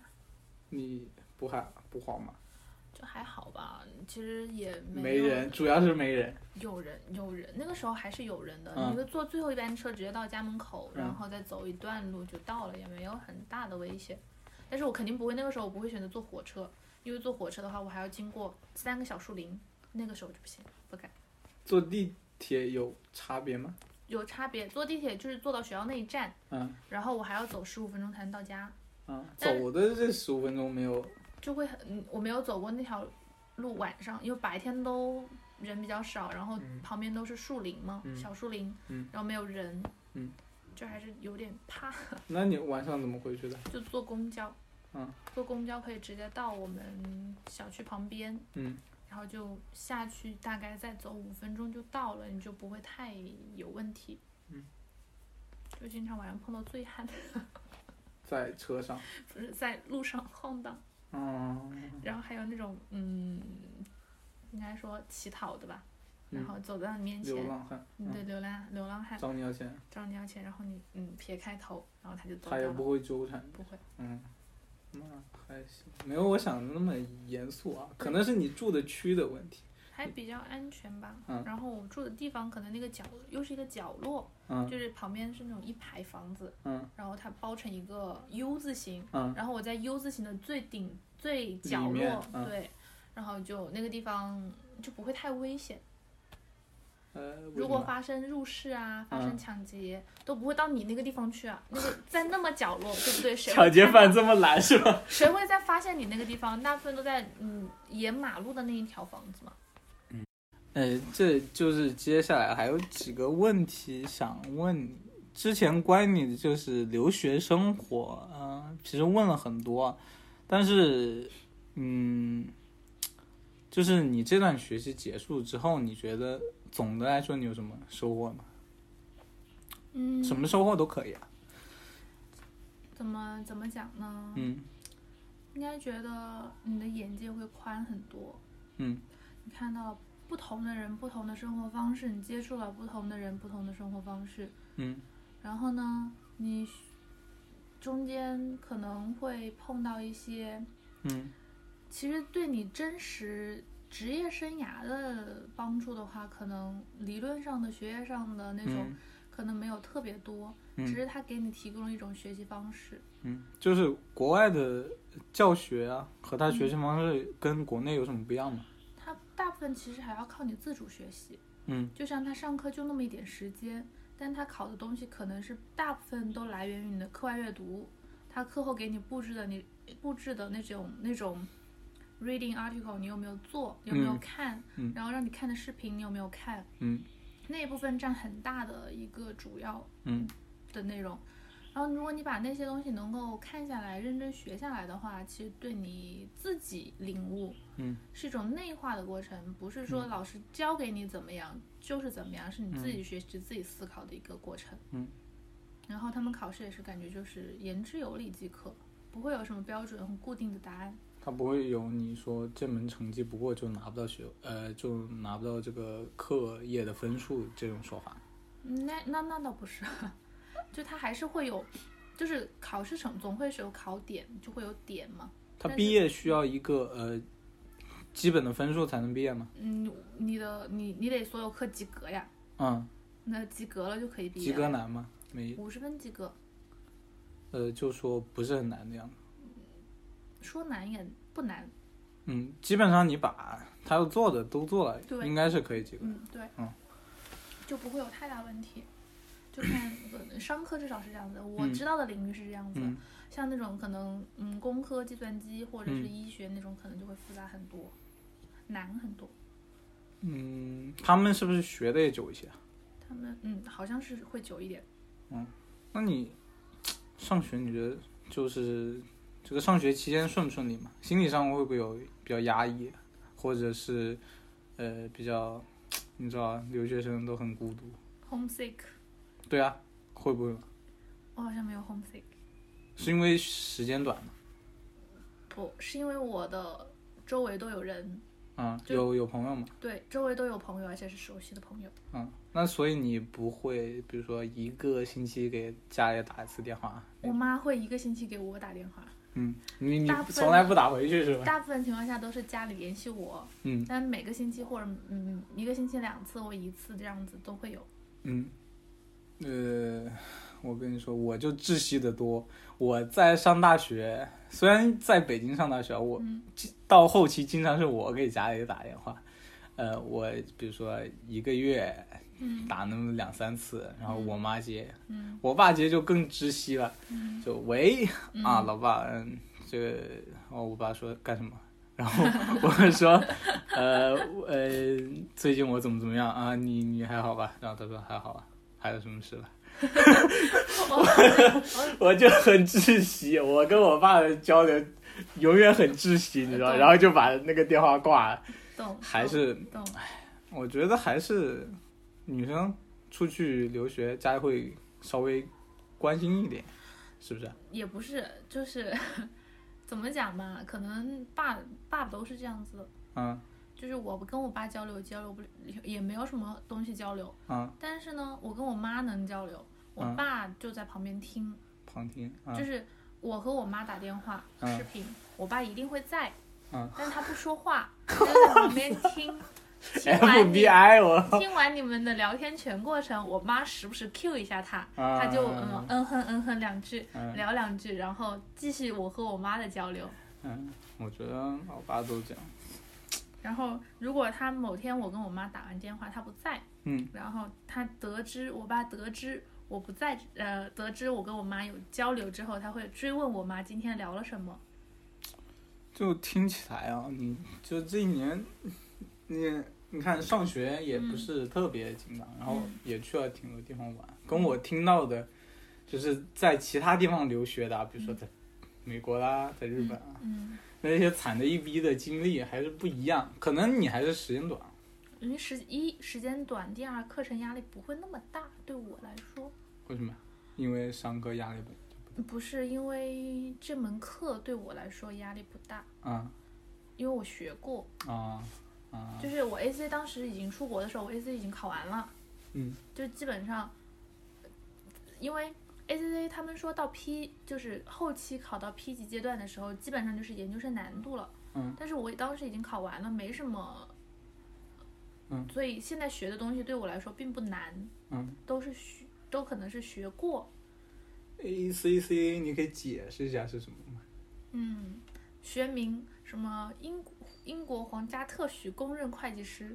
Speaker 2: 你不害不慌吗？
Speaker 3: 就还好吧，其实也
Speaker 2: 没
Speaker 3: 有
Speaker 2: 人，主要是没人。
Speaker 3: 有人有人，那个时候还是有人的，
Speaker 2: 嗯
Speaker 3: 你就坐最后一班车直接到家门口，
Speaker 2: 嗯
Speaker 3: 然后再走一段路就到了，也没有很大的危险。但是我肯定不会，那个时候我不会选择坐火车，因为坐火车的话，我还要经过三个小树林，那个时候就不行，不敢。
Speaker 2: 坐地铁有差别吗？
Speaker 3: 有差别，坐地铁就是坐到学校那一站，
Speaker 2: 嗯
Speaker 3: 然后我还要走十五分钟才能到家，
Speaker 2: 嗯，
Speaker 3: 但是
Speaker 2: 走的这十五分钟没有，
Speaker 3: 就会很，嗯我没有走过那条路，晚上因为白天都人比较少，然后
Speaker 2: 嗯
Speaker 3: 旁边都是树林嘛，
Speaker 2: 嗯
Speaker 3: 小树林，
Speaker 2: 嗯
Speaker 3: 然后没有人，
Speaker 2: 嗯
Speaker 3: 就还是有点怕，
Speaker 2: 那你晚上怎么回去的？
Speaker 3: 就坐公交，
Speaker 2: 嗯
Speaker 3: 坐公交可以直接到我们小区旁边，
Speaker 2: 嗯
Speaker 3: 然后就下去，大概再走五分钟就到了，你就不会太有问题，
Speaker 2: 嗯，
Speaker 3: 就经常晚上碰到醉汉，
Speaker 2: 在车上。
Speaker 3: 不是在路上晃荡。
Speaker 2: 嗯
Speaker 3: 然后还有那种嗯，应该说乞讨的吧，然
Speaker 2: 嗯
Speaker 3: 后走到你面前
Speaker 2: 流，浪汉，
Speaker 3: 嗯
Speaker 2: 嗯，
Speaker 3: 对流浪流浪汉
Speaker 2: 找你要钱，
Speaker 3: 找你要钱，然后你嗯撇开头，然后他就走
Speaker 2: 他也
Speaker 3: 掉了，
Speaker 2: 不会纠缠。
Speaker 3: 不会，
Speaker 2: 嗯，那还行，没有我想的那么严肃啊，可能是你住的区的问题。
Speaker 3: 还比较安全吧。
Speaker 2: 嗯
Speaker 3: 然后我住的地方可能那个角又是一个角落，
Speaker 2: 嗯
Speaker 3: 就是旁边是那种一排房子，
Speaker 2: 嗯
Speaker 3: 然后它包成一个 U 字形，
Speaker 2: 嗯
Speaker 3: 然后我在 U 字形的最顶最角
Speaker 2: 里面
Speaker 3: 落，
Speaker 2: 嗯
Speaker 3: 对，然后就那个地方就不会太危险。
Speaker 2: 呃，为
Speaker 3: 如
Speaker 2: 什
Speaker 3: 果
Speaker 2: 么
Speaker 3: 发生入室啊，发
Speaker 2: 嗯
Speaker 3: 生抢劫，都不会到你那个地方去 啊。那个在那么角落，对不对？谁会
Speaker 2: 抢劫
Speaker 3: 看
Speaker 2: 犯
Speaker 3: 到
Speaker 2: 这么懒是吧？
Speaker 3: 谁会在发现你那个地方？大部分都在嗯沿马路的那一条房子嘛。
Speaker 2: 呃，这就是接下来还有几个问题想问你。之前关于你的就是留学生活，嗯、其实问了很多，但是，嗯，就是你这段学习结束之后，你觉得总的来说你有什么收获吗？
Speaker 3: 嗯，
Speaker 2: 什么收获都可以啊。
Speaker 3: 怎么怎么讲呢？
Speaker 2: 嗯
Speaker 3: 应该觉得你的眼界会宽很多。
Speaker 2: 嗯，
Speaker 3: 你看到不同的人、不同的生活方式，你接触了不同的人、不同的生活方式，
Speaker 2: 嗯
Speaker 3: 然后呢，你中间可能会碰到一些。
Speaker 2: 嗯
Speaker 3: 其实对你真实职业生涯的帮助的话，可能理论上的、学业上的那种，
Speaker 2: 嗯
Speaker 3: 可能没有特别多，只
Speaker 2: 嗯
Speaker 3: 是它给你提供了一种学习方式。
Speaker 2: 嗯，就是国外的教学啊，和他学习方式跟国内有什么不一样吗？
Speaker 3: 它大部分其实还要靠你自主学习，
Speaker 2: 嗯
Speaker 3: 就像他上课就那么一点时间，但他考的东西可能是大部分都来源于你的课外阅读，他课后给你布置的你布置的那种那种 reading article，你有没有做，有没有
Speaker 2: 嗯
Speaker 3: 看，
Speaker 2: 嗯
Speaker 3: 然后让你看的视频你有没有看。
Speaker 2: 嗯
Speaker 3: 那一部分占很大的一个主要
Speaker 2: 嗯
Speaker 3: 的内容。然后，如果你把那些东西能够看下来、认真学下来的话，其实对你自己领悟
Speaker 2: 嗯
Speaker 3: 是一种内化的过程，不是说老师教给你怎么样就是怎么样，是你自己学习、自己思考的一个过程。
Speaker 2: 嗯。
Speaker 3: 然后他们考试也是感觉就是言之有理即可，不会有什么标准和固定的答案。
Speaker 2: 他不会有你说这门成绩不过就拿不到学，呃，就拿不到这个课业的分数这种说法。
Speaker 3: 嗯那那那倒不是， 就他还是会有，就是考试总总会是有考点，就会有点嘛。
Speaker 2: 他
Speaker 3: 但是
Speaker 2: 毕业需要一个呃基本的分数才能毕业吗？
Speaker 3: 嗯，你的你你得所有课及格呀，
Speaker 2: 嗯，
Speaker 3: 那及格了就可以毕业。
Speaker 2: 及格？难吗？没，
Speaker 3: 五十分及格，
Speaker 2: 呃，就说不是很难的样子。
Speaker 3: 说难也不难。
Speaker 2: 嗯，基本上你把他要做的都做了，
Speaker 3: 对
Speaker 2: 应该是可以及格。
Speaker 3: 嗯，对，
Speaker 2: 嗯
Speaker 3: 就不会有太大问题。就看呃商科至少是这样子，我
Speaker 2: 嗯
Speaker 3: 知道的领域是这样子的，
Speaker 2: 嗯
Speaker 3: 像那种可能嗯工科、计算机或者是
Speaker 2: 嗯
Speaker 3: 医学那种，可能就会复杂很多，难很多。
Speaker 2: 嗯，他们是不是学的也久一些啊？
Speaker 3: 他们嗯好像是会久一点。
Speaker 2: 那你上学你觉得就是这个上学期间顺不顺利嘛？心理上会不会有比较压抑，或者是呃比较你知道啊留学生都很孤独，
Speaker 3: homesick，
Speaker 2: 对啊，会不会嘛
Speaker 3: 我好像没有 homesick，
Speaker 2: 是因为时间短嘛？
Speaker 3: 不哦是因为我的周围都有人，
Speaker 2: 啊、
Speaker 3: 就
Speaker 2: 有有朋友嘛？
Speaker 3: 对，周围都有朋友，而且是熟悉的朋友。
Speaker 2: 嗯，那所以你不会比如说一个星期给家里打一次电话？
Speaker 3: 我妈会一个星期给我打电话，
Speaker 2: 嗯，你你
Speaker 3: 大部分
Speaker 2: 从来不打回去是吧？
Speaker 3: 大部分情况下都是家里联系我，
Speaker 2: 嗯
Speaker 3: 但每个星期或者嗯一个星期两次或一次这样子都 会有。
Speaker 2: 嗯，呃，我跟你说，我就窒息的多。我在上大学，虽然在北京上大学，啊我
Speaker 3: 嗯
Speaker 2: 到后期经常是我给家里打电话。呃，我比如说一个月
Speaker 3: 嗯
Speaker 2: 打那么两三次，然后我妈接，
Speaker 3: 嗯
Speaker 2: 我爸接就更窒息了，
Speaker 3: 嗯
Speaker 2: 就喂
Speaker 3: 嗯
Speaker 2: 啊，老爸，嗯，这个，哦，我爸说干什么？然后 我说，呃呃，最近我怎么怎么样啊？你你还好吧？然后他说还好啊，还有什么事吧？ 我就很窒息，我跟我爸的交流永远很窒息，你知道吗？
Speaker 3: 懂
Speaker 2: 然后就把那个电话挂了。
Speaker 3: 懂，
Speaker 2: 还是
Speaker 3: 懂，懂
Speaker 2: 我觉得还是女生出去留学，家里会稍微关心一点，是不是？
Speaker 3: 也不是，就是 怎么讲吧，可能爸爸都是这样子的，
Speaker 2: 嗯
Speaker 3: 就是我跟我爸交流交流不了，也没有什么东西交流，
Speaker 2: 嗯，
Speaker 3: 但是呢，我跟我妈能交流，我
Speaker 2: 嗯
Speaker 3: 爸就在旁边听，
Speaker 2: 旁听，
Speaker 3: 就
Speaker 2: 嗯
Speaker 3: 是我和我妈打电话、
Speaker 2: 嗯
Speaker 3: 视频，我爸一定会在，
Speaker 2: 嗯
Speaker 3: 但他不 说话，就在旁边听。听完你
Speaker 2: ，FBI 我。
Speaker 3: 听完你们的聊天全过程，我妈时不时 Q 一下他，
Speaker 2: 啊
Speaker 3: 他就嗯嗯哼嗯哼两句，
Speaker 2: 嗯
Speaker 3: 聊两句，然后继续我和我妈的交流。
Speaker 2: 嗯，我觉得老爸都这样。
Speaker 3: 然后如果他某天我跟我妈打完电话，他不在，
Speaker 2: 嗯，
Speaker 3: 然后他得知我爸得知我不在，呃，得知我跟我妈有交流之后，他会追问我妈今天聊了什么。
Speaker 2: 就听起来啊，你就这一年，你你看上学也不是特别紧张，然后也去了挺多地方玩，跟我听到的，就是在其他地方留学的啊，比如说在美国啦，在日本啊，
Speaker 3: 嗯，
Speaker 2: 那些惨的一逼的经历还是不一样，可能你还是时间短。啊
Speaker 3: 因为时一时间短，第二课程压力不会那么大，对我来说。
Speaker 2: 为什么？因为上课压力不
Speaker 3: 不是因为这门课对我来说压力不大，
Speaker 2: 啊
Speaker 3: 因为我学过，
Speaker 2: 啊啊
Speaker 3: 就是我 A C 当时已经出国的时候，我 A C 已经考完了，
Speaker 2: 嗯，
Speaker 3: 就基本上，因为 A C C 他们说到 P 就是后期考到 P 级阶段的时候，基本上就是研究生难度了，
Speaker 2: 嗯，
Speaker 3: 但是我当时已经考完了，没什么，
Speaker 2: 嗯，
Speaker 3: 所以现在学的东西对我来说并不难，
Speaker 2: 嗯
Speaker 3: 都是学都可能是学过，
Speaker 2: ，A C C，你可以解释一下是什么吗？
Speaker 3: 嗯，学名什么英国英国皇家特许公认会计师，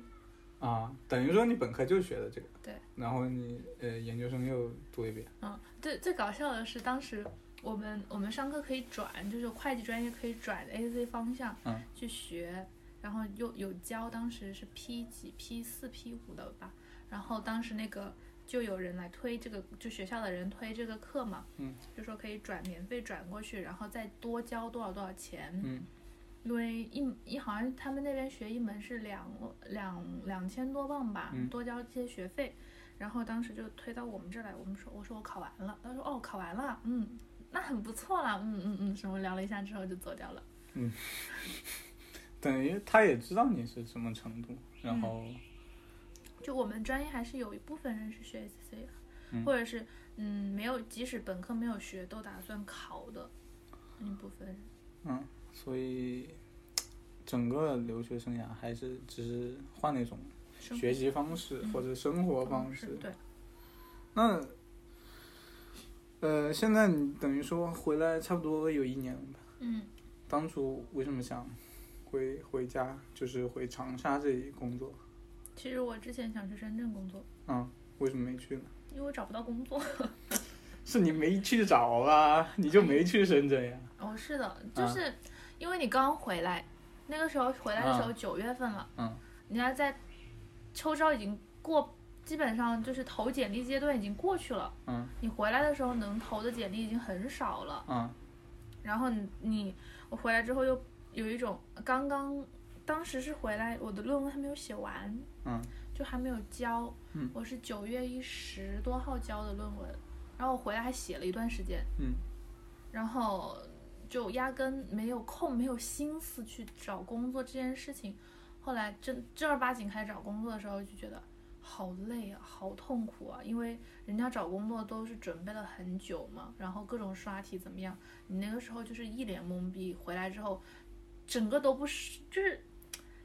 Speaker 2: 啊，等于说你本科就学的这个，
Speaker 3: 对，
Speaker 2: 然后你呃研究生又读一遍，
Speaker 3: 嗯，最最搞笑的是，当时我们我们上课可以转，就是会计专业可以转 A C 方向，
Speaker 2: 嗯，
Speaker 3: 去学，然后又有教，当时是 P 几 P 四 P 五的吧，然后当时那个就有人来推这个，就学校的人推这个课嘛，
Speaker 2: 嗯，
Speaker 3: 就说可以转免费转过去，然后再多交多少多少钱，
Speaker 2: 嗯
Speaker 3: 因为一一好像他们那边学一门是两两两千多磅吧，
Speaker 2: 嗯
Speaker 3: 多交一些学费。然后当时就推到我们这儿来，我们说我说我考完了，他说哦考完了，嗯，那很不错啦，嗯嗯嗯，什么聊了一下之后就走掉了。
Speaker 2: 等于他也知道你是什么程度，然后
Speaker 3: 就我们专业还是有一部分人是学 ACC 的，
Speaker 2: 嗯
Speaker 3: 或者是嗯没有，即使本科没有学，都打算考的一部分人。
Speaker 2: 嗯，所以整个留学生涯还是只是换了一种
Speaker 3: 生
Speaker 2: 学习方式
Speaker 3: 嗯
Speaker 2: 或者生活
Speaker 3: 活
Speaker 2: 方
Speaker 3: 式
Speaker 2: 式。
Speaker 3: 对，
Speaker 2: 那呃，现在你等于说回来差不多有一年了吧？
Speaker 3: 嗯
Speaker 2: 当初为什么想回回家，就是回长沙这里工作？
Speaker 3: 其实我之前想去深圳工作，
Speaker 2: 嗯，为什么没去呢？
Speaker 3: 因为我找不到工作。
Speaker 2: 是你没去找啊，你就没去深圳呀？
Speaker 3: 哦，是的，就是因为你刚回来，那个时候回来的时候
Speaker 2: 啊
Speaker 3: 九月份了，
Speaker 2: 嗯，
Speaker 3: 人家在秋招已经过，基本上就是投简历阶段已经过去了，
Speaker 2: 嗯，
Speaker 3: 你回来的时候能投的简历已经很少了，
Speaker 2: 嗯
Speaker 3: 然后你你我回来之后又有一种刚刚当时是回来我的论文还没有写完，
Speaker 2: 嗯
Speaker 3: 就还没有交，
Speaker 2: 嗯
Speaker 3: 我是九月一十多号交的论文，然后我回来还写了一段时间，
Speaker 2: 嗯
Speaker 3: 然后就压根没有空、没有心思去找工作这件事情。后来正正儿八经开始找工作的时候，就觉得好累啊，好痛苦啊，因为人家找工作都是准备了很久嘛，然后各种刷题怎么样，你那个时候就是一脸懵逼，回来之后，整个都不是，就是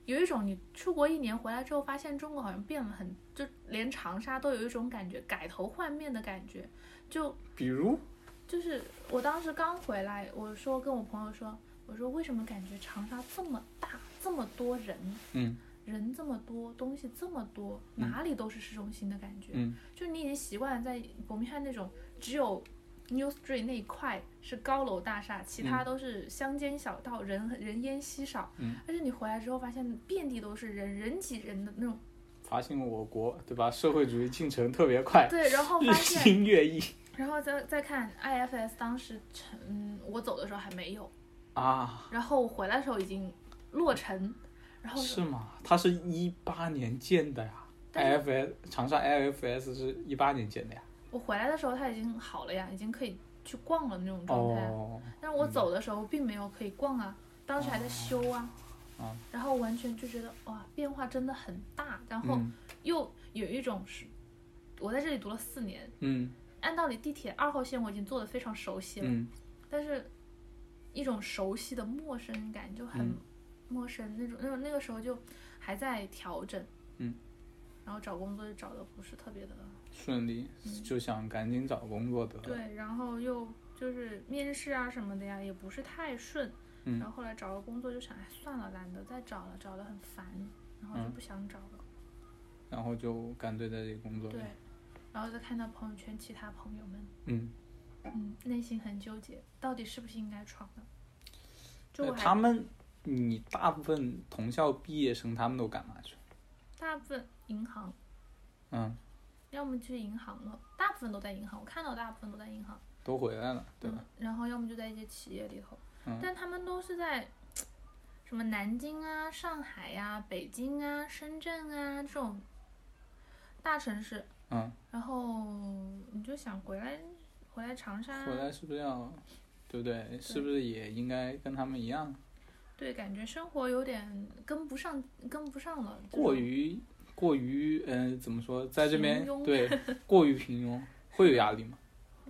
Speaker 3: 有一种你出国一年回来之后，发现中国好像变了很，就连长沙都有一种感觉，改头换面的感觉，就
Speaker 2: 比如
Speaker 3: 就是我当时刚回来，我说跟我朋友说，我说为什么感觉长沙这么大，这么多人，
Speaker 2: 嗯，
Speaker 3: 人这么多，东西这么多，
Speaker 2: 嗯
Speaker 3: 哪里都是市中心的感觉，
Speaker 2: 嗯，
Speaker 3: 就你已经习惯了在伯明翰那种只有 New Street 那一块是高楼大厦，其他都是乡间小道，人人烟稀少，
Speaker 2: 嗯，
Speaker 3: 但是你回来之后发现遍地都是人，人挤人的 那种，
Speaker 2: 发现我国对吧，社会主义进程特别快，
Speaker 3: 对，然后
Speaker 2: 日
Speaker 3: 发现
Speaker 2: 新月异
Speaker 3: 然后再再看 IFS，当时成，嗯，我走的时候还没有，
Speaker 2: 啊，
Speaker 3: 然后我回来的时候已经落成，然后
Speaker 2: 是吗？它是一八年建的呀
Speaker 3: 但
Speaker 2: ，IFS 长沙 IFS 是一八年建的呀。
Speaker 3: 我回来的时候它已经好了呀，已经可以去逛了那种状态。啊
Speaker 2: 哦，
Speaker 3: 但我走的时候并没有可以逛啊，当时还在修啊，
Speaker 2: 哦
Speaker 3: 然后完全就觉得哇，变化真的很大，然后
Speaker 2: 嗯
Speaker 3: 又有一种是，我在这里读了四年，
Speaker 2: 嗯
Speaker 3: 按道理地铁二号线我已经坐得非常熟悉了，
Speaker 2: 嗯
Speaker 3: 但是一种熟悉的陌生感，就很
Speaker 2: 嗯
Speaker 3: 陌生、那种。那种那个时候就还在调整，
Speaker 2: 嗯，
Speaker 3: 然后找工作就找的不是特别的
Speaker 2: 顺利
Speaker 3: 嗯，
Speaker 2: 就想赶紧找工作得了。
Speaker 3: 对，然后又就是面试啊什么的呀，也不是太顺。
Speaker 2: 嗯
Speaker 3: 然后后来找了工作就想，哎，算了，懒得再找了，找的很烦，然后就
Speaker 2: 嗯
Speaker 3: 不想找了。
Speaker 2: 然后就干脆在这里工作了
Speaker 3: 对。，然后再看到朋友圈其他朋友们，
Speaker 2: 嗯，
Speaker 3: 嗯，内心很纠结，到底是不是应该闯呢？就
Speaker 2: 呃
Speaker 3: 我还
Speaker 2: 他们，你大部分同校毕业生他们都干嘛去？
Speaker 3: 大部分银行。
Speaker 2: 嗯，
Speaker 3: 要么去银行了，大部分都在银行，我看到大部分都在银行，
Speaker 2: 都回来了，对吧
Speaker 3: 嗯？，然后要么就在一些企业里头，
Speaker 2: 嗯
Speaker 3: 但他们都是在什么南京啊、上海呀、北京啊、深圳啊这种大城市，
Speaker 2: 嗯，
Speaker 3: 然后你就想回来，回来长沙，
Speaker 2: 回来是不是要，对不对？是不是也应该跟他们一样，
Speaker 3: 对，感觉生活有点跟不上，跟不上了，就是
Speaker 2: 过于过于嗯、呃怎么说，在这边
Speaker 3: 平庸
Speaker 2: 对 过于平庸，会有压力吗？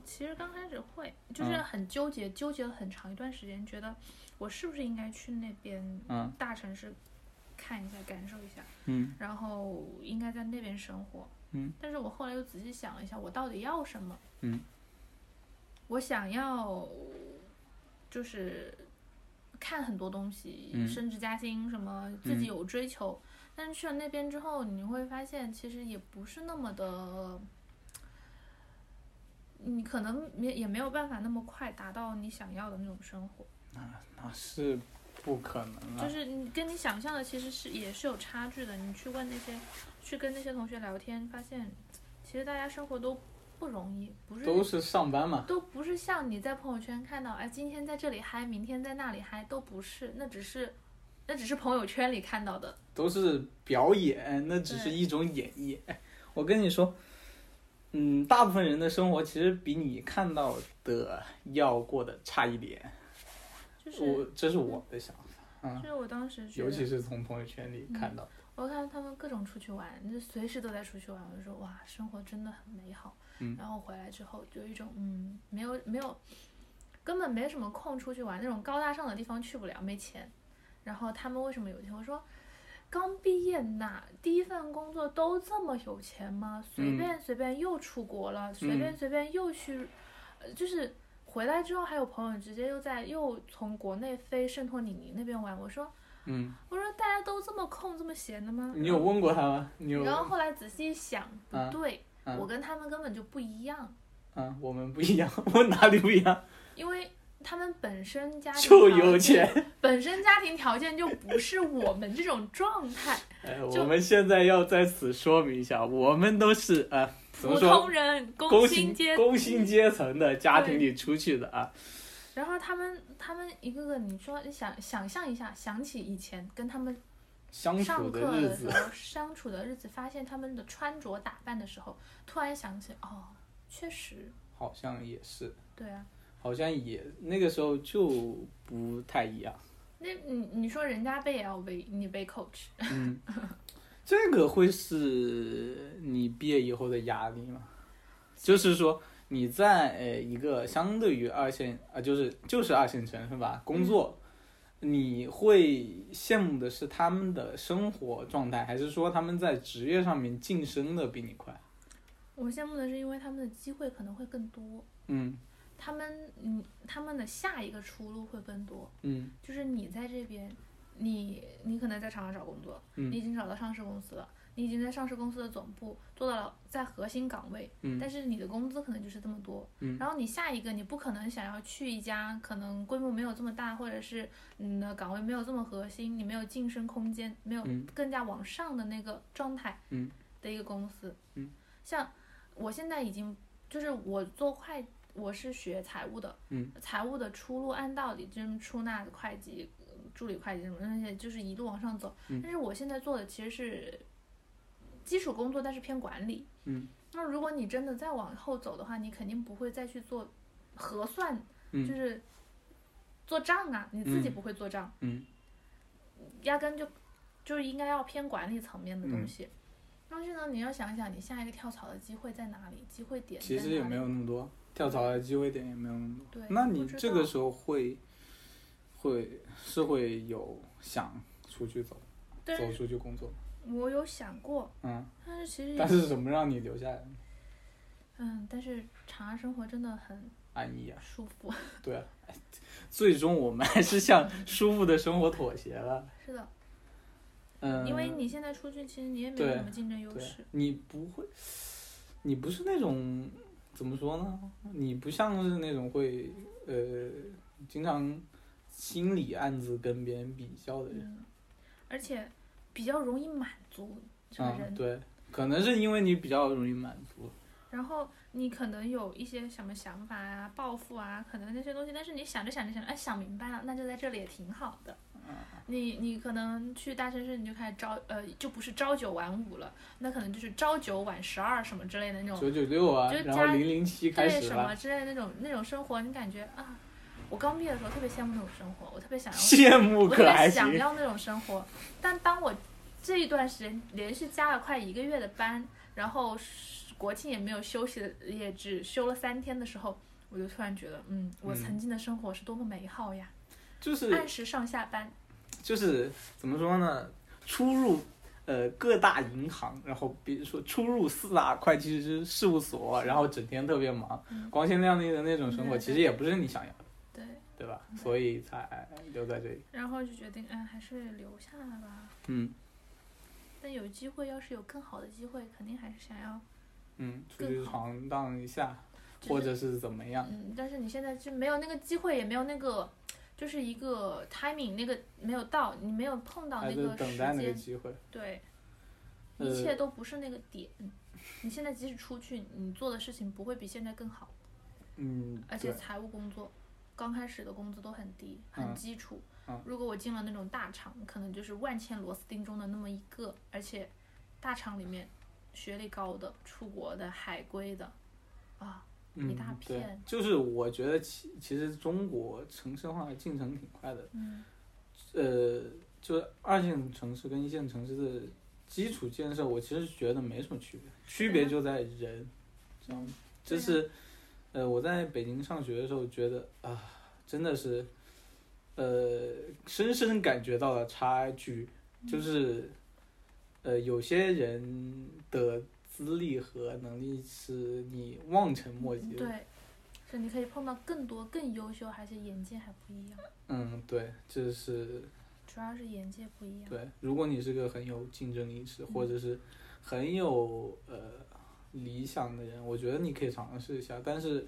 Speaker 3: 其实刚开始会，就是
Speaker 2: 嗯
Speaker 3: 很纠结，纠结了很长一段时间，觉得我是不是应该去那边
Speaker 2: 嗯
Speaker 3: 大城市看一下、感受一下，
Speaker 2: 嗯
Speaker 3: 然后应该在那边生活。
Speaker 2: 嗯，
Speaker 3: 但是我后来又仔细想了一下，我到底要什么？
Speaker 2: 嗯，
Speaker 3: 我想要就是看很多东西，
Speaker 2: 嗯
Speaker 3: 升职加薪什么，自
Speaker 2: 嗯
Speaker 3: 己有追求。但是去了那边之后，你会发现其实也不是那么的。你可能没也没有办法那么快达到你想要的那种生活，
Speaker 2: 那是不可能了。
Speaker 3: 就是你跟你想象的其实是也是有差距的。你去问那些，去跟那些同学聊天，发现其实大家生活都不容易，不是
Speaker 2: 都是上班嘛，
Speaker 3: 都不是像你在朋友圈看到，哎，今天在这里嗨，明天在那里嗨，都不是，那只是那只是朋友圈里看到的。
Speaker 2: 都是表演，那只是
Speaker 3: 对
Speaker 2: 一种演绎。哎我跟你说，嗯，大部分人的生活其实比你看到的要过得差一点。
Speaker 3: 就是，
Speaker 2: 我这是我的想法，嗯
Speaker 3: 就是我当时觉
Speaker 2: 尤其
Speaker 3: 得，
Speaker 2: 是从朋友圈里看到的。
Speaker 3: 我看他们各种出去玩，就随时都在出去玩，我就说哇，生活真的很美好。
Speaker 2: 嗯
Speaker 3: 然后回来之后就有一种嗯，没有没有，根本没什么空出去玩，那种高大上的地方去不了，没钱。然后他们为什么有钱？我说。刚毕业哪第一份工作都这么有钱吗？随
Speaker 2: 嗯
Speaker 3: 便随便又出国了，随便随便又去，呃就是回来之后还有朋友直接又在又从国内飞圣托里尼那边玩。我说
Speaker 2: 嗯，
Speaker 3: 我说大家都这么空这么闲的吗？
Speaker 2: 你有问过他吗？你有？
Speaker 3: 然后后来仔细一想，不
Speaker 2: 啊
Speaker 3: 对，
Speaker 2: 啊
Speaker 3: 我跟他们根本就不一样，
Speaker 2: 嗯，我们不一样， 我哪里不一样？
Speaker 3: 因为他们本身家庭
Speaker 2: 就
Speaker 3: 条
Speaker 2: 有
Speaker 3: 件，
Speaker 2: 钱。
Speaker 3: 本身家庭条件就不是我们这种状态，
Speaker 2: 哎，
Speaker 3: 就
Speaker 2: 我们现在要在此说明一下，我们都是呃， 怎么
Speaker 3: 普
Speaker 2: 说
Speaker 3: 通？人工
Speaker 2: 工
Speaker 3: 薪阶
Speaker 2: 工薪阶层的家庭里出去的啊，
Speaker 3: 然后他们他们一个个，你说你想想象一下，想起以前跟他们
Speaker 2: 相处
Speaker 3: 上
Speaker 2: 的
Speaker 3: 课
Speaker 2: 日
Speaker 3: 的时
Speaker 2: 子，
Speaker 3: 候相处的日子，发现他们的穿着打扮的时候，突然想起，哦，确实，
Speaker 2: 好像也是，
Speaker 3: 对啊。
Speaker 2: 好像也那个时候就不太一样。
Speaker 3: 那你你说人家背 LV，你背 Coach，
Speaker 2: 嗯， 这个会是你毕业以后的压力吗？就是说你在呃一个相对于二线啊、就是就是二线城市吧工作，你会羡慕的是他们的生活状态，还是说他们在职业上面晋升的比你快？
Speaker 3: 我羡慕的是，因为他们的机会可能会更多，
Speaker 2: 嗯
Speaker 3: 他们嗯，他们的下一个出路会更多。
Speaker 2: 嗯
Speaker 3: 就是你在这边，你你可能在厂商找工作，
Speaker 2: 嗯
Speaker 3: 你已经找到上市公司了，你已经在上市公司的总部做到了在核心岗位，
Speaker 2: 嗯
Speaker 3: 但是你的工资可能就是这么多。
Speaker 2: 嗯
Speaker 3: 然后你下一个，你不可能想要去一家可能规模没有这么大，或者是你的岗位没有这么核心，你没有晋升空间，没有
Speaker 2: 嗯
Speaker 3: 更加往上的那个状态
Speaker 2: 嗯
Speaker 3: 的一个公司。
Speaker 2: 嗯
Speaker 3: 像我现在已经就是我做会，我是学财务的，
Speaker 2: 嗯
Speaker 3: 财务的出路按道理就是出纳、会计、呃助理会计什么那些，就是一路往上走。
Speaker 2: 嗯
Speaker 3: 但是我现在做的其实是基础工作，但是偏管理。
Speaker 2: 嗯
Speaker 3: 那如果你真的再往后走的话，你肯定不会再去做核算，
Speaker 2: 嗯
Speaker 3: 就是做账啊，你自己
Speaker 2: 嗯
Speaker 3: 不会做账，
Speaker 2: 嗯
Speaker 3: 压根就就是应该要偏管理层面的
Speaker 2: 嗯
Speaker 3: 东西。但是呢，你要想想你下一个跳槽的机会在哪里，机会点
Speaker 2: 其
Speaker 3: 在
Speaker 2: 实也
Speaker 3: 哪
Speaker 2: 没
Speaker 3: 里
Speaker 2: 有那么多，跳槽的机会点也没有那么多。
Speaker 3: 对。
Speaker 2: 那
Speaker 3: 不
Speaker 2: 你
Speaker 3: 知
Speaker 2: 这
Speaker 3: 道
Speaker 2: 个时候会会是会有想出去走，
Speaker 3: 但
Speaker 2: 走
Speaker 3: 是
Speaker 2: 出去工作吗，
Speaker 3: 我有想过，
Speaker 2: 嗯，
Speaker 3: 但是其实也
Speaker 2: 但是什么让你留下来呢？
Speaker 3: 嗯，但是长沙生活真的很
Speaker 2: 安逸啊，
Speaker 3: 舒服。
Speaker 2: 对啊， 最终我们还是向舒服的生活妥协了，
Speaker 3: 是的，
Speaker 2: 嗯，
Speaker 3: 因为你现在出去，其实你也没有
Speaker 2: 对
Speaker 3: 什么竞争优
Speaker 2: 对
Speaker 3: 势。
Speaker 2: 你不会，你不是那种怎么说呢？你不像是那种会呃经常心理暗自跟别人比较的人。
Speaker 3: 嗯，而且比较容易满足这个人。
Speaker 2: 嗯，对，可能是因为你比较容易满足。
Speaker 3: 然后你可能有一些什么想法啊、抱负啊，可能那些东西，但是你想着想着想着，哎，想明白了，那就在这里也挺好的。
Speaker 2: 嗯
Speaker 3: 你你可能去大城市，你就开始朝呃，就不是朝九晚五了，那可能就是朝九晚十二什么之类的那种
Speaker 2: 九九六啊，
Speaker 3: 嗯就是
Speaker 2: 然
Speaker 3: 加
Speaker 2: 后零零七开
Speaker 3: 对
Speaker 2: 始
Speaker 3: 什
Speaker 2: 了
Speaker 3: 么，之类的那种那种生活，你感觉啊，我刚毕业的时候特别羡慕那种生活，我特别想 要，
Speaker 2: 羡慕
Speaker 3: 我特
Speaker 2: 可还
Speaker 3: 别想
Speaker 2: 行。
Speaker 3: 要那种生活。但当我这一段时间连续加了快一个月的班，然后是国庆也没有休息的，也只休了三天的时候，我就突然觉得，嗯，
Speaker 2: 嗯
Speaker 3: 我曾经的生活是多么美好呀！
Speaker 2: 就是
Speaker 3: 按时上下班，
Speaker 2: 就是怎么说呢？出入呃各大银行，然后比如说出入四大会计师事务所，然后整天特别忙
Speaker 3: 嗯，
Speaker 2: 光鲜亮丽的那种生活，
Speaker 3: 对
Speaker 2: 其实也不是你想要的，
Speaker 3: 对，
Speaker 2: 对吧？所以才留在这里。
Speaker 3: 然后就决定，哎，还是留下来吧。
Speaker 2: 嗯
Speaker 3: 但有机会，要是有更好的机会，肯定还是想要。
Speaker 2: 嗯，出去
Speaker 3: 更好
Speaker 2: 闯荡一下，
Speaker 3: 就是
Speaker 2: 或者是怎么样？
Speaker 3: 嗯，但是你现在就没有那个机会，也没有那个，就是一个 timing 那个没有到，你没有碰到
Speaker 2: 还
Speaker 3: 那
Speaker 2: 是
Speaker 3: 个时
Speaker 2: 等待那个
Speaker 3: 间，
Speaker 2: 机会。
Speaker 3: 对，
Speaker 2: 呃
Speaker 3: 一切都不是那个点。你现在即使出去，你做的事情不会比现在更好，
Speaker 2: 嗯，
Speaker 3: 而且
Speaker 2: 对，
Speaker 3: 财务工作刚开始的工资都很低，
Speaker 2: 嗯
Speaker 3: 很基础。
Speaker 2: 嗯
Speaker 3: 如果我进了那种大厂，可能就是万千螺丝钉中的那么一个，而且大厂里面学历高的、出国的、海归的，啊，
Speaker 2: 嗯
Speaker 3: 一大
Speaker 2: 对
Speaker 3: 片
Speaker 2: 就是我觉得其其实中国城市化进程挺快的，
Speaker 3: 嗯
Speaker 2: 呃，就是二线城市跟一线城市的基础建设，我其实觉得没什么区别，区别就在人，这样，就
Speaker 3: 啊对啊
Speaker 2: 是，呃，我在北京上学的时候觉得啊，真的是，呃，深深感觉到了差距，
Speaker 3: 嗯
Speaker 2: 就是，呃，有些人的资历和能力是你望尘莫及的，
Speaker 3: 嗯对，是你可以碰到更多更优秀，而且眼界还不一样，
Speaker 2: 嗯，对，就是
Speaker 3: 主要是眼界不一样。嗯
Speaker 2: 对，如果你是个很有竞争意识，或者是很有呃理想的人，我觉得你可以尝试一下。但是，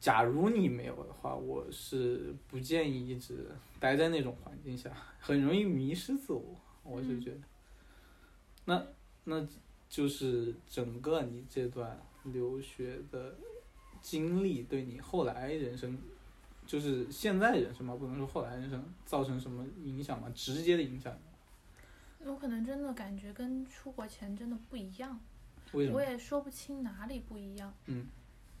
Speaker 2: 假如你没有的话，我是不建议一直待在那种环境下，很容易迷失自我。我是
Speaker 3: 嗯
Speaker 2: 觉得，那那就是整个你这段留学的经历对你后来人生。就是现在人生嘛，不能说后来人生造成什么影响嘛，直接的影响。
Speaker 3: 我可能真的感觉跟出国前真的不一样，
Speaker 2: 为什
Speaker 3: 我
Speaker 2: 么？
Speaker 3: 也说不清哪里不一样。
Speaker 2: 嗯，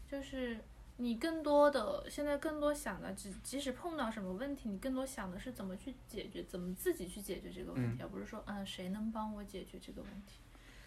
Speaker 3: 就是你更多的现在更多想的，即即使碰到什么问题，你更多想的是怎么去解决，怎么自己去解决这个问题，而不是说，嗯，谁能帮我解决这个问题，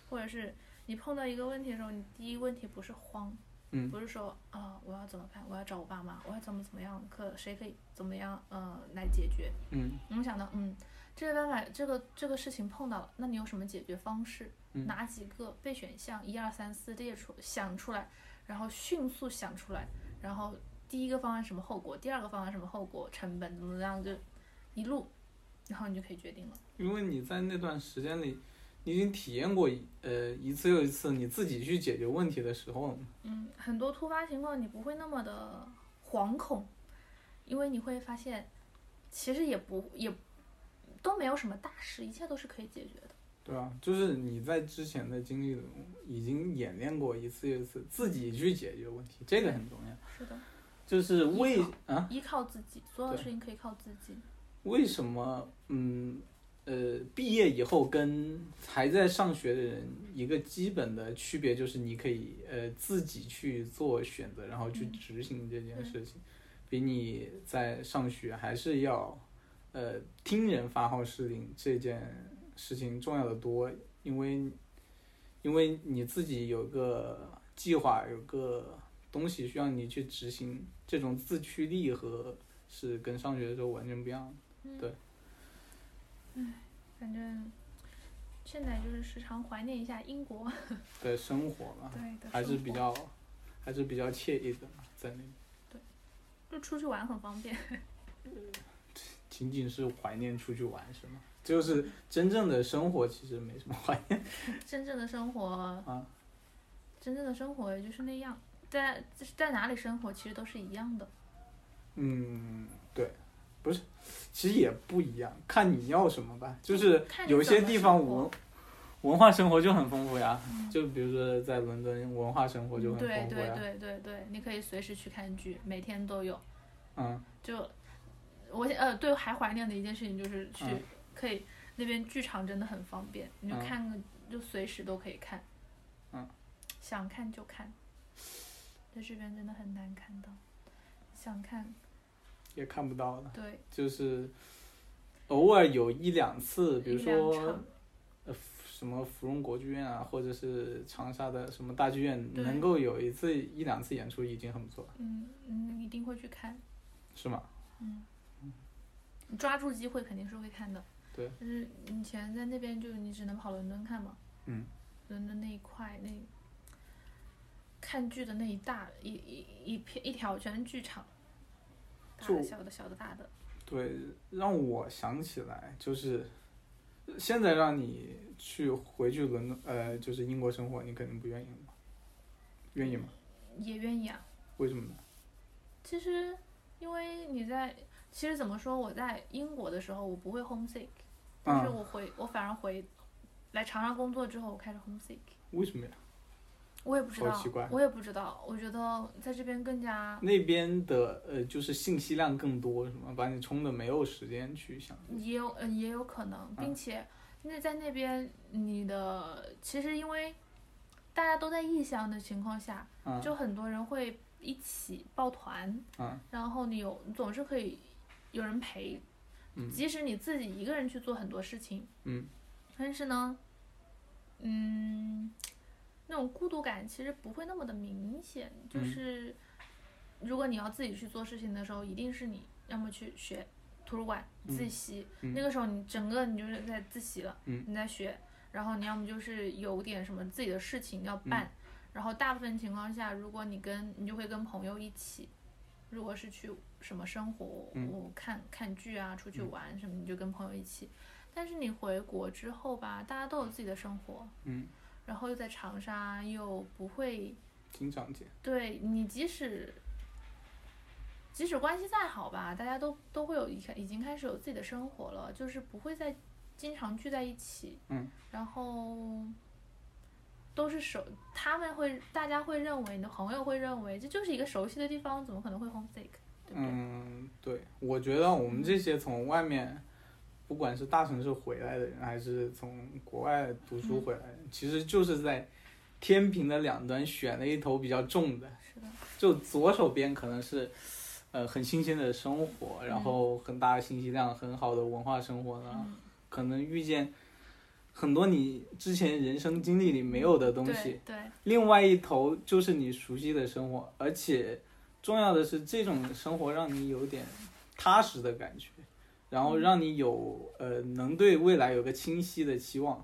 Speaker 3: 或者是你碰到一个问题的时候，你第一问题不是慌，
Speaker 2: 嗯
Speaker 3: 不是说啊、我要怎么办，我要找我爸妈，我要怎么怎么样，可谁可以怎么样，呃，来解决，
Speaker 2: 嗯，
Speaker 3: 我们想到，嗯，这个办法，这个这个事情碰到了，那你有什么解决方式？
Speaker 2: 嗯
Speaker 3: 哪几个备选项？一二三四列出，想出来，然后迅速想出来，然后第一个方案什么后果，第二个方案什么后果，成本怎么怎么样，就一路，然后你就可以决定了。
Speaker 2: 因为你在那段时间里，你已经体验过一呃一次又一次你自己去解决问题的时候，
Speaker 3: 嗯，很多突发情况你不会那么的惶恐，因为你会发现，其实也不也都没有什么大事，一切都是可以解决的。
Speaker 2: 对吧？就是你在之前的经历中嗯已经演练过一次又一次自己去解决问题，这个很重要。
Speaker 3: 是的，
Speaker 2: 就是为
Speaker 3: 依靠
Speaker 2: 啊
Speaker 3: 依靠自己，所有的
Speaker 2: 对
Speaker 3: 事情可以靠自己。
Speaker 2: 为什么嗯呃毕业以后跟还在上学的人一个基本的区别就是你可以呃自己去做选择，然后去
Speaker 3: 嗯
Speaker 2: 执行这件事情，比你在上学还是要呃听人发号施令这件事情重要的多，因为因为你自己有个计划，有个东西需要你去执行，这种自驱力和是跟上学的时候完全不一样的。
Speaker 3: 嗯反正现在就是时常怀念一下英国
Speaker 2: 的生活吧，
Speaker 3: 对的
Speaker 2: 啊
Speaker 3: 生活，
Speaker 2: 还是比较还是比较惬意的嘛，在那里
Speaker 3: 就出去玩很方便。
Speaker 2: 仅仅是怀念出去玩是吗？就是真正的生活其实没什么怀念
Speaker 3: 真正的生活，
Speaker 2: 啊，
Speaker 3: 真正的生活也就是那样，在在哪里生活其实都是一样的。
Speaker 2: 嗯，对，不是，其实也不一样，看你要什么吧。就是
Speaker 3: 看你
Speaker 2: 有些
Speaker 3: 怎么
Speaker 2: 地方
Speaker 3: 生活
Speaker 2: 文文化生活就很丰富呀，就比如说在伦敦文化生活就
Speaker 3: 嗯
Speaker 2: 很
Speaker 3: 对
Speaker 2: 丰富
Speaker 3: 对
Speaker 2: 呀，
Speaker 3: 对对对，你可以随时去看剧，每天都有。
Speaker 2: 嗯
Speaker 3: 就我呃对还怀念的一件事情就是去、
Speaker 2: 嗯
Speaker 3: 可以那边剧场真的很方便，你就
Speaker 2: 嗯
Speaker 3: 看个、就随时都可以看，
Speaker 2: 嗯，
Speaker 3: 想看就看，在这边真的很难看到，想看
Speaker 2: 也看不到了，
Speaker 3: 对，
Speaker 2: 就是偶尔有一两次，比如
Speaker 3: 一两
Speaker 2: 说
Speaker 3: 场
Speaker 2: 呃什么芙蓉国剧院啊，或者是长沙的什么大剧院，
Speaker 3: 对
Speaker 2: 能够有一次一两次演出已经很不错了，
Speaker 3: 嗯嗯一定会去看，
Speaker 2: 是吗？
Speaker 3: 嗯，你抓住机会肯定是会看的，
Speaker 2: 嗯对，
Speaker 3: 就是以前在那边就你只能跑伦敦看嘛，
Speaker 2: 嗯，
Speaker 3: 伦敦那一块那看剧的那一大一一一片一条全是剧场，大
Speaker 2: 就
Speaker 3: 的小的小的大的，
Speaker 2: 对，让我想起来就是，现在让你去回去伦敦，呃，就是英国生活，你肯定不愿意了嘛，愿意吗？
Speaker 3: 也愿意啊。
Speaker 2: 为什么呢？
Speaker 3: 其实因为你在，其实怎么说，我在英国的时候我不会 homesick，但是
Speaker 2: 啊，
Speaker 3: 我回我反而回来长沙工作之后，我开始 homesick。
Speaker 2: 为什么呀？
Speaker 3: 我也不知道
Speaker 2: 好奇怪，嗯
Speaker 3: 我也不知道。我觉得在这边更加
Speaker 2: 那边的呃，就是信息量更多，什么把你冲的没有时间去想，
Speaker 3: 也有嗯也有可能，并且那在那边你的其实因为大家都在异乡的情况下，
Speaker 2: 嗯
Speaker 3: 就很多人会一起抱团，
Speaker 2: 嗯
Speaker 3: 然后你有你总是可以有人陪，
Speaker 2: 嗯
Speaker 3: 即使你自己一个人去做很多事情，
Speaker 2: 嗯，
Speaker 3: 但是呢，嗯，那种孤独感其实不会那么的明显，就
Speaker 2: 嗯
Speaker 3: 是如果你要自己去做事情的时候，一定是你要么去学图书馆
Speaker 2: 嗯
Speaker 3: 自习，
Speaker 2: 嗯
Speaker 3: 那个时候你整个你就是在自习了，
Speaker 2: 嗯
Speaker 3: 你在学，然后你要么就是有点什么自己的事情要办，
Speaker 2: 嗯
Speaker 3: 然后大部分情况下，如果你跟你就会跟朋友一起，如果是去什么生活，
Speaker 2: 嗯
Speaker 3: 我看看剧啊，出去玩什么，你就跟朋友一起。但是你回国之后吧，大家都有自己的生活，
Speaker 2: 嗯，
Speaker 3: 然后又在长沙，又不会
Speaker 2: 经常见，
Speaker 3: 对你即使即使关系再好吧，大家都都会有已开已经开始有自己的生活了，就是不会再经常聚在一起。
Speaker 2: 嗯，
Speaker 3: 然后都是熟，他们会大家会认为你的朋友会认为这就是一个熟悉的地方，怎么可能会 homesick？对不对？
Speaker 2: 嗯，对，我觉得我们这些从外面，不管是大城市回来的人，还是从国外读
Speaker 3: 嗯
Speaker 2: 书回来的人，其实就是在天平的两端选了一头比较重的，
Speaker 3: 是的，
Speaker 2: 就左手边可能是，呃，很新鲜的生活，然后很大的信息量，很好的文化生活呢，
Speaker 3: 嗯
Speaker 2: 可能遇见很多你之前人生经历里没有的东西。
Speaker 3: 对对，
Speaker 2: 另外一头就是你熟悉的生活，而且重要的是，这种生活让你有点踏实的感觉，然后让你有呃能对未来有个清晰的期望，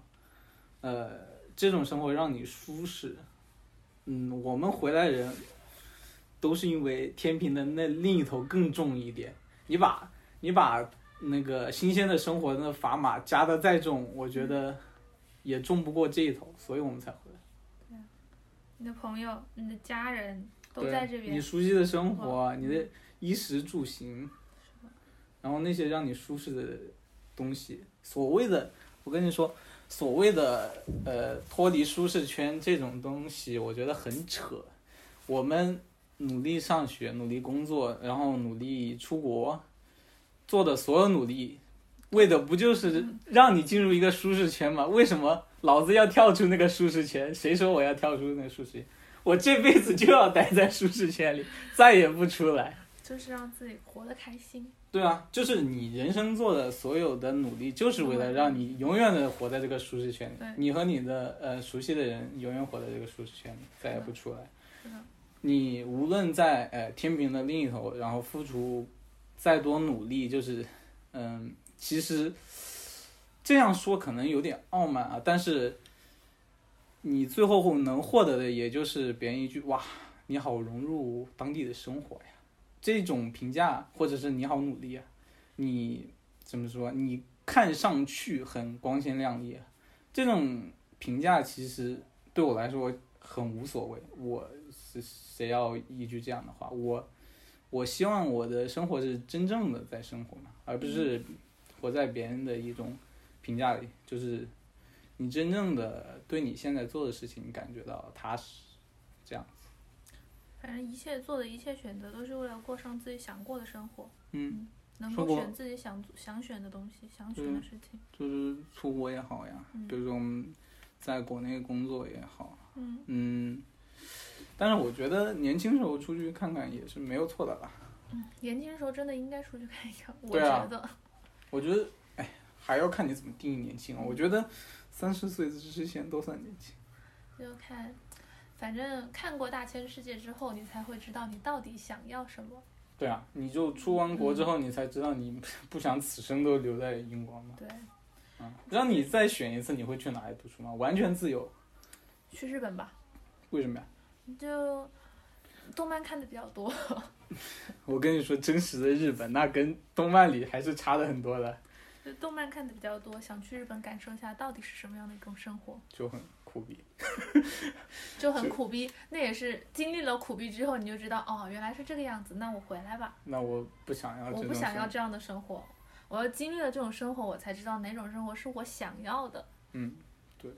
Speaker 2: 呃，这呃种生活让你舒适。嗯，我们回来人都是因为天平的那另一头更重一点，你把你把那个新鲜的生活的砝码加的再重，我觉得也重不过这一头，所以我们才回来。
Speaker 3: 你的朋友、你的家人都
Speaker 2: 对
Speaker 3: 在这
Speaker 2: 你
Speaker 3: 边，
Speaker 2: 熟悉的生活，你的衣食住行
Speaker 3: 的，
Speaker 2: 然后那些让你舒适的东西，所谓的，我跟你说，所谓的呃脱离舒适圈这种东西，我觉得很扯。我们努力上学，努力工作，然后努力出国，做的所有努力。为的不就是让你进入一个舒适圈吗？为什么老子要跳出那个舒适圈？谁说我要跳出那个舒适圈？我这辈子就要待在舒适圈里， 再也不出来。
Speaker 3: 就是让自己活得开心。
Speaker 2: 对啊，就是你人生做的所有的努力，就是为了让你永远的活在这个舒适圈里
Speaker 3: 对。
Speaker 2: 你和你的呃熟悉的人永远活在这个舒适圈里，再也不出来
Speaker 3: 是的。
Speaker 2: 你无论在呃天平的另一头，然后付出再多努力，就是嗯，其实这样说可能有点傲慢啊，但是你最后能获得的，也就是别人一句“哇，你好融入当地的生活呀”这种评价，或者是“你好努力啊”，你怎么说？你看上去很光鲜亮丽啊，这种评价其实对我来说很无所谓，我是谁要一句这样的话？我我希望我的生活是真正的在生活嘛，而不是活在别人的一种评价里，就是你真正的对你现在做的事情感觉到踏实，这样。
Speaker 3: 反正一切做的一切选择都是为了过上自己想过的生活，
Speaker 2: 嗯，
Speaker 3: 能
Speaker 2: 说
Speaker 3: 够
Speaker 2: 过
Speaker 3: 选自己想想选的东西，想选的
Speaker 2: 嗯
Speaker 3: 事情。
Speaker 2: 就是出国也好呀，
Speaker 3: 嗯
Speaker 2: 比如说我们在国内工作也好，
Speaker 3: 嗯，
Speaker 2: 嗯，但是我觉得年轻时候出去看看也是没有错的吧。
Speaker 3: 嗯年轻的时候真的应该出去看一看，我
Speaker 2: 对啊
Speaker 3: 觉得。
Speaker 2: 我觉得，哎，还要看你怎么定义年轻啊。我觉得三十岁之前都算年轻。
Speaker 3: 就看，反正看过大千世界之后，你才会知道你到底想要什么。
Speaker 2: 对啊，你就出完国之后，你才知道你不想此生都留在英国嘛。
Speaker 3: 对，
Speaker 2: 嗯，让你再选一次，你会去哪里读书吗？完全自由，
Speaker 3: 去日本吧，
Speaker 2: 为什么呀？
Speaker 3: 就动漫看的比较多。
Speaker 2: 我跟你说，真实的日本那跟动漫里还是差的很多的，
Speaker 3: 就动漫看的比较多，想去日本感受一下到底是什么样的一种生活，
Speaker 2: 就很苦逼。
Speaker 3: 就很苦逼。那也是经历了苦逼之后，你就知道哦，原来是这个样子。那我回来吧，
Speaker 2: 那我不想啊要这种
Speaker 3: 我
Speaker 2: 生活，
Speaker 3: 不想要这样的生活。我要经历了这种生活，我才知道哪种生活是我想要的。
Speaker 2: 嗯，对，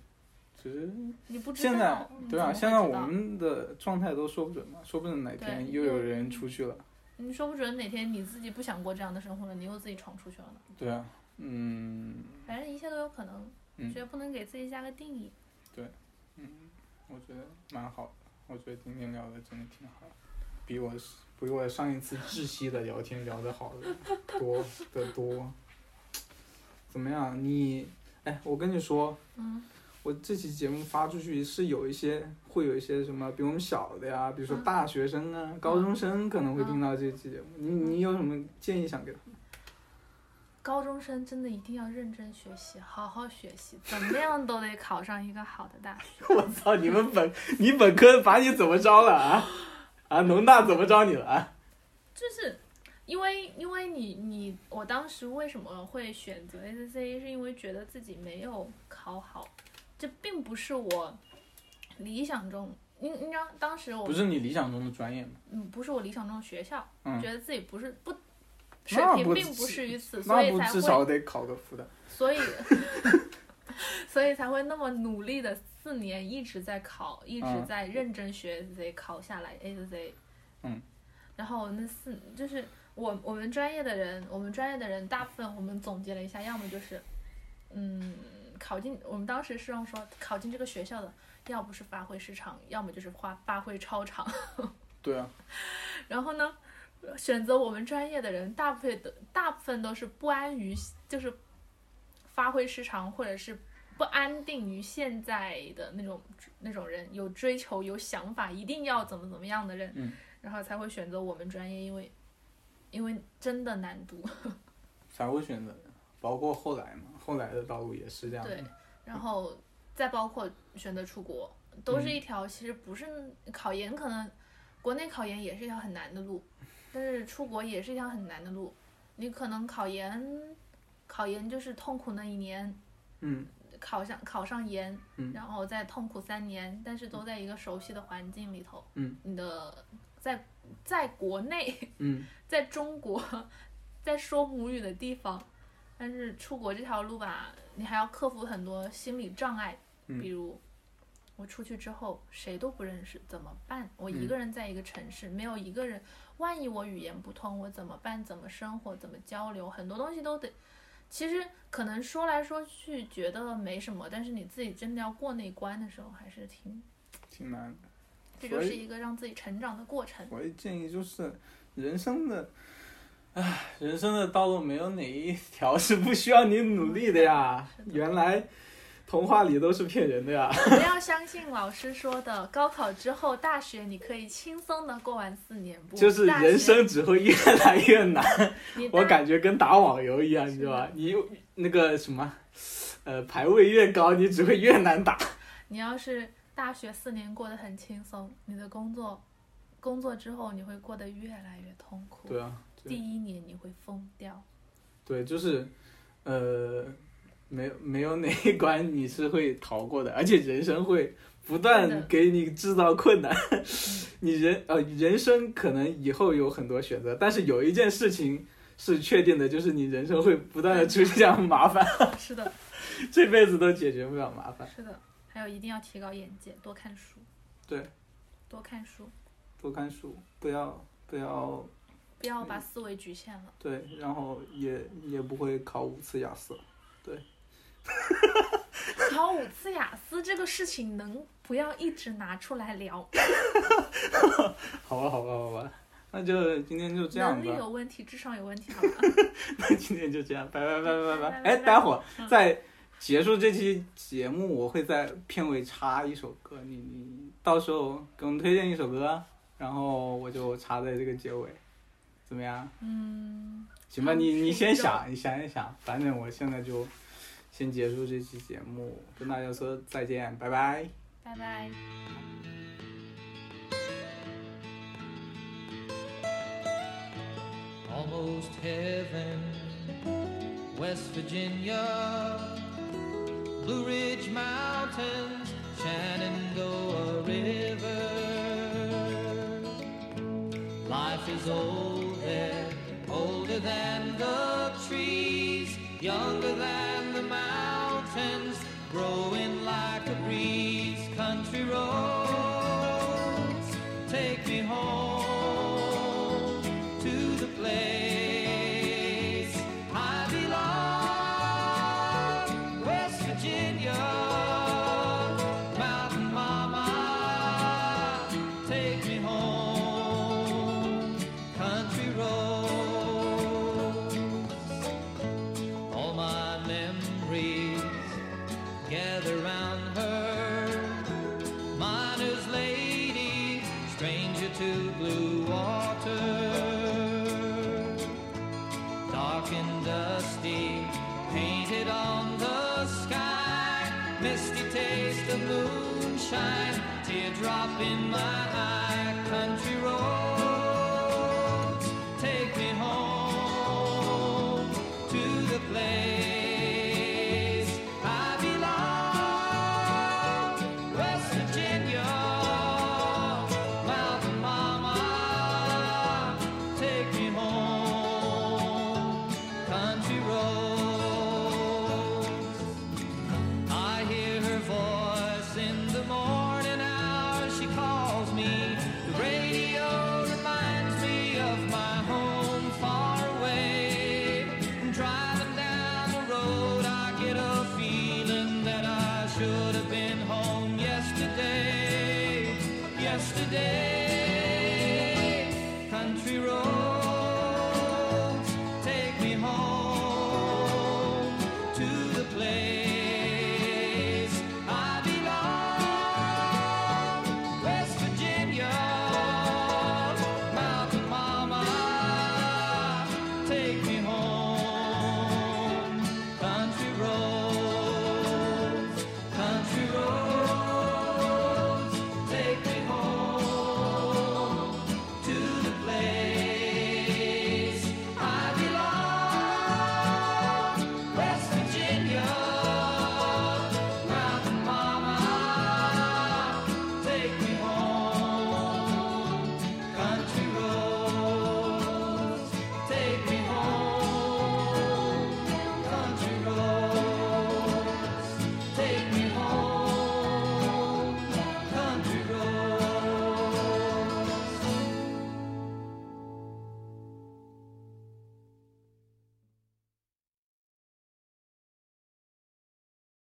Speaker 2: 其实
Speaker 3: 你不知道，
Speaker 2: 现在
Speaker 3: 你
Speaker 2: 对啊，
Speaker 3: 怎
Speaker 2: 现
Speaker 3: 么
Speaker 2: 在
Speaker 3: 会知
Speaker 2: 我
Speaker 3: 道
Speaker 2: 们的状态都说不准嘛，说不准哪天
Speaker 3: 对
Speaker 2: 又有
Speaker 3: 又
Speaker 2: 人出去了。
Speaker 3: 你说不准哪天你自己不想过这样的生活了，你又自己闯出去了呢。
Speaker 2: 对啊，嗯，
Speaker 3: 反正一切都有可能，
Speaker 2: 嗯
Speaker 3: 觉得不能给自己下个定义。
Speaker 2: 我觉得蛮好的，我觉得今天聊的真的挺好的，比我比我上一次窒息的聊天聊得好的多得多。怎么样？你哎，我跟你说，
Speaker 3: 嗯，
Speaker 2: 我这期节目发出去是有一些会有一些什么比我们小的呀，比如说
Speaker 3: 嗯
Speaker 2: 大学生啊、高中生可能会听到这期节目，你你有什么建议想给他 们？
Speaker 3: 高中生真的一定要认真学习，好好学习，怎么样都得考上一个好的大学。
Speaker 2: 我操，你们本你本科把你怎么着了啊？啊，农大怎么着你了啊？
Speaker 3: 就是因为因为你你我当时为什么会选择 ACCA，是因为觉得自己没有考好，这并不是我理想中。你你知道当时我
Speaker 2: 不是你理想中的专业吗？
Speaker 3: 嗯不是我理想中的学校，
Speaker 2: 嗯
Speaker 3: 觉得自己不是不水
Speaker 2: 那
Speaker 3: 平
Speaker 2: 不
Speaker 3: 并不适于此，所
Speaker 2: 那
Speaker 3: 以
Speaker 2: 不
Speaker 3: 才
Speaker 2: 至
Speaker 3: 会
Speaker 2: 少得考个复旦。
Speaker 3: 所以 所以才会那么努力的四年一直在考，一直
Speaker 2: 嗯
Speaker 3: 在认真学 ACC，考下来 ACC。
Speaker 2: 嗯。
Speaker 3: 然后那四就是我我们专业的人，我们专业的人大部分我们总结了一下，要么就是嗯考进我们当时是用说考进这个学校的，要不是发挥失常，要么就是发发挥超常。
Speaker 2: 对啊，
Speaker 3: 然后呢，选择我们专业的人，大部分的大部分都是不安于，就是发挥失常，或者是不安定于现在的那种那种人，有追求、有想法，一定要怎么怎么样的人，
Speaker 2: 嗯
Speaker 3: 然后才会选择我们专业，因为因为真的难读。
Speaker 2: 才会选择，包括后来嘛，后来的道路也是这样的。
Speaker 3: 对，然后再包括选择出国，都
Speaker 2: 嗯
Speaker 3: 是一条其实不是考研，可能国内考研也是一条很难的路，但是出国也是一条很难的路。你可能考研，考研就是痛苦那一年，
Speaker 2: 嗯，
Speaker 3: 考上考上研，
Speaker 2: 嗯
Speaker 3: 然后再痛苦三年，但是都在一个熟悉的环境里头，
Speaker 2: 嗯，
Speaker 3: 你的在在国内，
Speaker 2: 嗯，
Speaker 3: 在中国，在说母语的地方，但是出国这条路吧，你还要克服很多心理障碍，
Speaker 2: 嗯
Speaker 3: 比如我出去之后谁都不认识，怎么办？我
Speaker 2: 嗯
Speaker 3: 一个人在一个城市，没有一个人，万一我语言不通，我怎么办？怎么生活？怎么交流？很多东西都得。其实可能说来说去觉得没什么，但是你自己真的要过那一关的时候，还是挺，
Speaker 2: 挺难的。
Speaker 3: 这
Speaker 2: 所
Speaker 3: 就
Speaker 2: 以
Speaker 3: 是一个让自己成长的过程。
Speaker 2: 我的建议就是，人生的，唉，人生的道路没有哪一条是不需要你努力的呀。
Speaker 3: 嗯
Speaker 2: 原来童话里都是骗人的呀。
Speaker 3: 不要相信老师说的，高考之后大学你可以轻松的过完四年，不
Speaker 2: 就是
Speaker 3: 大学
Speaker 2: 人生只会越来越难，
Speaker 3: 你大
Speaker 2: 我感觉跟打网游一样，你知道吧？你那个什么，呃，排位越高，你只会越难打。
Speaker 3: 你要是大学四年过得很轻松，你的工作工作之后你会过得越来越痛苦。
Speaker 2: 对啊，
Speaker 3: 第一年你会疯 掉，
Speaker 2: 对，就是，呃，没有没有哪一关你是会逃过的，而且人生会不
Speaker 3: 对的
Speaker 2: 断给你制造困难。 你人呃，人生可能以后有很多选择，但是有一件事情是确定的，就是你人生会不断的出现这样的麻烦，
Speaker 3: 是的，
Speaker 2: 这辈子都解决不了麻烦。
Speaker 3: 是的。还有一定要提高眼界，多看书，
Speaker 2: 对，
Speaker 3: 多看书，
Speaker 2: 多看书，不要不要
Speaker 3: 不要把思维局限了。
Speaker 2: 对，然后也也不会考五次雅思。嗯
Speaker 3: 考五次雅思这个事情能不要一直拿出来聊？
Speaker 2: 好吧，好吧，好吧，那就今天就这样
Speaker 3: 能
Speaker 2: 吧。
Speaker 3: 力有问题，智商有问题，好吧？
Speaker 2: 今天就这样，拜拜拜拜拜
Speaker 3: 拜拜
Speaker 2: 拜。哎，
Speaker 3: 拜拜
Speaker 2: 待会儿在结束这期节目，我会在片尾插一首歌，你你到时候给我们推荐一首歌，然后我就插在这个结尾，怎么样？
Speaker 3: 嗯。
Speaker 2: 行吧，你
Speaker 3: 嗯
Speaker 2: 你先
Speaker 3: 是的
Speaker 2: 想，你想一想，反正我现在就先结束这期节目，跟大家说再见，拜拜。
Speaker 3: 拜拜。
Speaker 5: almost heaven. West Virginia, Blue Ridge Mountains, Shenandoah River. Life is old there, older than the trees, younger than the mountains, growing like a breeze. Country roads, take me home to the place I belong. West Virginia, Mountain Mama, take me home. Country roads, all my memories gather round her miner's lady, stranger to blue water. Dark and dusty, painted on the sky, misty taste of moonshine, teardrop in my eye, country